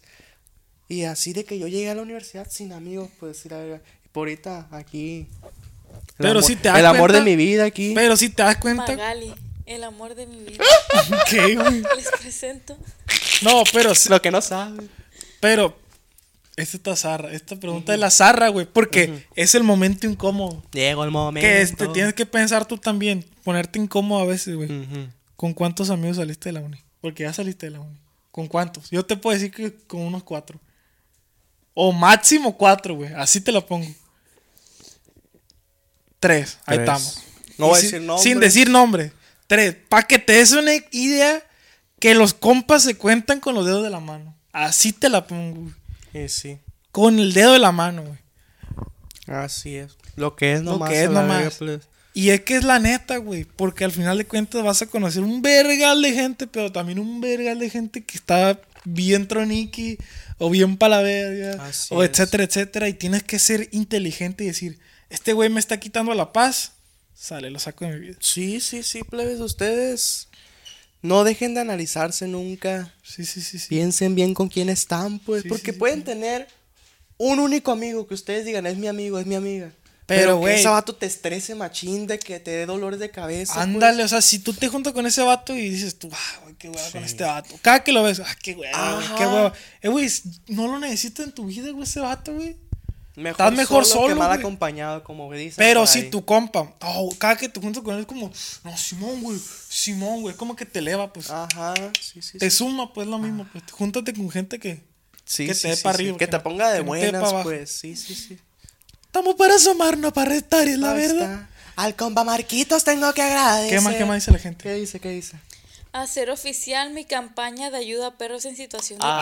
Speaker 3: Y así de que yo llegué a la universidad sin amigos, pues y la verga. Y por ahorita aquí. el
Speaker 5: Pero
Speaker 3: amor-
Speaker 5: si te das
Speaker 3: El amor de
Speaker 5: cuenta-
Speaker 3: mi vida aquí.
Speaker 5: Pero si te das <laughs> cuenta.
Speaker 6: Magali, el amor de mi vida.
Speaker 5: ¡Ah! ¿Qué, güey?
Speaker 6: Les presento.
Speaker 5: No, pero,
Speaker 3: <laughs>
Speaker 5: sí-
Speaker 3: Lo que no sabe.
Speaker 5: pero. Esta está zarra. Esta pregunta es la zarra, güey. Porque es el momento incómodo.
Speaker 3: Llegó el momento.
Speaker 5: Que este, tienes que pensar tú también. Ponerte incómodo a veces, güey.
Speaker 3: Ujú.
Speaker 5: ¿Con cuántos amigos saliste de la uni? Porque ya saliste de la uni. ¿Con cuántos? Yo te puedo decir que con unos cuatro. O máximo cuatro, güey. Así te la pongo. Tres. Ahí
Speaker 3: Tres.
Speaker 5: estamos.
Speaker 3: No
Speaker 5: Y
Speaker 3: voy a
Speaker 5: sin-
Speaker 3: decir nombre.
Speaker 5: Sin decir nombre. Tres. Para que te des una idea que los compas se cuentan con los dedos de la mano. Así te la pongo. güey.
Speaker 3: Y sí.
Speaker 5: Con el dedo de la mano, güey.
Speaker 3: Así es. Lo que es
Speaker 5: Lo
Speaker 3: nomás.
Speaker 5: que es
Speaker 3: a la
Speaker 5: nomás.
Speaker 3: verga, pues.
Speaker 5: Y es que es la neta, güey. Porque al final de cuentas vas a conocer un vergal de gente, pero también un vergal de gente que está bien troniqui o bien para la verga,
Speaker 3: Así
Speaker 5: o
Speaker 3: es.
Speaker 5: etcétera, etcétera. Y tienes que ser inteligente y decir: Este güey me está quitando la paz. Sale, lo saco de mi vida.
Speaker 3: Sí, sí, sí, plebes, ustedes no dejen de analizarse nunca.
Speaker 5: Sí, sí, sí, sí.
Speaker 3: Piensen bien con quién están, pues,
Speaker 5: Sí,
Speaker 3: porque
Speaker 5: sí, sí,
Speaker 3: pueden tener un único amigo que ustedes digan, es mi amigo, es mi amiga.
Speaker 5: Pero,
Speaker 3: Pero,
Speaker 5: güey.
Speaker 3: que ese vato te estrese machín de que te dé dolores de cabeza. pues.
Speaker 5: Ándale, o sea, si tú te juntas con ese vato y dices tú, ah, güey, qué hueva con este vato. Cada que lo ves, ah, qué hueva, güey, qué
Speaker 3: Ajá.
Speaker 5: hueva. Eh, güey, no lo necesitas en tu vida, güey, ese vato, güey.
Speaker 3: Mejor
Speaker 5: estás mejor solo,
Speaker 3: que mal
Speaker 5: güey.
Speaker 3: acompañado, como dicen.
Speaker 5: Pero
Speaker 3: por
Speaker 5: si
Speaker 3: ahí.
Speaker 5: tu compa, oh, cada que te juntas con él es como, no, Simón, güey, Simón, güey, como que te eleva, pues.
Speaker 3: Ajá, sí, Ah, sí. sí. Ah.
Speaker 5: te suma, pues lo mismo, pues. Júntate con gente que
Speaker 3: Sí,
Speaker 5: que
Speaker 3: sí,
Speaker 5: te dé
Speaker 3: sí,
Speaker 5: para
Speaker 3: sí,
Speaker 5: arriba,
Speaker 3: Que,
Speaker 5: que
Speaker 3: te
Speaker 5: no-
Speaker 3: ponga de
Speaker 5: que no te dé para
Speaker 3: buenas,
Speaker 5: abajo.
Speaker 3: pues. Sí, sí, sí.
Speaker 5: estamos para asomarnos, para restar, es la
Speaker 3: Ahí
Speaker 5: verdad.
Speaker 3: está. Al compa Marquitos tengo que agradecer.
Speaker 5: ¿Qué más, qué más dice la
Speaker 3: ¿Qué
Speaker 5: gente?
Speaker 3: dice, qué dice?
Speaker 6: Hacer oficial mi campaña de ayuda a perros en situación de
Speaker 5: Ande,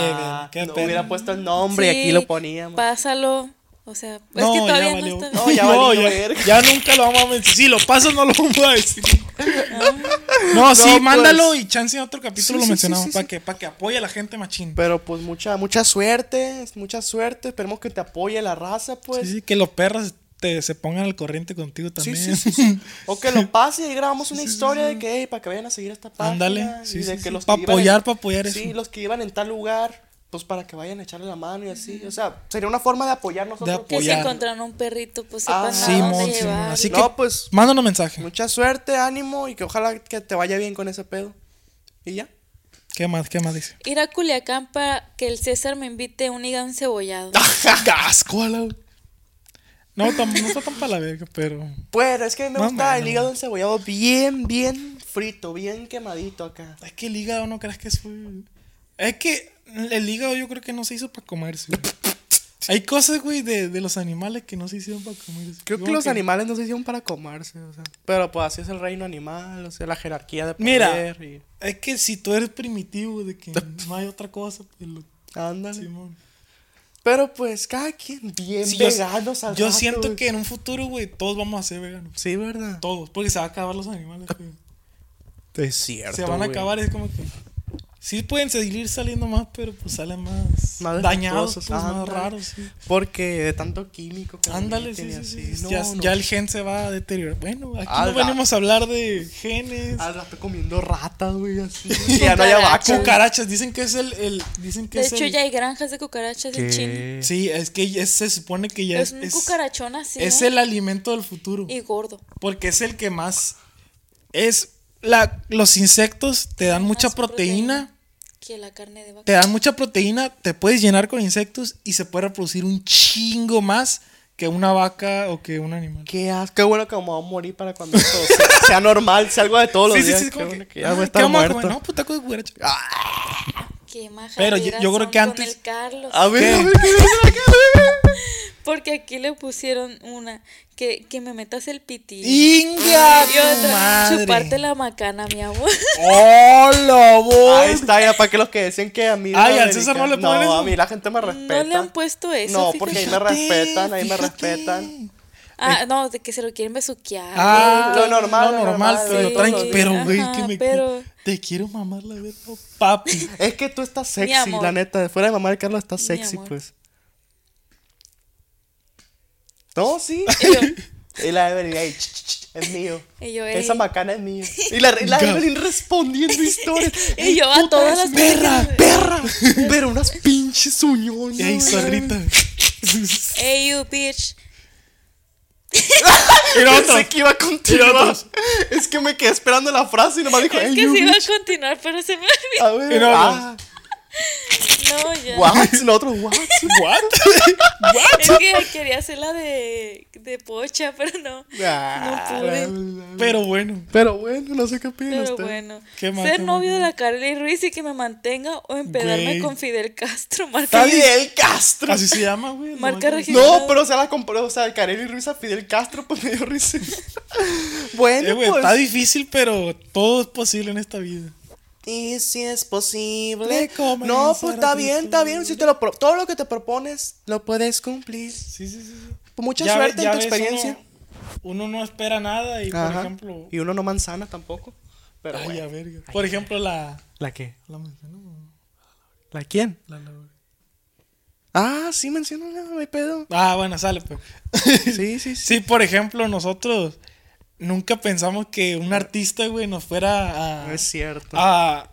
Speaker 3: Ah,
Speaker 5: güey, qué
Speaker 3: no
Speaker 5: pena.
Speaker 3: hubiera puesto el nombre y aquí
Speaker 6: Sí,
Speaker 3: lo poníamos.
Speaker 6: Pásalo. O sea,
Speaker 5: No,
Speaker 6: es que
Speaker 5: ya
Speaker 6: todavía no
Speaker 5: valió.
Speaker 6: está.
Speaker 3: No, ya
Speaker 5: <laughs> No,
Speaker 3: valió
Speaker 5: ya,
Speaker 3: verga.
Speaker 5: ya nunca lo vamos a mencionar. Si lo pasas, no lo vamos a decir.
Speaker 3: <laughs>
Speaker 5: No, sí,
Speaker 3: Ah. pues.
Speaker 5: mándalo y chance en otro capítulo
Speaker 3: Sí,
Speaker 5: lo
Speaker 3: sí,
Speaker 5: mencionamos
Speaker 3: sí, sí,
Speaker 5: para
Speaker 3: sí.
Speaker 5: que para que apoye a la gente machín.
Speaker 3: Pero pues mucha, mucha suerte, mucha suerte. Esperemos que te apoye la raza, pues.
Speaker 5: sí, sí, que los perros te, se pongan al corriente contigo
Speaker 3: Sí, sí,
Speaker 5: también.
Speaker 3: sí,
Speaker 5: <laughs>
Speaker 3: sí. O que lo pase y grabamos una historia de que, hey, para que vayan a seguir esta página.
Speaker 5: Ándale, sí,
Speaker 3: y de
Speaker 5: sí,
Speaker 3: que
Speaker 5: sí.
Speaker 3: los
Speaker 5: Pa'
Speaker 3: que iban en-
Speaker 5: apoyar, pa' apoyar
Speaker 3: Sí,
Speaker 5: eso.
Speaker 3: los que iban en tal lugar, pues para que vayan a echarle la mano y así. O sea, sería una forma de apoyar nosotros. pues.
Speaker 5: De
Speaker 6: Que si
Speaker 5: apoyar.
Speaker 6: encontraron un perrito, pues
Speaker 3: Ah,
Speaker 6: sepan
Speaker 5: Sí,
Speaker 6: a dónde
Speaker 5: mon, sí, mon.
Speaker 6: llevar.
Speaker 5: Así que
Speaker 3: No, pues
Speaker 5: mándanos mensaje.
Speaker 3: mucha suerte, ánimo y que ojalá que te vaya bien con ese pedo. Y ya.
Speaker 5: ¿Qué más? ¿Qué más dice?
Speaker 6: Ir a Culiacán para que el César me invite un hígado encebollado.
Speaker 5: <laughs>
Speaker 3: Ah,
Speaker 5: Asco a la- No, tam- no está tan para la verga, pero.
Speaker 3: Bueno, Pues, es que a mí me
Speaker 5: Más o
Speaker 3: gusta el
Speaker 5: menos.
Speaker 3: hígado encebollado bien, bien frito, bien quemadito acá.
Speaker 5: Es que el hígado no crees que es. Es que el hígado yo creo que no se hizo para comerse. güey. Hay cosas, güey, de, de los animales que no se hicieron para comerse.
Speaker 3: Creo que
Speaker 5: Como
Speaker 3: los animales no se hicieron para comerse, o sea. Pero pues así es el reino animal, o sea, la jerarquía de
Speaker 5: Mira,
Speaker 3: poder y.
Speaker 5: es que si tú eres primitivo,
Speaker 3: <laughs>
Speaker 5: de que no hay otra cosa, pues lo-
Speaker 3: Ándale.
Speaker 5: Simón.
Speaker 3: Pero pues cada quien bien
Speaker 5: Sí, yo-
Speaker 3: veganos
Speaker 5: yo
Speaker 3: al rato,
Speaker 5: siento
Speaker 3: güey.
Speaker 5: que en un futuro, güey, todos vamos a ser veganos.
Speaker 3: Sí, ¿verdad?
Speaker 5: Todos, porque se van a acabar
Speaker 3: <laughs>
Speaker 5: los animales, güey.
Speaker 3: Es cierto.
Speaker 5: se van a
Speaker 3: güey.
Speaker 5: acabar, es como que. Sí pueden seguir saliendo más, pero pues salen más,
Speaker 3: Más
Speaker 5: dañados,
Speaker 3: defectuosos,
Speaker 5: pues, más
Speaker 3: ándale.
Speaker 5: raros. sí.
Speaker 3: Porque de tanto químico que le
Speaker 5: Ándale, sí,
Speaker 3: meten y
Speaker 5: sí, sí,
Speaker 3: así.
Speaker 5: sí.
Speaker 3: No,
Speaker 5: ya,
Speaker 3: no.
Speaker 5: ya el gen se va a deteriorar. Bueno, aquí
Speaker 3: Al
Speaker 5: no
Speaker 3: ra-
Speaker 5: venimos a hablar de genes. Ah,
Speaker 3: Al rato comiendo ratas, güey,
Speaker 5: <laughs>
Speaker 3: así. Y ya no haya
Speaker 6: Cucarachas.
Speaker 3: vaca.
Speaker 5: Cucarachas, dicen que es el. el- dicen que
Speaker 6: De
Speaker 5: es
Speaker 6: hecho,
Speaker 5: el-
Speaker 6: ya hay granjas de cucarachas en China.
Speaker 5: Sí, es que ya se supone que ya
Speaker 6: Es
Speaker 5: es.
Speaker 6: un
Speaker 5: Es,
Speaker 6: cucarachón así.
Speaker 5: es
Speaker 6: ¿no?
Speaker 5: el alimento del futuro.
Speaker 6: Y gordo.
Speaker 5: Porque es el que más. Es. La, los insectos te dan mucha
Speaker 6: Más
Speaker 5: proteína.
Speaker 6: Que la carne de
Speaker 5: te
Speaker 6: vaca.
Speaker 5: dan mucha proteína, te puedes llenar con insectos y se puede reproducir un chingo más que una vaca o que un animal.
Speaker 3: Qué asco. Qué bueno que me voy a morir para cuando esto <laughs> sea, sea normal, sea algo de todos los
Speaker 5: Sí, sí,
Speaker 3: días.
Speaker 5: sí, es
Speaker 3: Qué
Speaker 5: como
Speaker 3: bueno
Speaker 5: que,
Speaker 3: que ya
Speaker 5: ah,
Speaker 3: voy a
Speaker 5: ¿qué
Speaker 3: estar
Speaker 5: vamos a
Speaker 3: muerto. Ah,
Speaker 5: comer? No, puta cosa de cucaracha.
Speaker 6: Qué maja.
Speaker 5: Pero yo- yo creo que antes-
Speaker 6: el Carlos.
Speaker 3: A ver, a
Speaker 5: ¿Qué?
Speaker 3: ver, ¿qué dice acá? <laughs>
Speaker 6: Porque aquí le pusieron una. Que, que me metas el pitillo.
Speaker 5: ¡Inga!
Speaker 6: Y otra,
Speaker 5: tu madre!
Speaker 6: Chuparte la macana,
Speaker 3: <laughs>
Speaker 6: mi amor.
Speaker 5: ¡Hola,
Speaker 3: Ahí
Speaker 5: vos!
Speaker 3: está, ya para que los que dicen que a mí.
Speaker 5: Ay,
Speaker 3: la
Speaker 5: al César no le
Speaker 3: dedican-
Speaker 5: ponen eso.
Speaker 3: No, a mí la gente me respeta.
Speaker 6: No le han puesto eso.
Speaker 3: No,
Speaker 6: fíjate.
Speaker 3: porque ahí me respetan, ahí me respetan.
Speaker 6: Ah, no, de que se lo quieren besuquear.
Speaker 5: Ah,
Speaker 3: lo normal,
Speaker 5: lo
Speaker 3: lo
Speaker 5: normal,
Speaker 3: normal,
Speaker 5: pero
Speaker 6: sí,
Speaker 5: tranqui,
Speaker 6: sí.
Speaker 5: pero güey,
Speaker 6: Ajá,
Speaker 5: que me
Speaker 6: pero-
Speaker 5: te quiero mamar la verga, oh, papi.
Speaker 3: Es que tú estás
Speaker 6: Mi
Speaker 3: sexy,
Speaker 6: amor.
Speaker 3: la neta. Fuera de mamá de Carlos estás
Speaker 6: Mi
Speaker 3: sexy,
Speaker 6: amor.
Speaker 3: pues. No, sí.
Speaker 6: <laughs> Y yo,
Speaker 3: Y la Evelyn, ahí, ch, ch, ch, es mío.
Speaker 6: Y yo,
Speaker 3: Esa
Speaker 6: ey.
Speaker 3: macana es mía. Y la,
Speaker 5: <laughs>
Speaker 3: y la
Speaker 5: Go.
Speaker 3: Evelyn
Speaker 6: <laughs>
Speaker 3: respondiendo historias.
Speaker 6: Y
Speaker 3: Ey,
Speaker 6: yo a
Speaker 3: puta,
Speaker 6: todas
Speaker 3: es
Speaker 6: las
Speaker 3: Perra,
Speaker 6: mujeres.
Speaker 3: perra. Pero unas pinches uñones.
Speaker 5: Y ahí zorrita.
Speaker 6: hey, you bitch.
Speaker 5: Y la otra.
Speaker 3: Pensé que iba a continuar. Es que me quedé esperando la frase y nomás dijo,
Speaker 6: Es
Speaker 3: "Ey,
Speaker 6: que
Speaker 3: you
Speaker 6: sí iba
Speaker 3: bitch".
Speaker 6: a continuar, pero se me olvidó.
Speaker 3: A ver,
Speaker 5: Y no,
Speaker 3: ah,
Speaker 6: No, ya.
Speaker 3: what? Y Lo otro, <laughs> what?
Speaker 5: What?
Speaker 6: Es que quería hacer la de, de pocha, <laughs> pero no.
Speaker 3: Ah,
Speaker 6: pude.
Speaker 5: <laughs> Pero bueno,
Speaker 3: Pero bueno, no sé qué opinan
Speaker 6: Pero
Speaker 3: ustedes.
Speaker 6: bueno.
Speaker 5: Qué mal,
Speaker 6: Ser
Speaker 5: qué
Speaker 6: novio
Speaker 5: mal.
Speaker 6: de la Carly Ruiz y que me mantenga o empedarme
Speaker 5: Güey.
Speaker 6: con Fidel Castro. Marca,
Speaker 3: Fidel Castro.
Speaker 5: así se llama, güey. lo
Speaker 6: marca
Speaker 5: voy a-
Speaker 6: registrada.
Speaker 3: No, pero o sea, la compró, o sea, Carelli Ruiz a Fidel Castro, <laughs> pues me dio risa. bueno,
Speaker 5: Eh, güey,
Speaker 3: pues.
Speaker 5: está difícil, pero todo es posible en esta vida.
Speaker 3: Y si es posible.
Speaker 5: Le comenzará
Speaker 3: No, pues está
Speaker 5: a
Speaker 3: bien, está bien. Si te lo pro- todo lo que te propones, lo puedes cumplir.
Speaker 5: Sí, sí, sí. sí.
Speaker 3: Pues mucha
Speaker 5: Ya ve-
Speaker 3: suerte
Speaker 5: ya
Speaker 3: en tu
Speaker 5: ves,
Speaker 3: experiencia.
Speaker 5: Uno, uno no espera nada y, por
Speaker 3: Ajá.
Speaker 5: ejemplo...
Speaker 3: Y uno no manzana tampoco. Pero
Speaker 5: Ay,
Speaker 3: bueno.
Speaker 5: a verga. Por ejemplo, la...
Speaker 3: ¿La qué?
Speaker 5: La mencionó.
Speaker 3: ¿La quién?
Speaker 5: la- la-
Speaker 3: Ah, sí menciona, no hay
Speaker 5: <laughs>
Speaker 3: pedo.
Speaker 5: Ah, bueno, sale pues.
Speaker 3: Sí, sí, sí.
Speaker 5: Sí, por ejemplo, nosotros nunca pensamos que un artista, güey, nos fuera a...
Speaker 3: No es
Speaker 5: Ah,
Speaker 3: cierto.
Speaker 5: a,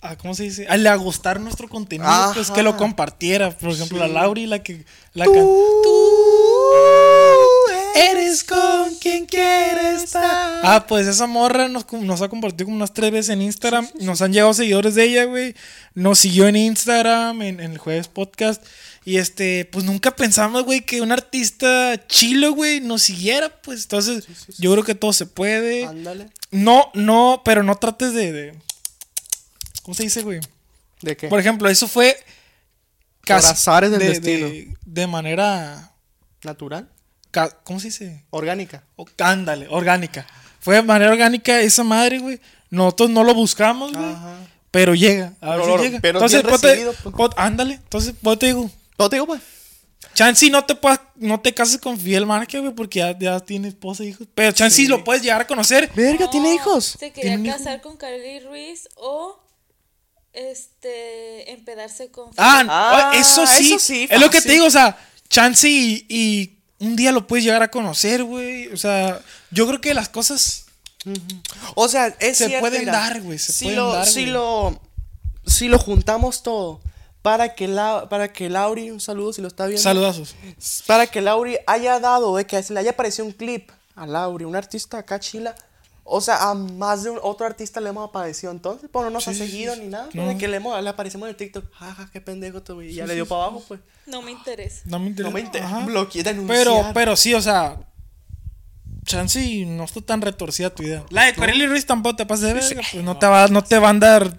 Speaker 5: a- ¿cómo se dice? A, le- a gustar nuestro contenido, pues
Speaker 3: Ajá.
Speaker 5: que lo compartiera. Por ejemplo, la Lauri, la que la
Speaker 3: Tú,
Speaker 5: can-
Speaker 3: eres con quien quieres estar.
Speaker 5: Ah, pues esa morra nos, com- nos ha compartido como unas tres veces en Instagram. Nos han llegado seguidores de ella, güey. Nos siguió en Instagram, en, en el jueves podcast. Y este, pues nunca pensamos, güey, que un artista chilo, güey, nos siguiera. Pues entonces, yo creo que todo se puede.
Speaker 3: Ándale.
Speaker 5: No, no, pero no trates de- de... ¿Cómo se dice, güey?
Speaker 3: ¿De qué?
Speaker 5: Por ejemplo, eso fue
Speaker 3: azares del
Speaker 5: de,
Speaker 3: destino.
Speaker 5: de- de manera.
Speaker 3: Natural,
Speaker 5: ca- ¿Cómo se dice?
Speaker 3: orgánica.
Speaker 5: O- ándale, orgánica. Fue de manera orgánica esa madre, güey. Nosotros no lo buscamos, güey.
Speaker 3: Ajá.
Speaker 5: Pero llega. A ver
Speaker 3: Pero
Speaker 5: si
Speaker 3: lo-
Speaker 5: llega.
Speaker 3: pero
Speaker 5: Entonces,
Speaker 3: bien
Speaker 5: ponte-
Speaker 3: recibido, pues.
Speaker 5: pon- ándale. Entonces, pues te digo.
Speaker 3: No te digo, pues.
Speaker 5: Chansi no te puedas- no te cases con Fidel Márquez, güey, porque ya, ya tiene esposa e hijos. Pero Chansi lo puedes llegar a conocer.
Speaker 3: Verga,
Speaker 6: No,
Speaker 3: tiene hijos.
Speaker 6: Se quería
Speaker 5: ¿Tiene un hijo?
Speaker 6: casar con Carly Ruiz o este empedarse con
Speaker 5: Ah,
Speaker 3: Ah,
Speaker 5: oye, eso sí.
Speaker 3: eso sí,
Speaker 5: es lo que te
Speaker 3: fácil.
Speaker 5: digo, o sea, chance y, y un día lo puedes llegar a conocer, güey. O sea, yo creo que las cosas.
Speaker 3: O sea, es
Speaker 5: Se
Speaker 3: cierto,
Speaker 5: pueden
Speaker 3: mira,
Speaker 5: dar, güey, se
Speaker 3: si
Speaker 5: pueden
Speaker 3: lo,
Speaker 5: dar,
Speaker 3: si
Speaker 5: güey.
Speaker 3: lo si lo juntamos todo para que la para que Lauri, un saludo si lo está viendo.
Speaker 5: Saludazos.
Speaker 3: Para que Lauri haya dado, de que se le haya aparecido un clip a Lauri, un artista acá chila. O sea, a más de un, otro artista le hemos aparecido entonces, pues no nos ha
Speaker 5: sí,
Speaker 3: seguido
Speaker 5: sí.
Speaker 3: ni nada.
Speaker 5: No.
Speaker 3: De que le, hemos, le aparecemos en el TikTok. Jaja, qué pendejo tú, güey. Y ya le dio para abajo, pues.
Speaker 6: No me interesa.
Speaker 5: No me interesa.
Speaker 3: No me interesa.
Speaker 5: Ajá.
Speaker 3: Bloqueé, denunciar.
Speaker 5: Pero, pero sí, o sea. Chance y no está tan retorcida tu idea. La de
Speaker 3: Pues
Speaker 5: Corelli Ruiz tampoco te pases de verga. Pues no te va, no te va a andar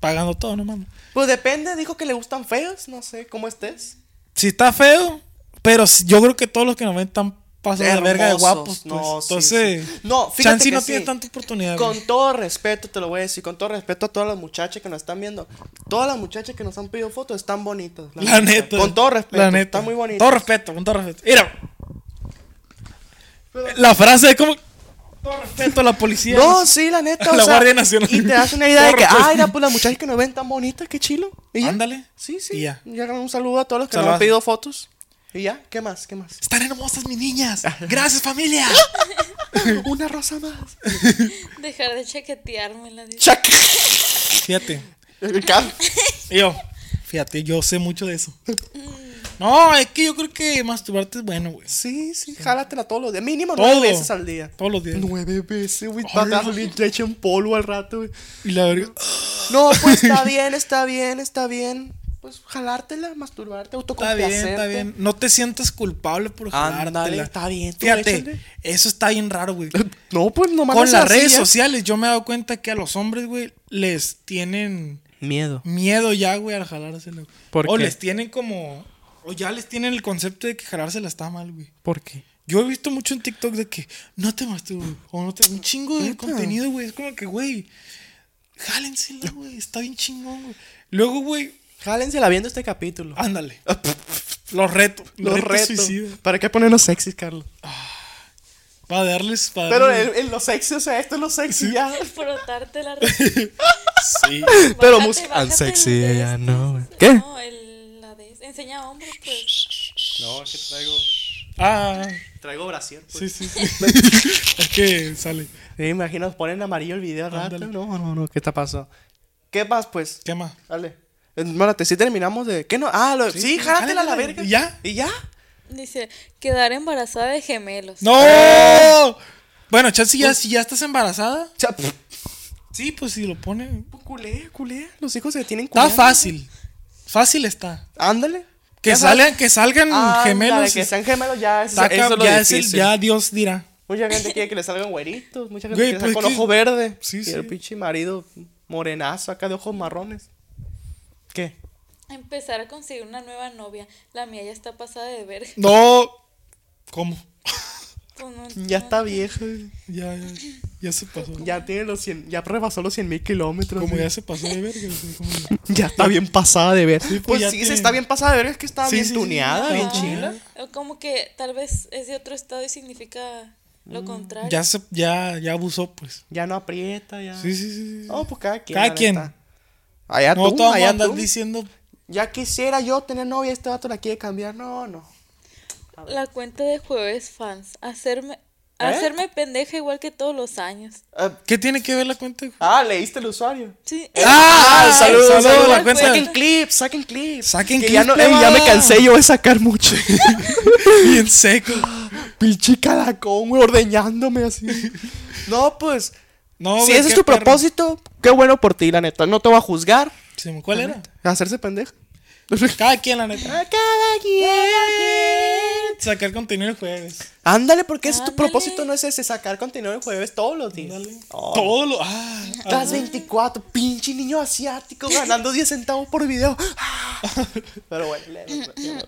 Speaker 5: pagando todo, no mames.
Speaker 3: Pues depende, dijo que le gustan feos, no sé, cómo estés.
Speaker 5: Si está feo, pero si- yo creo que todos los que nos ven están pasados de verga de
Speaker 3: Hermosos,
Speaker 5: guapos. Pues.
Speaker 3: no, sí,
Speaker 5: Entonces,
Speaker 3: sí. No, fíjate
Speaker 5: Chansi
Speaker 3: que
Speaker 5: no
Speaker 3: sí.
Speaker 5: tiene tanta oportunidad. güey.
Speaker 3: Con todo respeto, te lo voy a decir, con todo respeto a todas las muchachas que nos están viendo. Todas las muchachas que nos han pedido fotos están bonitas.
Speaker 5: La neta.
Speaker 3: Con todo respeto.
Speaker 5: La neta.
Speaker 3: Están muy bonitas.
Speaker 5: Todo respeto, con todo respeto. Mira. La frase es como. Todo respeto a la policía.
Speaker 3: No, sí, la neta. o
Speaker 5: <laughs> La
Speaker 3: sea,
Speaker 5: Guardia Nacional.
Speaker 3: Y te das una idea de que,
Speaker 5: Todo respeto.
Speaker 3: ay, mira, pues las muchachas que nos ven tan bonitas, qué chilo. Y ya.
Speaker 5: Ándale.
Speaker 3: Sí, sí.
Speaker 5: Y ya.
Speaker 3: Y hagan un saludo a todos los que nos
Speaker 5: Saludazo.
Speaker 3: han pedido fotos. Y ya, ¿qué más? ¿Qué
Speaker 5: <laughs>
Speaker 3: más?
Speaker 5: Están hermosas
Speaker 3: <laughs>
Speaker 5: mis niñas. Gracias, familia.
Speaker 3: una rosa más.
Speaker 5: <laughs>
Speaker 6: Dejar de chaquetearme la de-
Speaker 3: Chac.
Speaker 5: Fíjate.
Speaker 3: El can-
Speaker 5: Y Yo. Fíjate, yo sé mucho de eso. <laughs> No, es que yo creo que masturbarte es bueno, güey.
Speaker 3: Sí, sí, jálatela todos los días. Mínimo
Speaker 5: Todo.
Speaker 3: nueve veces al día.
Speaker 5: Todos los días.
Speaker 3: Nueve veces, güey.
Speaker 5: Ay,
Speaker 3: Para darle leche en polvo al rato, güey.
Speaker 5: Y la verga. "Ah,
Speaker 3: No, pues
Speaker 5: <laughs>
Speaker 3: está bien, está bien, está bien. Pues jalártela, masturbarte,
Speaker 5: Está bien,
Speaker 3: autocomplacerte.
Speaker 5: está bien. No te sientas culpable por
Speaker 3: ¿eh? Ándale,
Speaker 5: jalártela.
Speaker 3: está bien, tú
Speaker 5: Fíjate,
Speaker 3: échale.
Speaker 5: eso está bien
Speaker 3: <laughs>
Speaker 5: raro, güey.
Speaker 3: No, pues nomás no
Speaker 5: Con
Speaker 3: seas
Speaker 5: las
Speaker 3: así,
Speaker 5: redes
Speaker 3: ya.
Speaker 5: sociales, yo me he dado cuenta que a los hombres, güey, les tienen
Speaker 3: Miedo.
Speaker 5: miedo ya, güey, al jalársela. güey.
Speaker 3: ¿Por
Speaker 5: o
Speaker 3: qué?
Speaker 5: les tienen como. O ya les tienen el concepto de que jalársela está mal, güey.
Speaker 3: ¿Por qué?
Speaker 5: Yo he visto mucho en TikTok de que no te masturbes. O no te. Un chingo de
Speaker 3: Neta.
Speaker 5: contenido, güey. Es como que, güey. Jálensela, güey. Está bien chingón, güey. Luego, güey.
Speaker 3: Jálensela viendo este capítulo.
Speaker 5: Ándale.
Speaker 3: <laughs>
Speaker 5: Los retos.
Speaker 3: Los retos.
Speaker 5: Ah, suicida.
Speaker 3: ¿Para qué ponernos sexys, Carlos?
Speaker 5: Para darles. Para
Speaker 3: Pero
Speaker 5: darles-
Speaker 3: en, en lo sexy, o sea, esto es lo sexy ya.
Speaker 6: Frotarte la
Speaker 5: Sí.
Speaker 3: <laughs> Pero
Speaker 6: Bájate,
Speaker 3: música
Speaker 6: bájate
Speaker 3: unsexy,
Speaker 6: el de
Speaker 3: ella
Speaker 6: este.
Speaker 3: no, güey. ¿Qué?
Speaker 6: No, el, la de enseña a hombres, pues.
Speaker 3: No, es que traigo.
Speaker 5: Ah,
Speaker 3: Traigo brasier. pues.
Speaker 5: sí,
Speaker 3: <laughs>
Speaker 5: sí. sí. <laughs> es que sale.
Speaker 3: Sí, imagino, ponen amarillo el video al rato.
Speaker 5: Ándale.
Speaker 3: No, no, no, ¿qué está pasando? ¿Qué más, pues?
Speaker 5: ¿Qué más?
Speaker 3: Dale. Espérate, si terminamos de. ¿Qué no? Ah, lo... sí, járatela a la
Speaker 5: jálale.
Speaker 3: verga.
Speaker 5: ¿Y ya?
Speaker 3: ¿Y ya?
Speaker 6: Dice, quedar embarazada de gemelos.
Speaker 5: ¡No!
Speaker 3: ¡Eh!
Speaker 5: Bueno, chance ya, si ya estás embarazada.
Speaker 3: O sea, pff,
Speaker 5: Sí, pues si lo pone.
Speaker 3: culea, culea. Los hijos se tienen
Speaker 5: Está
Speaker 3: culeando.
Speaker 5: fácil. Fácil está.
Speaker 3: Ándale.
Speaker 5: Que
Speaker 3: Ya Ah,
Speaker 5: salgan, que salgan
Speaker 3: Ándale,
Speaker 5: gemelos.
Speaker 3: Que
Speaker 5: y
Speaker 3: sean gemelos ya. Eso,
Speaker 5: saca-
Speaker 3: eso es lo
Speaker 5: ya, es el-
Speaker 3: difícil.
Speaker 5: ya Dios dirá.
Speaker 3: Mucha gente quiere que le salgan güeritos. Mucha gente
Speaker 5: Güey,
Speaker 3: quiere
Speaker 5: pues
Speaker 3: que con
Speaker 5: que-
Speaker 3: ojo verde.
Speaker 5: Sí,
Speaker 3: y
Speaker 5: sí.
Speaker 3: el pinche marido morenazo acá de ojos marrones. ¿Qué?
Speaker 6: Empezar a conseguir una nueva novia. La mía ya está pasada de verga.
Speaker 5: No. ¿Cómo?
Speaker 6: Pues no-
Speaker 3: Ya está vieja.
Speaker 5: Ya, ya, ya se pasó.
Speaker 3: Ya pues tiene los 100. Ya rebasó los 100 mil kilómetros.
Speaker 5: Como
Speaker 3: güey.
Speaker 5: ya se pasó de verga. o sea, como ya-
Speaker 3: <laughs> Ya está bien pasada de ver.
Speaker 5: pues
Speaker 3: pues
Speaker 5: ya
Speaker 3: sí,
Speaker 5: tiene-
Speaker 3: se está bien pasada de ver, es que está
Speaker 5: Sí,
Speaker 3: bien
Speaker 5: sí, sí,
Speaker 3: tuneada,
Speaker 5: está
Speaker 3: bien
Speaker 5: bien
Speaker 3: chila.
Speaker 5: tuneada.
Speaker 6: O como que tal vez es de otro estado y significa lo contrario.
Speaker 5: Ya, se, ya, ya abusó, pues.
Speaker 3: Ya no aprieta, ya.
Speaker 5: Sí, sí, sí. sí.
Speaker 3: No, pues cada quien.
Speaker 5: Cada
Speaker 3: la
Speaker 5: quien.
Speaker 3: neta. Allá
Speaker 5: No,
Speaker 3: tú,
Speaker 5: todo
Speaker 3: allá
Speaker 5: andas
Speaker 3: tú.
Speaker 5: diciendo.
Speaker 3: Ya quisiera yo tener novia, este vato la quiere cambiar. No, no.
Speaker 6: La cuenta de jueves fans. Hacerme,
Speaker 5: ¿Eh?
Speaker 6: hacerme pendeja igual que todos los años.
Speaker 3: Eh,
Speaker 5: ¿Qué tiene que ver la cuenta?
Speaker 3: ah, leíste el usuario.
Speaker 6: Sí.
Speaker 5: ¡Ah!
Speaker 3: saludos,
Speaker 5: saludos,
Speaker 3: saludos,
Speaker 5: la cuenta.
Speaker 3: Saquen clips, saquen clips.
Speaker 5: Saquen
Speaker 3: que
Speaker 5: clips,
Speaker 3: Ya, no, ey, ya
Speaker 5: plebada.
Speaker 3: me cansé yo de sacar
Speaker 5: <laughs>
Speaker 3: mucho.
Speaker 5: Bien seco.
Speaker 3: Pinche calacón, güey, ordeñándome así. No, pues.
Speaker 5: No,
Speaker 3: si
Speaker 5: güey,
Speaker 3: ese es
Speaker 5: qué
Speaker 3: tu
Speaker 5: perro.
Speaker 3: propósito, qué bueno por ti, la neta. No te voy a juzgar.
Speaker 5: Sí, ¿Cuál era?
Speaker 3: Hacerse pendejo.
Speaker 5: Cada quien, la neta.
Speaker 3: cada quien.
Speaker 5: Sacar contenido el jueves.
Speaker 3: Ándale, porque ese es tu
Speaker 6: Ándale.
Speaker 3: propósito, no es ese, sacar contenido el jueves todos los días.
Speaker 5: Dale.
Speaker 3: Oh.
Speaker 5: Todo lo. Ah, ah.
Speaker 3: Las 24, pinche niño asiático ganando 10 centavos por video. Ah. <laughs> Pero bueno, le- le- le-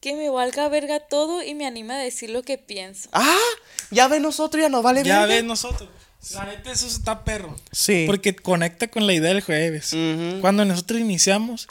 Speaker 6: Que me valga verga todo y me anima a decir lo que pienso.
Speaker 3: ah, ya ve nosotros, ya nos vale
Speaker 5: ya
Speaker 3: verga.
Speaker 5: ves nosotros. La neta, eso está perro.
Speaker 3: Sí.
Speaker 5: Porque conecta con la idea del jueves.
Speaker 3: Ujú.
Speaker 5: Cuando nosotros iniciamos,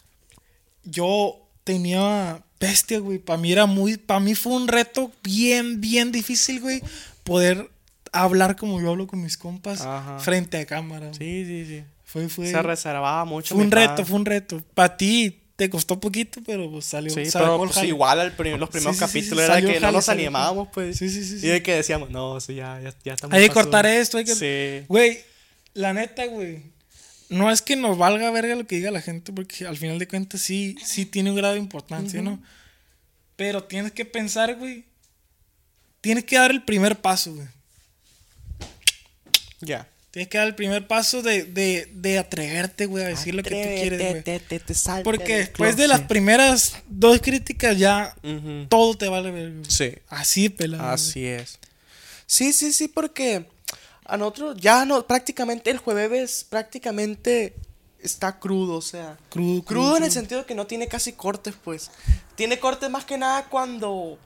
Speaker 5: yo tenía bestia, güey. Para mí era muy. Para mí fue un reto bien, bien difícil, güey. Poder hablar como yo hablo con mis compas
Speaker 3: Ajá.
Speaker 5: frente a cámara.
Speaker 3: Sí,
Speaker 5: Sí.
Speaker 3: sí, sí.
Speaker 5: Fue, fue.
Speaker 3: Se reservaba mucho.
Speaker 5: Fue un
Speaker 3: mi pa.
Speaker 5: reto, fue un reto. Para ti te costó poquito, pero pues salió.
Speaker 3: Sí,
Speaker 5: sacó
Speaker 3: pero
Speaker 5: el
Speaker 3: pues,
Speaker 5: jale.
Speaker 3: igual al prim- los primeros
Speaker 5: Sí, sí, sí, sí,
Speaker 3: capítulos era
Speaker 5: salió
Speaker 3: que no
Speaker 5: jale,
Speaker 3: nos
Speaker 5: salió.
Speaker 3: animábamos, pues.
Speaker 5: Sí, sí, sí, sí.
Speaker 3: Y de que decíamos, no, eso ya, ya, ya está muy
Speaker 5: Hay que
Speaker 3: pasado".
Speaker 5: cortar esto, hay que.
Speaker 3: Sí.
Speaker 5: Güey, la neta, güey. No es que nos valga verga lo que diga la gente, porque al final de cuentas sí, sí tiene un grado de importancia, ¿no? Pero tienes que pensar, güey. Tienes que dar el primer paso, güey.
Speaker 3: Ya.
Speaker 5: Tienes que dar el primer paso de, de, de atreverte, güey, a decir lo que tú quieres, güey. Porque después de las primeras dos críticas ya
Speaker 3: Ujú.
Speaker 5: todo te vale verga. güey.
Speaker 3: Sí.
Speaker 5: Así, pelado. güey.
Speaker 3: Así es. Sí, sí, sí, porque a nosotros ya no, prácticamente el jueves prácticamente está crudo, o sea.
Speaker 5: Crudo, crudo,
Speaker 3: Crudo, en el sentido que no tiene casi cortes, pues. Tiene cortes más que nada cuando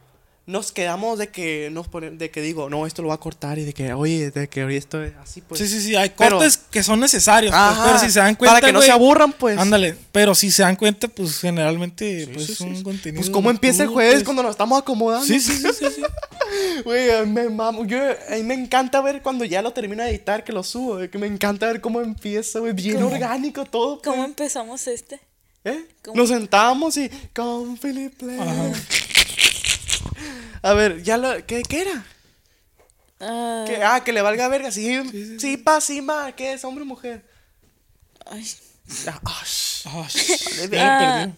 Speaker 3: nos quedamos de que nos pone- de que digo, no, esto lo va a cortar y de que, oye, de que hoy esto es así, pues.
Speaker 5: sí, sí, sí, hay
Speaker 3: Pero-
Speaker 5: cortes que son necesarios, pues,
Speaker 3: Ajá,
Speaker 5: pero si se dan cuenta,
Speaker 3: para que no
Speaker 5: güey,
Speaker 3: se aburran, pues.
Speaker 5: Ándale, pero si se dan cuenta, pues generalmente pues
Speaker 3: Sí, sí,
Speaker 5: un
Speaker 3: sí.
Speaker 5: contenido
Speaker 3: Pues cómo empieza el
Speaker 5: crudo,
Speaker 3: jueves
Speaker 5: pues.
Speaker 3: cuando nos estamos acomodando.
Speaker 5: Sí, sí, sí, sí,
Speaker 3: <laughs>
Speaker 5: sí.
Speaker 3: Güey, a mí me mamo. Yo, a mí me encanta ver cuando ya lo termino de editar, que lo subo. eh, Que me encanta ver cómo empieza, güey. Bien orgánico todo. pues.
Speaker 6: ¿Cómo empezamos este?
Speaker 3: ¿Eh?
Speaker 6: cómo?
Speaker 3: Nos sentamos y. Con Philip Play. A ver, ya lo. ¿Qué, qué era?
Speaker 6: Ah,
Speaker 3: Que- ah, que le valga verga. Sí, sí, pa, sí, ma. ¿Qué es, hombre o mujer?
Speaker 6: ay,
Speaker 3: Ah, ah, sh-
Speaker 5: Ah, sh-
Speaker 6: Ah.
Speaker 5: ya me perdió.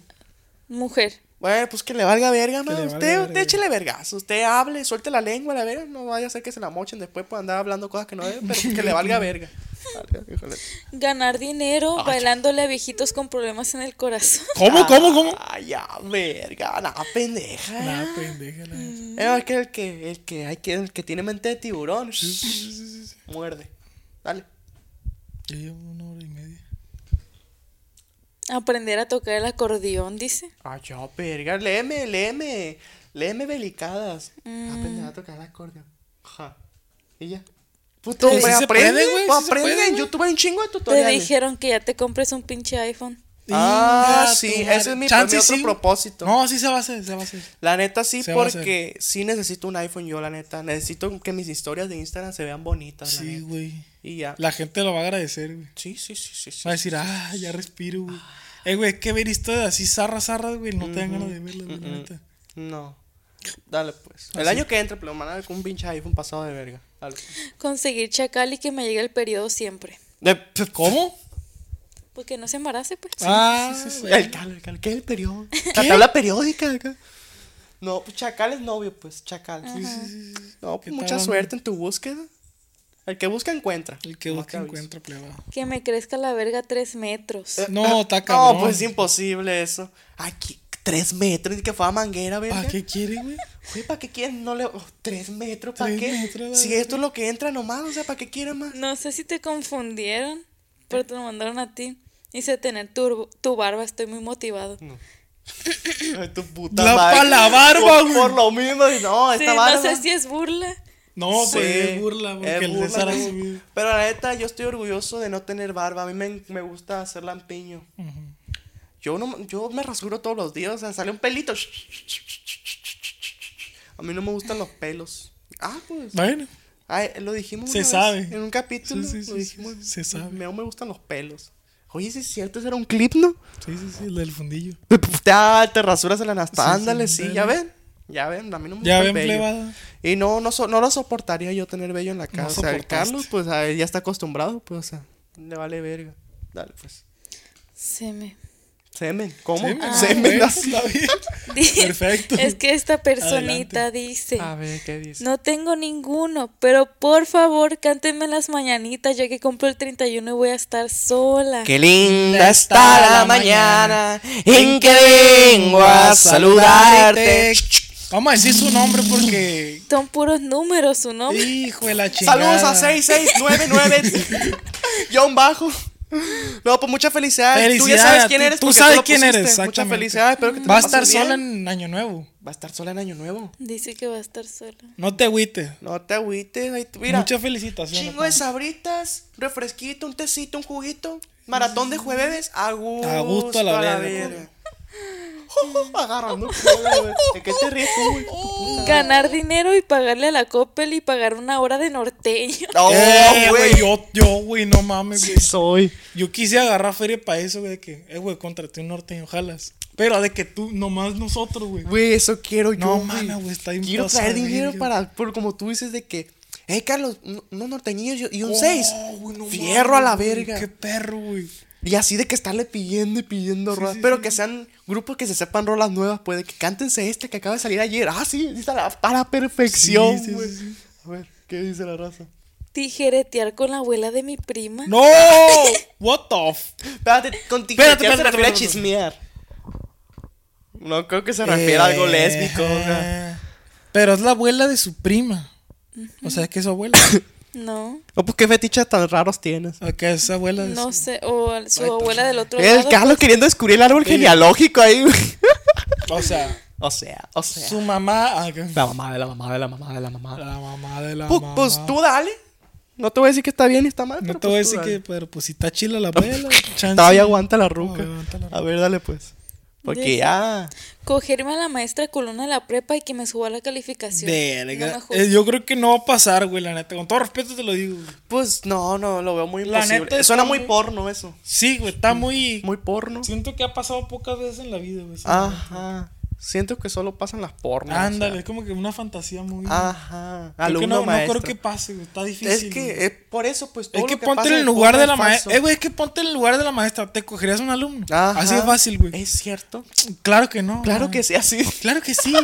Speaker 6: mujer.
Speaker 3: Bueno, pues que le valga verga, ma.
Speaker 5: le valga
Speaker 3: Usted, usted
Speaker 5: verga.
Speaker 3: échele vergazo. Usted hable, suelte la lengua, la verga. No vaya a ser que se la mochen después por andar hablando cosas que no deben, pero pues que le valga <laughs> verga. Valga, híjole.
Speaker 6: Ganar dinero bailándole a viejitos con problemas en el corazón. <laughs>
Speaker 5: ¿Cómo, cómo, cómo?
Speaker 3: Ah, Ay, ya, verga, la pendeja.
Speaker 5: La pendeja, la neta.
Speaker 3: Eh, es que el que, el que, hay que, el que tiene mente de tiburón, muerde. Dale.
Speaker 5: Ya llevo una hora y media.
Speaker 6: Aprender a tocar el acordeón, dice.
Speaker 3: Ay, Ah, ya, verga, léeme, léeme, léeme belicadas. Ah, Aprende a tocar el acordeón. Ja. Y ya. Puto,
Speaker 5: Sí
Speaker 3: hombre,
Speaker 5: se
Speaker 3: aprende,
Speaker 5: puede, güey,
Speaker 3: pues,
Speaker 5: sí se
Speaker 3: aprende.
Speaker 5: puede,
Speaker 3: en
Speaker 5: güey.
Speaker 3: YouTube hay un chingo de
Speaker 6: Te
Speaker 3: tutoriales.
Speaker 6: dijeron que ya te compres un pinche iPhone.
Speaker 3: Ah,
Speaker 5: Inga
Speaker 3: sí,
Speaker 5: tu
Speaker 3: ese
Speaker 5: madre.
Speaker 3: es mi,
Speaker 5: Chance
Speaker 3: mi otro
Speaker 5: sí.
Speaker 3: propósito.
Speaker 5: No, sí se va a hacer, se va a hacer.
Speaker 3: La neta sí,
Speaker 5: Se va a hacer.
Speaker 3: porque sí necesito un iPhone yo, la neta. Necesito que mis historias de Instagram se vean bonitas, la
Speaker 5: Sí,
Speaker 3: neta.
Speaker 5: güey.
Speaker 3: Y ya.
Speaker 5: La gente lo va a agradecer, güey.
Speaker 3: Sí, sí, sí, sí, sí. Ah.
Speaker 5: Va a decir, ah, ya respiro, güey. Eh, güey, que ver historias así zarras, zarras, güey. No te dan ganas de verlas, güey, la neta. <laughs>
Speaker 3: No. Dale, pues.
Speaker 5: Ah,
Speaker 3: El año que entra, pero me van a dar con un pinche iPhone pasado de verga. Dale. pues.
Speaker 6: Conseguir chacal y que me llegue el periodo siempre.
Speaker 3: De-
Speaker 5: <laughs> ¿Cómo?
Speaker 6: Porque no se embarace, pues.
Speaker 5: ah,
Speaker 3: El cal, el cal. ¿Qué es el periodo? La tabla periódica. acá. No, pues chacal es novio, pues, chacal. No,
Speaker 5: ¿Qué
Speaker 3: pues mucha
Speaker 5: tal?
Speaker 3: suerte en tu búsqueda. El que busca encuentra.
Speaker 5: El que
Speaker 3: Nomás
Speaker 5: busca
Speaker 3: avisa.
Speaker 5: encuentra, plebado.
Speaker 6: Que me crezca la verga tres metros.
Speaker 5: No, está
Speaker 3: No,
Speaker 5: cabrón.
Speaker 3: pues es imposible eso. Aquí, tres metros, ni que fue a manguera, verga.
Speaker 5: ¿Para qué quiere, güey?
Speaker 3: Güey, ¿para qué quieren? No le. oh, tres metros, ¿para
Speaker 5: Tres
Speaker 3: qué?
Speaker 5: metros, la
Speaker 3: si
Speaker 5: verga.
Speaker 3: esto es lo que entra nomás, o sea, ¿para qué quieren más?
Speaker 6: No sé si te confundieron, pero te lo mandaron a ti. Dice tener tu, tu barba, estoy muy motivado.
Speaker 3: Ay, tu puta
Speaker 5: La pa' la barba,
Speaker 3: Por-
Speaker 5: güey.
Speaker 3: Por lo mismo, y no, Ah,
Speaker 6: Sí,
Speaker 3: esta barba.
Speaker 6: no sé si es burla.
Speaker 5: No,
Speaker 3: Sí,
Speaker 5: pues es burla, porque
Speaker 3: es
Speaker 5: el
Speaker 3: burla,
Speaker 5: César ha
Speaker 3: güey.
Speaker 5: subido.
Speaker 3: Pero la neta, yo estoy orgulloso de no tener barba. A mí me, me gusta hacer lampiño. yo, no, yo me rasuro todos los días, o sea, sale un pelito. A mí no me gustan los pelos. Ah, pues.
Speaker 5: Bueno,
Speaker 3: Ay, lo dijimos
Speaker 5: Se
Speaker 3: una vez
Speaker 5: sabe.
Speaker 3: en un capítulo.
Speaker 5: Sí, sí, sí,
Speaker 3: lo dijimos.
Speaker 5: sí, se sabe.
Speaker 3: Me, me gustan los pelos. Oye, si es cierto, ese era un clip, ¿no?
Speaker 5: sí, sí, sí, el del fundillo.
Speaker 3: Te, ah, te rasuras en la
Speaker 5: Sí,
Speaker 3: nasta.
Speaker 5: sí,
Speaker 3: Ándale, sí,
Speaker 5: ándale.
Speaker 3: ya ven. Ya ven, a mí no me gusta
Speaker 5: Ya
Speaker 3: el
Speaker 5: ven,
Speaker 3: vello.
Speaker 5: plebada.
Speaker 3: Y no, no, so- no lo soportaría yo tener vello en la cara.
Speaker 5: No
Speaker 3: o sea, el
Speaker 5: soportaste.
Speaker 3: Carlos, pues a él ya está acostumbrado, pues, o sea, le vale verga. Dale, pues.
Speaker 6: Se me.
Speaker 3: Semen, ¿cómo?
Speaker 5: Semen.
Speaker 3: Semen,
Speaker 5: Ah.
Speaker 3: así.
Speaker 5: Está bien. <laughs> Perfecto.
Speaker 6: Es que esta personita
Speaker 5: Adelante.
Speaker 6: dice.
Speaker 3: A ver, ¿qué dice?
Speaker 6: No tengo ninguno, pero por favor cántenme las mañanitas ya que compro el 31 y voy a estar sola.
Speaker 3: Qué linda
Speaker 5: La
Speaker 3: está la mañana en que vengo a saludarte.
Speaker 5: Vamos a decir su nombre porque.
Speaker 6: Son puros números su nombre.
Speaker 5: Hijo de la chingada.
Speaker 3: Saludos a
Speaker 5: <laughs>
Speaker 3: 6699 John Bajo. No, pues muchas felicidades. Tú ya
Speaker 5: Felicidades
Speaker 3: sabes
Speaker 5: a
Speaker 3: quién
Speaker 5: ti,
Speaker 3: eres.
Speaker 5: Tú
Speaker 3: porque
Speaker 5: sabes
Speaker 3: lo
Speaker 5: quién
Speaker 3: pusiste.
Speaker 5: eres,
Speaker 3: Muchas
Speaker 5: exactamente.
Speaker 3: felicidades. Espero que te
Speaker 5: Va a
Speaker 3: la
Speaker 5: estar
Speaker 3: pases bien.
Speaker 5: sola en Año Nuevo.
Speaker 3: Va a estar sola en Año Nuevo.
Speaker 6: Dice que va a estar sola.
Speaker 5: No te agüites.
Speaker 3: No te agüites. ahí tú- Mira,
Speaker 5: Muchas felicitaciones.
Speaker 3: chingo de sabritas, refresquito, un tecito, un juguito. Maratón de jueves. A gusto.
Speaker 5: A gusto a la verga. <laughs>
Speaker 3: <laughs> Agarrando. <laughs> ¿De qué te ríes tú, güey?
Speaker 6: Ganar dinero y pagarle a la Coppel y pagar una hora de norteño. <laughs>
Speaker 3: No,
Speaker 5: Eh,
Speaker 3: güey.
Speaker 5: güey, yo, yo, güey, no mames, güey.
Speaker 3: soy.
Speaker 5: Yo quise agarrar feria para eso, güey, de que, eh, güey, contraté un norteño, jalas. Pero de que tú, nomás nosotros, güey.
Speaker 3: Güey, eso quiero yo.
Speaker 5: No
Speaker 3: güey.
Speaker 5: mames, güey, está bien
Speaker 3: Quiero
Speaker 5: pasado
Speaker 3: traer
Speaker 5: de
Speaker 3: dinero
Speaker 5: verga.
Speaker 3: para, por como tú dices, de que, hey, Carlos, no- unos norteñillos y- y un
Speaker 5: Oh,
Speaker 3: 6.
Speaker 5: güey, no
Speaker 3: Fierro
Speaker 5: mames,
Speaker 3: a la
Speaker 5: güey,
Speaker 3: verga.
Speaker 5: Qué perro, güey.
Speaker 3: Y así de que estarle pidiendo y pidiendo
Speaker 5: Sí,
Speaker 3: rolas.
Speaker 5: sí,
Speaker 3: pero
Speaker 5: sí,
Speaker 3: que sean grupos que se sepan rolas nuevas, pues, de que cántense esta que acaba de salir ayer. Ah, sí, dice la, a la perfección,
Speaker 5: Sí, sí,
Speaker 3: güey.
Speaker 5: sí, sí.
Speaker 3: A ver, ¿qué dice la raza?
Speaker 6: Tijeretear con la abuela de mi prima.
Speaker 5: ¡No! ¡What the f
Speaker 3: Espérate, contigo. Espérate,
Speaker 5: Espérate, espérate,
Speaker 3: se refiere a
Speaker 5: espérate,
Speaker 3: chismear. No creo que se refiere a algo
Speaker 5: Eh,
Speaker 3: lésbico. o sea.
Speaker 5: Pero es la abuela de su prima. O sea, que es su abuela. <coughs>
Speaker 6: No,
Speaker 3: No, pues qué fetiches tan raros tienes.
Speaker 5: Acá es abuela de
Speaker 6: no
Speaker 5: su...
Speaker 6: sé. O al- su abuela del otro
Speaker 3: El
Speaker 6: lado.
Speaker 3: Carlos queriendo descubrir el árbol genealógico ahí, güey. <laughs>
Speaker 5: O sea,
Speaker 3: O sea, o sea.
Speaker 5: su mamá... acá.
Speaker 3: La mamá de la mamá de la mamá de la mamá.
Speaker 5: La mamá de la
Speaker 3: Pues,
Speaker 5: mamá.
Speaker 3: pues tú dale. No te voy a decir que está bien y está mal.
Speaker 5: No
Speaker 3: pero
Speaker 5: te voy a
Speaker 3: pues tú
Speaker 5: decir que...
Speaker 3: dale.
Speaker 5: Pero pues si está chila la abuela... chance.
Speaker 3: Todavía aguanta la ruca.
Speaker 5: Todavía aguanta la
Speaker 3: A ver, dale pues. Porque ya.
Speaker 6: Cogerme a la maestra colona de la prepa y que me suba la calificación.
Speaker 5: Verga.
Speaker 6: No me
Speaker 5: Eh,
Speaker 6: juzgues.
Speaker 5: yo creo que no va a pasar, güey, la neta. Con todo respeto te lo digo. güey.
Speaker 3: Pues no, no, lo veo muy
Speaker 5: La
Speaker 3: imposible.
Speaker 5: neta está
Speaker 3: Suena muy
Speaker 5: muy-
Speaker 3: porno eso.
Speaker 5: Sí, güey, está muy...
Speaker 3: Muy porno.
Speaker 5: Siento que ha pasado pocas veces en la vida, güey. esa
Speaker 3: Ah,
Speaker 5: madre.
Speaker 3: Ajá. Siento que solo pasan las pornos. o sea.
Speaker 5: Ándale, es como que una fantasía muy...
Speaker 3: Ajá.
Speaker 5: Creo que
Speaker 3: Ah, Alumno
Speaker 5: no, no
Speaker 3: maestro.
Speaker 5: creo que pase, güey. Está difícil.
Speaker 3: Es
Speaker 5: güey.
Speaker 3: que es por eso, pues todo
Speaker 5: Es
Speaker 3: lo
Speaker 5: que
Speaker 3: pasa
Speaker 5: ponte en el
Speaker 3: en
Speaker 5: lugar
Speaker 3: porno
Speaker 5: de
Speaker 3: es
Speaker 5: la
Speaker 3: falso.
Speaker 5: maestra. Eh, güey, es que ponte en el lugar de la maestra. ¿Te cogerías un alumno?
Speaker 3: Ajá.
Speaker 5: Así de fácil, güey.
Speaker 3: Es cierto.
Speaker 5: Claro que no.
Speaker 3: Claro
Speaker 5: güey.
Speaker 3: que sí, así.
Speaker 5: Claro
Speaker 3: <laughs>
Speaker 5: que sí.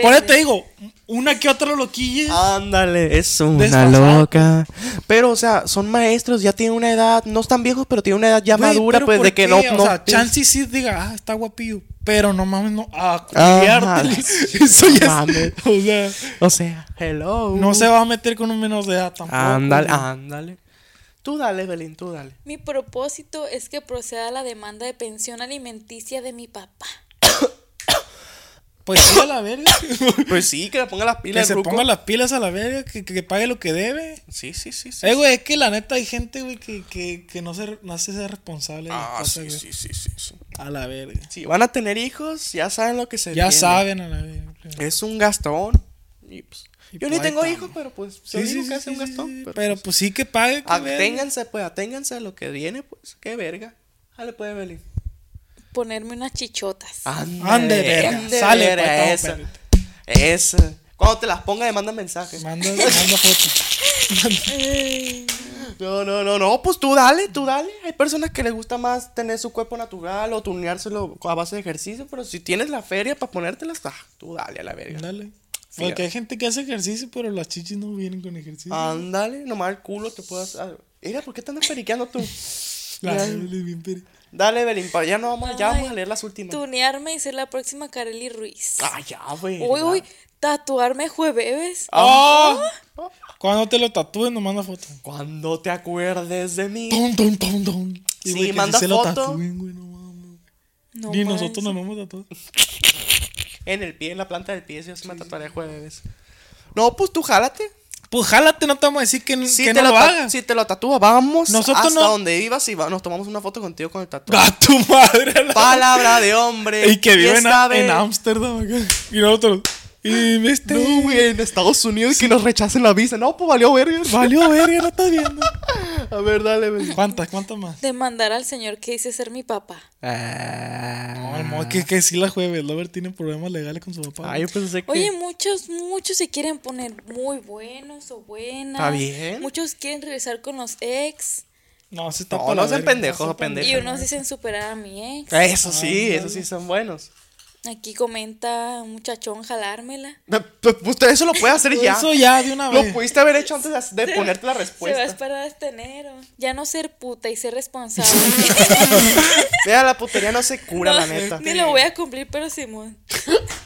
Speaker 5: Por eso te digo, una que otra loquilla.
Speaker 3: Ah, Ándale, es una
Speaker 5: Desfasado.
Speaker 3: loca. Pero, o sea, son maestros, ya tienen una edad, no están viejos, pero tienen una edad ya
Speaker 5: Güey,
Speaker 3: madura,
Speaker 5: pero
Speaker 3: pues
Speaker 5: ¿por
Speaker 3: de que
Speaker 5: qué?
Speaker 3: no.
Speaker 5: O
Speaker 3: no
Speaker 5: sea, Chancy sí diga, ah, está guapillo. Pero no mames, no. A
Speaker 3: Ajá. <laughs>
Speaker 5: culiártelo. Eso
Speaker 3: No
Speaker 5: ya es-
Speaker 3: mames.
Speaker 5: O sea,
Speaker 3: <laughs> O sea, hello.
Speaker 5: no se va a meter con un menor de edad tampoco.
Speaker 3: Ándale,
Speaker 5: güey.
Speaker 3: ándale. Tú dale, Belín, tú dale.
Speaker 6: Mi propósito es que proceda la demanda de pensión alimenticia de mi papá.
Speaker 5: Pues sí, a la
Speaker 3: <laughs>
Speaker 5: verga.
Speaker 3: Pues sí, que le ponga las
Speaker 5: que
Speaker 3: pilas,
Speaker 5: se
Speaker 3: el ruco.
Speaker 5: ponga las pilas a la verga, que, que- que pague lo que debe.
Speaker 3: Sí, sí, sí. sí.
Speaker 5: Eh, güey, es que la neta hay gente, güey, que, que, que no se no hace ser responsable de las
Speaker 3: ah,
Speaker 5: cosas,
Speaker 3: sí,
Speaker 5: güey.
Speaker 3: sí, sí, sí, sí.
Speaker 5: A la verga.
Speaker 3: Si van a tener hijos, ya saben lo que se
Speaker 5: Ya
Speaker 3: viene.
Speaker 5: saben, a la verga.
Speaker 3: Es un gastón. Y, pues,
Speaker 5: Y
Speaker 3: yo
Speaker 5: pues
Speaker 3: ni
Speaker 5: ahí
Speaker 3: tengo
Speaker 5: está.
Speaker 3: hijos, pero pues soy sí, que hace un
Speaker 5: sí,
Speaker 3: gastón.
Speaker 5: sí,
Speaker 3: pero,
Speaker 5: Pero
Speaker 3: pues,
Speaker 5: pues sí que pague. que verga.
Speaker 3: aténganse, pues, aténganse a lo que viene, pues. Qué verga. Dale, puede venir.
Speaker 6: Ponerme unas chichotas.
Speaker 3: Ah,
Speaker 5: Ande, verga. Sale, pues, estamos
Speaker 3: esa.
Speaker 5: pendientes.
Speaker 3: Esa. Cuando te las ponga, me mandan mensajes.
Speaker 5: Manda,
Speaker 3: <laughs>
Speaker 5: manda fotos.
Speaker 3: No, no, no, no, pues tú dale, tú dale. Hay personas que les gusta más tener su cuerpo natural o tuneárselo a base de ejercicio, pero si tienes la feria para ponértelas, ah, tú dale a la verga.
Speaker 5: Dale.
Speaker 3: Sí, ah.
Speaker 5: Porque hay gente que hace ejercicio, pero las chichis no vienen con ejercicio.
Speaker 3: Ándale, nomás el culo te puedas. ah, Mira, ¿por qué te andas periqueando tú?
Speaker 5: <laughs> La
Speaker 3: ya.
Speaker 5: verdad, es bien peri-
Speaker 3: Dale, Belín, pa- ya no vamos, ya vamos a
Speaker 6: Ay,
Speaker 3: leer las últimas.
Speaker 6: Tunearme y ser la próxima Kareli Ruiz.
Speaker 3: Ah, ya, güey.
Speaker 6: uy, uy, tatuarme jueves.
Speaker 3: Ah,
Speaker 5: ¡Oh! Cuando te lo tatúen, nos manda foto.
Speaker 3: Cuando te acuerdes de mí.
Speaker 5: Tom, tom, tom, tom.
Speaker 3: Sí,
Speaker 5: güey, que
Speaker 3: manda
Speaker 5: se lo
Speaker 3: foto.
Speaker 5: tatúen, güey, no mames.
Speaker 6: No manches.
Speaker 5: Ni nosotros nos vamos a tatuar.
Speaker 3: En el pie, en la planta del pie, si yo sí me tatuaré jueves. No, pues tú jálate.
Speaker 5: Pues jálate, no te vamos a decir que,
Speaker 3: Si
Speaker 5: que
Speaker 3: te
Speaker 5: no
Speaker 3: lo
Speaker 5: lo
Speaker 3: ta-
Speaker 5: hagas.
Speaker 3: Si te lo tatúa, vamos
Speaker 5: Nosotros
Speaker 3: hasta
Speaker 5: no-
Speaker 3: donde vivas y va- nos tomamos una foto contigo con el tatuaje.
Speaker 5: <laughs> ¡A tu madre! a
Speaker 3: <laughs>
Speaker 5: la-
Speaker 3: Palabra de hombre.
Speaker 5: <laughs> Y que viven
Speaker 3: esta
Speaker 5: en
Speaker 3: vez-
Speaker 5: Ámsterdam acá. Y nosotros. Y me este.
Speaker 3: No, güey, en Estados Unidos y que nos rechacen la visa. No, pues valió verga.
Speaker 5: Valió verga, no
Speaker 3: <laughs>
Speaker 5: estás viendo.
Speaker 3: A ver, <laughs> dale, güey.
Speaker 5: ¿Cuántas, cuántas más?
Speaker 6: Demandar al señor que dice ser mi papá.
Speaker 3: Ah.
Speaker 5: No, el modo que, que sí la jueves. Lover tiene problemas legales con su papá.
Speaker 3: Ay, Ah, yo pensé que.
Speaker 6: Oye, muchos, muchos se quieren poner muy buenos o buenas.
Speaker 3: Está bien.
Speaker 6: Muchos quieren regresar con los ex.
Speaker 5: no, se está
Speaker 3: no,
Speaker 5: para
Speaker 3: no
Speaker 5: la
Speaker 3: sean
Speaker 5: verga,
Speaker 3: pendejos,
Speaker 5: se pende-
Speaker 6: Y
Speaker 3: pendejos.
Speaker 6: unos dicen superar a mi ex.
Speaker 3: Eso sí, eso sí son buenos.
Speaker 6: Aquí comenta un muchachón jalármela.
Speaker 3: Pues usted eso lo puede hacer ya.
Speaker 5: Eso ya, de una
Speaker 3: Lo
Speaker 5: vez.
Speaker 3: pudiste haber hecho antes de, de ponerte la
Speaker 6: <laughs> Se va a
Speaker 3: respuesta.
Speaker 6: esperar hasta enero. Ya no ser puta y ser responsable.
Speaker 3: Mira, la putería no se cura, la
Speaker 6: <laughs> No,
Speaker 3: neta.
Speaker 6: Ni lo voy a cumplir, pero Simón.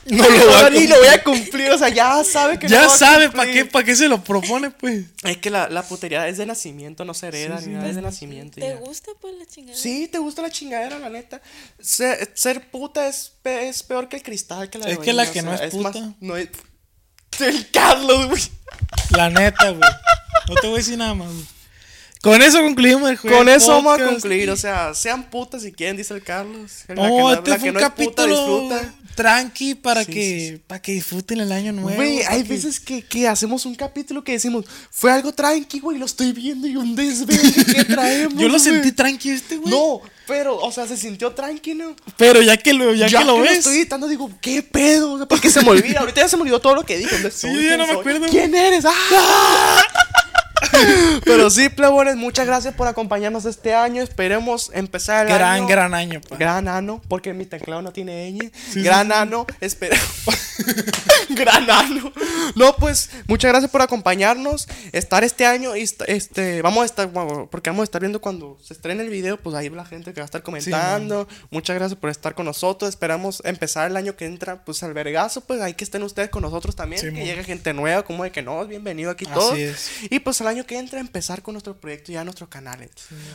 Speaker 3: No lo voy a ni lo voy a cumplir, o sea, ya sabe que no
Speaker 5: Ya
Speaker 3: va a
Speaker 5: sabe para qué,
Speaker 3: cumplir.
Speaker 5: para qué se lo propone, pues.
Speaker 3: Es que la, la putería es de nacimiento, no se hereda ni nada, es de nacimiento. y
Speaker 6: ¿Te
Speaker 3: ya.
Speaker 6: gusta pues la chingada?
Speaker 3: Sí, te gusta la chingadera, la neta. Ser, ser puta es, pe- es peor que el cristal, que la
Speaker 5: Es que la
Speaker 3: heroína,
Speaker 5: que
Speaker 3: o
Speaker 5: no
Speaker 3: sea,
Speaker 5: es puta.
Speaker 3: no es... El Carlos, güey.
Speaker 5: La neta, güey. No te voy a decir nada más, güey. Con eso concluimos el juego.
Speaker 3: Con eso vamos a concluir, o sea, sean putas si quieren, dice el Carlos. La
Speaker 5: No,
Speaker 3: que
Speaker 5: este
Speaker 3: la
Speaker 5: fue
Speaker 3: que
Speaker 5: un
Speaker 3: no es puta,
Speaker 5: capítulo
Speaker 3: disfruta.
Speaker 5: tranqui para
Speaker 3: Sí,
Speaker 5: que
Speaker 3: sí,
Speaker 5: para que disfruten el año nuevo.
Speaker 3: Güey,
Speaker 5: para
Speaker 3: hay
Speaker 5: que-
Speaker 3: veces que, que hacemos un capítulo que decimos, fue algo tranqui, güey, lo estoy viendo y un desvelo que traemos.
Speaker 5: <laughs> Yo lo
Speaker 3: güey?"
Speaker 5: sentí tranqui este, güey.
Speaker 3: No, pero, o sea, se sintió tranquilo.
Speaker 5: pero ya que lo ya, que lo ves.
Speaker 3: estoy editando, digo, ¿qué pedo? O sea, porque se me olvida. Ahorita ya se me olvidó todo lo que dije. ¿Dónde
Speaker 5: Sí,
Speaker 3: soy?
Speaker 5: ya
Speaker 3: ¿Quién
Speaker 5: no me
Speaker 3: soy?
Speaker 5: acuerdo.
Speaker 3: ¿Quién eres?
Speaker 5: <laughs>
Speaker 3: ¡Ah! Pero sí, plebones, muchas gracias por acompañarnos este año. Esperemos empezar el
Speaker 5: gran
Speaker 3: año.
Speaker 5: gran año, pa.
Speaker 3: Gran ano, porque mi teclado no tiene ñ. gran ano, espera. <laughs> gran ano. No, pues, muchas gracias por acompañarnos. Estar este año y est- este, vamos a estar, bueno, porque vamos a estar viendo cuando se estrene el video, pues ahí la gente que va a estar comentando. muchas gracias por estar con nosotros. Esperamos empezar el año que entra, pues al vergazo, pues ahí que estén ustedes con nosotros también.
Speaker 5: Sí,
Speaker 3: que
Speaker 5: mon.
Speaker 3: llegue gente nueva, como de que no, bienvenido aquí
Speaker 5: Así
Speaker 3: todos.
Speaker 5: es.
Speaker 3: Y pues el año que entra empezar con nuestro proyecto ya nuestros canales.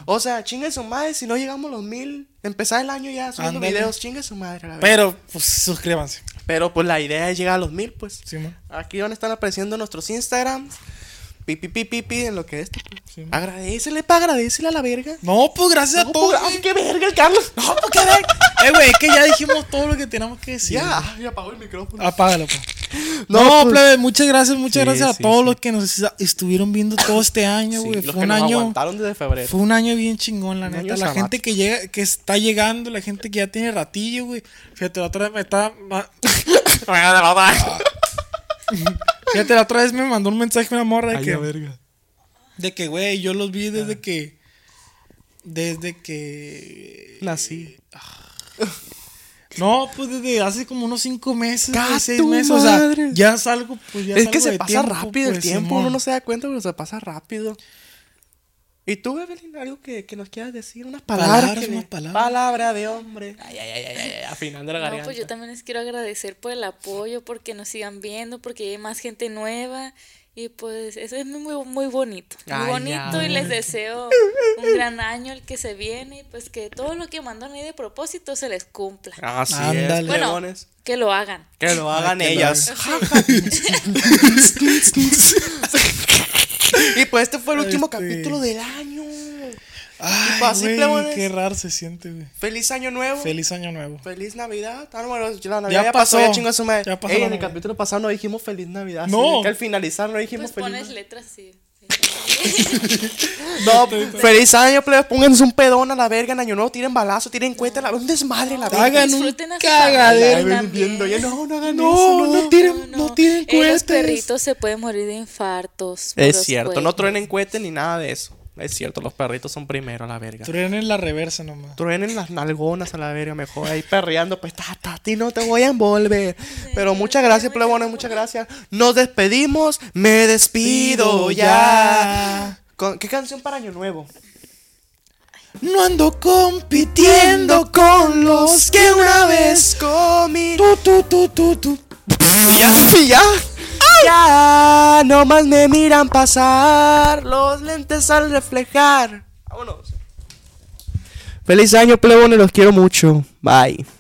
Speaker 3: O sea, chingue su madre, si no llegamos a los mil, empezar el año ya subiendo
Speaker 5: Ándale.
Speaker 3: videos, chingue su madre. la verdad.
Speaker 5: Pero pues suscríbanse.
Speaker 3: Pero, pues la idea es llegar a los mil, pues.
Speaker 5: Sí, man.
Speaker 3: Aquí van a estar apareciendo nuestros Instagrams. Pi, pi, pi, pi, pi, en lo que es.
Speaker 5: Sí, man.
Speaker 3: Agradecele, pa, agradecele a la verga.
Speaker 5: No, pues gracias
Speaker 3: No,
Speaker 5: a todos.
Speaker 3: pues, ay, qué verga el Carlos. No, pues, qué verga.
Speaker 5: <laughs> eh, güey, es que ya dijimos todo lo que teníamos que decir.
Speaker 3: Ya, ay, apagó el micrófono.
Speaker 5: Apágalo, pa.
Speaker 3: No,
Speaker 5: No,
Speaker 3: pues-
Speaker 5: plebe, muchas gracias, muchas
Speaker 3: Sí,
Speaker 5: gracias a
Speaker 3: sí,
Speaker 5: todos
Speaker 3: sí.
Speaker 5: los que nos estuvieron viendo todo este año, güey.
Speaker 3: Sí, los
Speaker 5: Fue
Speaker 3: que
Speaker 5: un
Speaker 3: nos
Speaker 5: año.
Speaker 3: aguantaron desde febrero.
Speaker 5: Fue un año bien chingón, la
Speaker 3: Un
Speaker 5: neta.
Speaker 3: año
Speaker 5: La gente
Speaker 3: sabático.
Speaker 5: que llega, que está llegando, la gente que ya tiene ratillo, güey. Fíjate, la otra vez me estaba.
Speaker 3: <laughs>
Speaker 5: ma- Ah. Fíjate, la otra vez me mandó un mensaje una morra de que. De que, güey, yo los vi
Speaker 3: Ah.
Speaker 5: desde que. Desde que. Ah.
Speaker 3: Nací.
Speaker 5: No, pues desde hace como unos cinco meses, güey,
Speaker 3: ¡Ca
Speaker 5: seis
Speaker 3: ¡Ah, tu
Speaker 5: meses. O sea,
Speaker 3: madre!
Speaker 5: ya salgo, pues ya
Speaker 3: Es
Speaker 5: salgo
Speaker 3: que se
Speaker 5: de
Speaker 3: pasa
Speaker 5: tiempo,
Speaker 3: rápido el
Speaker 5: pues,
Speaker 3: tiempo,
Speaker 5: Simón.
Speaker 3: uno no se da cuenta, pero se pasa rápido. ¿Y tú, Evelyn, algo que, que nos quieras decir? Unas palabras.
Speaker 5: Palabras,
Speaker 3: que
Speaker 5: unas
Speaker 3: le-
Speaker 5: palabras.
Speaker 3: Palabra de hombre. Ay, ay, ay, ay, ay, afinando la
Speaker 6: No,
Speaker 3: garganta.
Speaker 6: pues yo también les quiero agradecer por el apoyo, porque nos sigan viendo, porque hay más gente nueva Y pues eso es muy, muy bonito. Muy
Speaker 5: Ay,
Speaker 6: bonito
Speaker 5: ya,
Speaker 6: y les
Speaker 5: hombre.
Speaker 6: deseo un gran año el que se viene y pues que todo lo que mandan ahí de propósito se les cumpla.
Speaker 3: Así
Speaker 5: Ándale.
Speaker 3: es,
Speaker 6: Bueno.
Speaker 3: leones.
Speaker 6: Que lo hagan.
Speaker 3: Que lo hagan
Speaker 5: que lo
Speaker 3: ellas. y pues este fue el último
Speaker 5: Este.
Speaker 3: capítulo del año.
Speaker 5: Ay,
Speaker 3: así,
Speaker 5: güey,
Speaker 3: plebones.
Speaker 5: qué raro se siente, güey.
Speaker 3: Feliz año nuevo.
Speaker 5: Feliz año nuevo.
Speaker 3: Feliz Navidad. Ah, no, bueno, la Navidad
Speaker 5: Ya
Speaker 3: ya, pasó,
Speaker 5: pasó.
Speaker 3: ya chingó su madre.
Speaker 5: Ya pasó
Speaker 3: Ey,
Speaker 5: la
Speaker 3: en el
Speaker 5: Navidad.
Speaker 3: capítulo pasado no dijimos Feliz Navidad.
Speaker 5: No.
Speaker 3: sino que al finalizar no dijimos
Speaker 6: Pues
Speaker 3: Feliz
Speaker 6: pones letras sí.
Speaker 3: No, feliz año, plebes. Pónganse un pedón a la verga en año nuevo. Tiren balazo, tiren cuenta. La... Un desmadre, la verga.
Speaker 5: Hagan un
Speaker 6: Disfruten a su
Speaker 5: cagadero.
Speaker 6: familia
Speaker 3: Ay, viendo, ya,
Speaker 6: también.
Speaker 3: no, no hagan
Speaker 5: No,
Speaker 3: eso.
Speaker 5: no tiren- no tienen
Speaker 6: Eh, Los
Speaker 5: cohetes.
Speaker 6: perritos se pueden morir de infartos.
Speaker 3: Es
Speaker 6: puros
Speaker 3: cierto, no
Speaker 6: cohetes.
Speaker 3: truenen cohetes ni nada de eso. Es cierto, los perritos son primero a la verga.
Speaker 5: Truenen la reversa nomás.
Speaker 3: Truenen las nalgonas a la verga, mejor ahí perreando, pues ta, ta, ti no te voy a envolver. Pero muchas gracias, plebones, muchas gracias. Nos despedimos, me despido ya. Con- ¿Qué canción para Año Nuevo?
Speaker 5: No ando
Speaker 3: Compitiendo
Speaker 5: compitiendo
Speaker 3: con los que una vez comí.
Speaker 5: Tú, tú, tú, tú, tú.
Speaker 3: Y ya, <laughs> y ya. Ya, nomás me miran pasar los lentes al reflejar. Vámonos. Feliz año, plebones, los quiero mucho. Bye.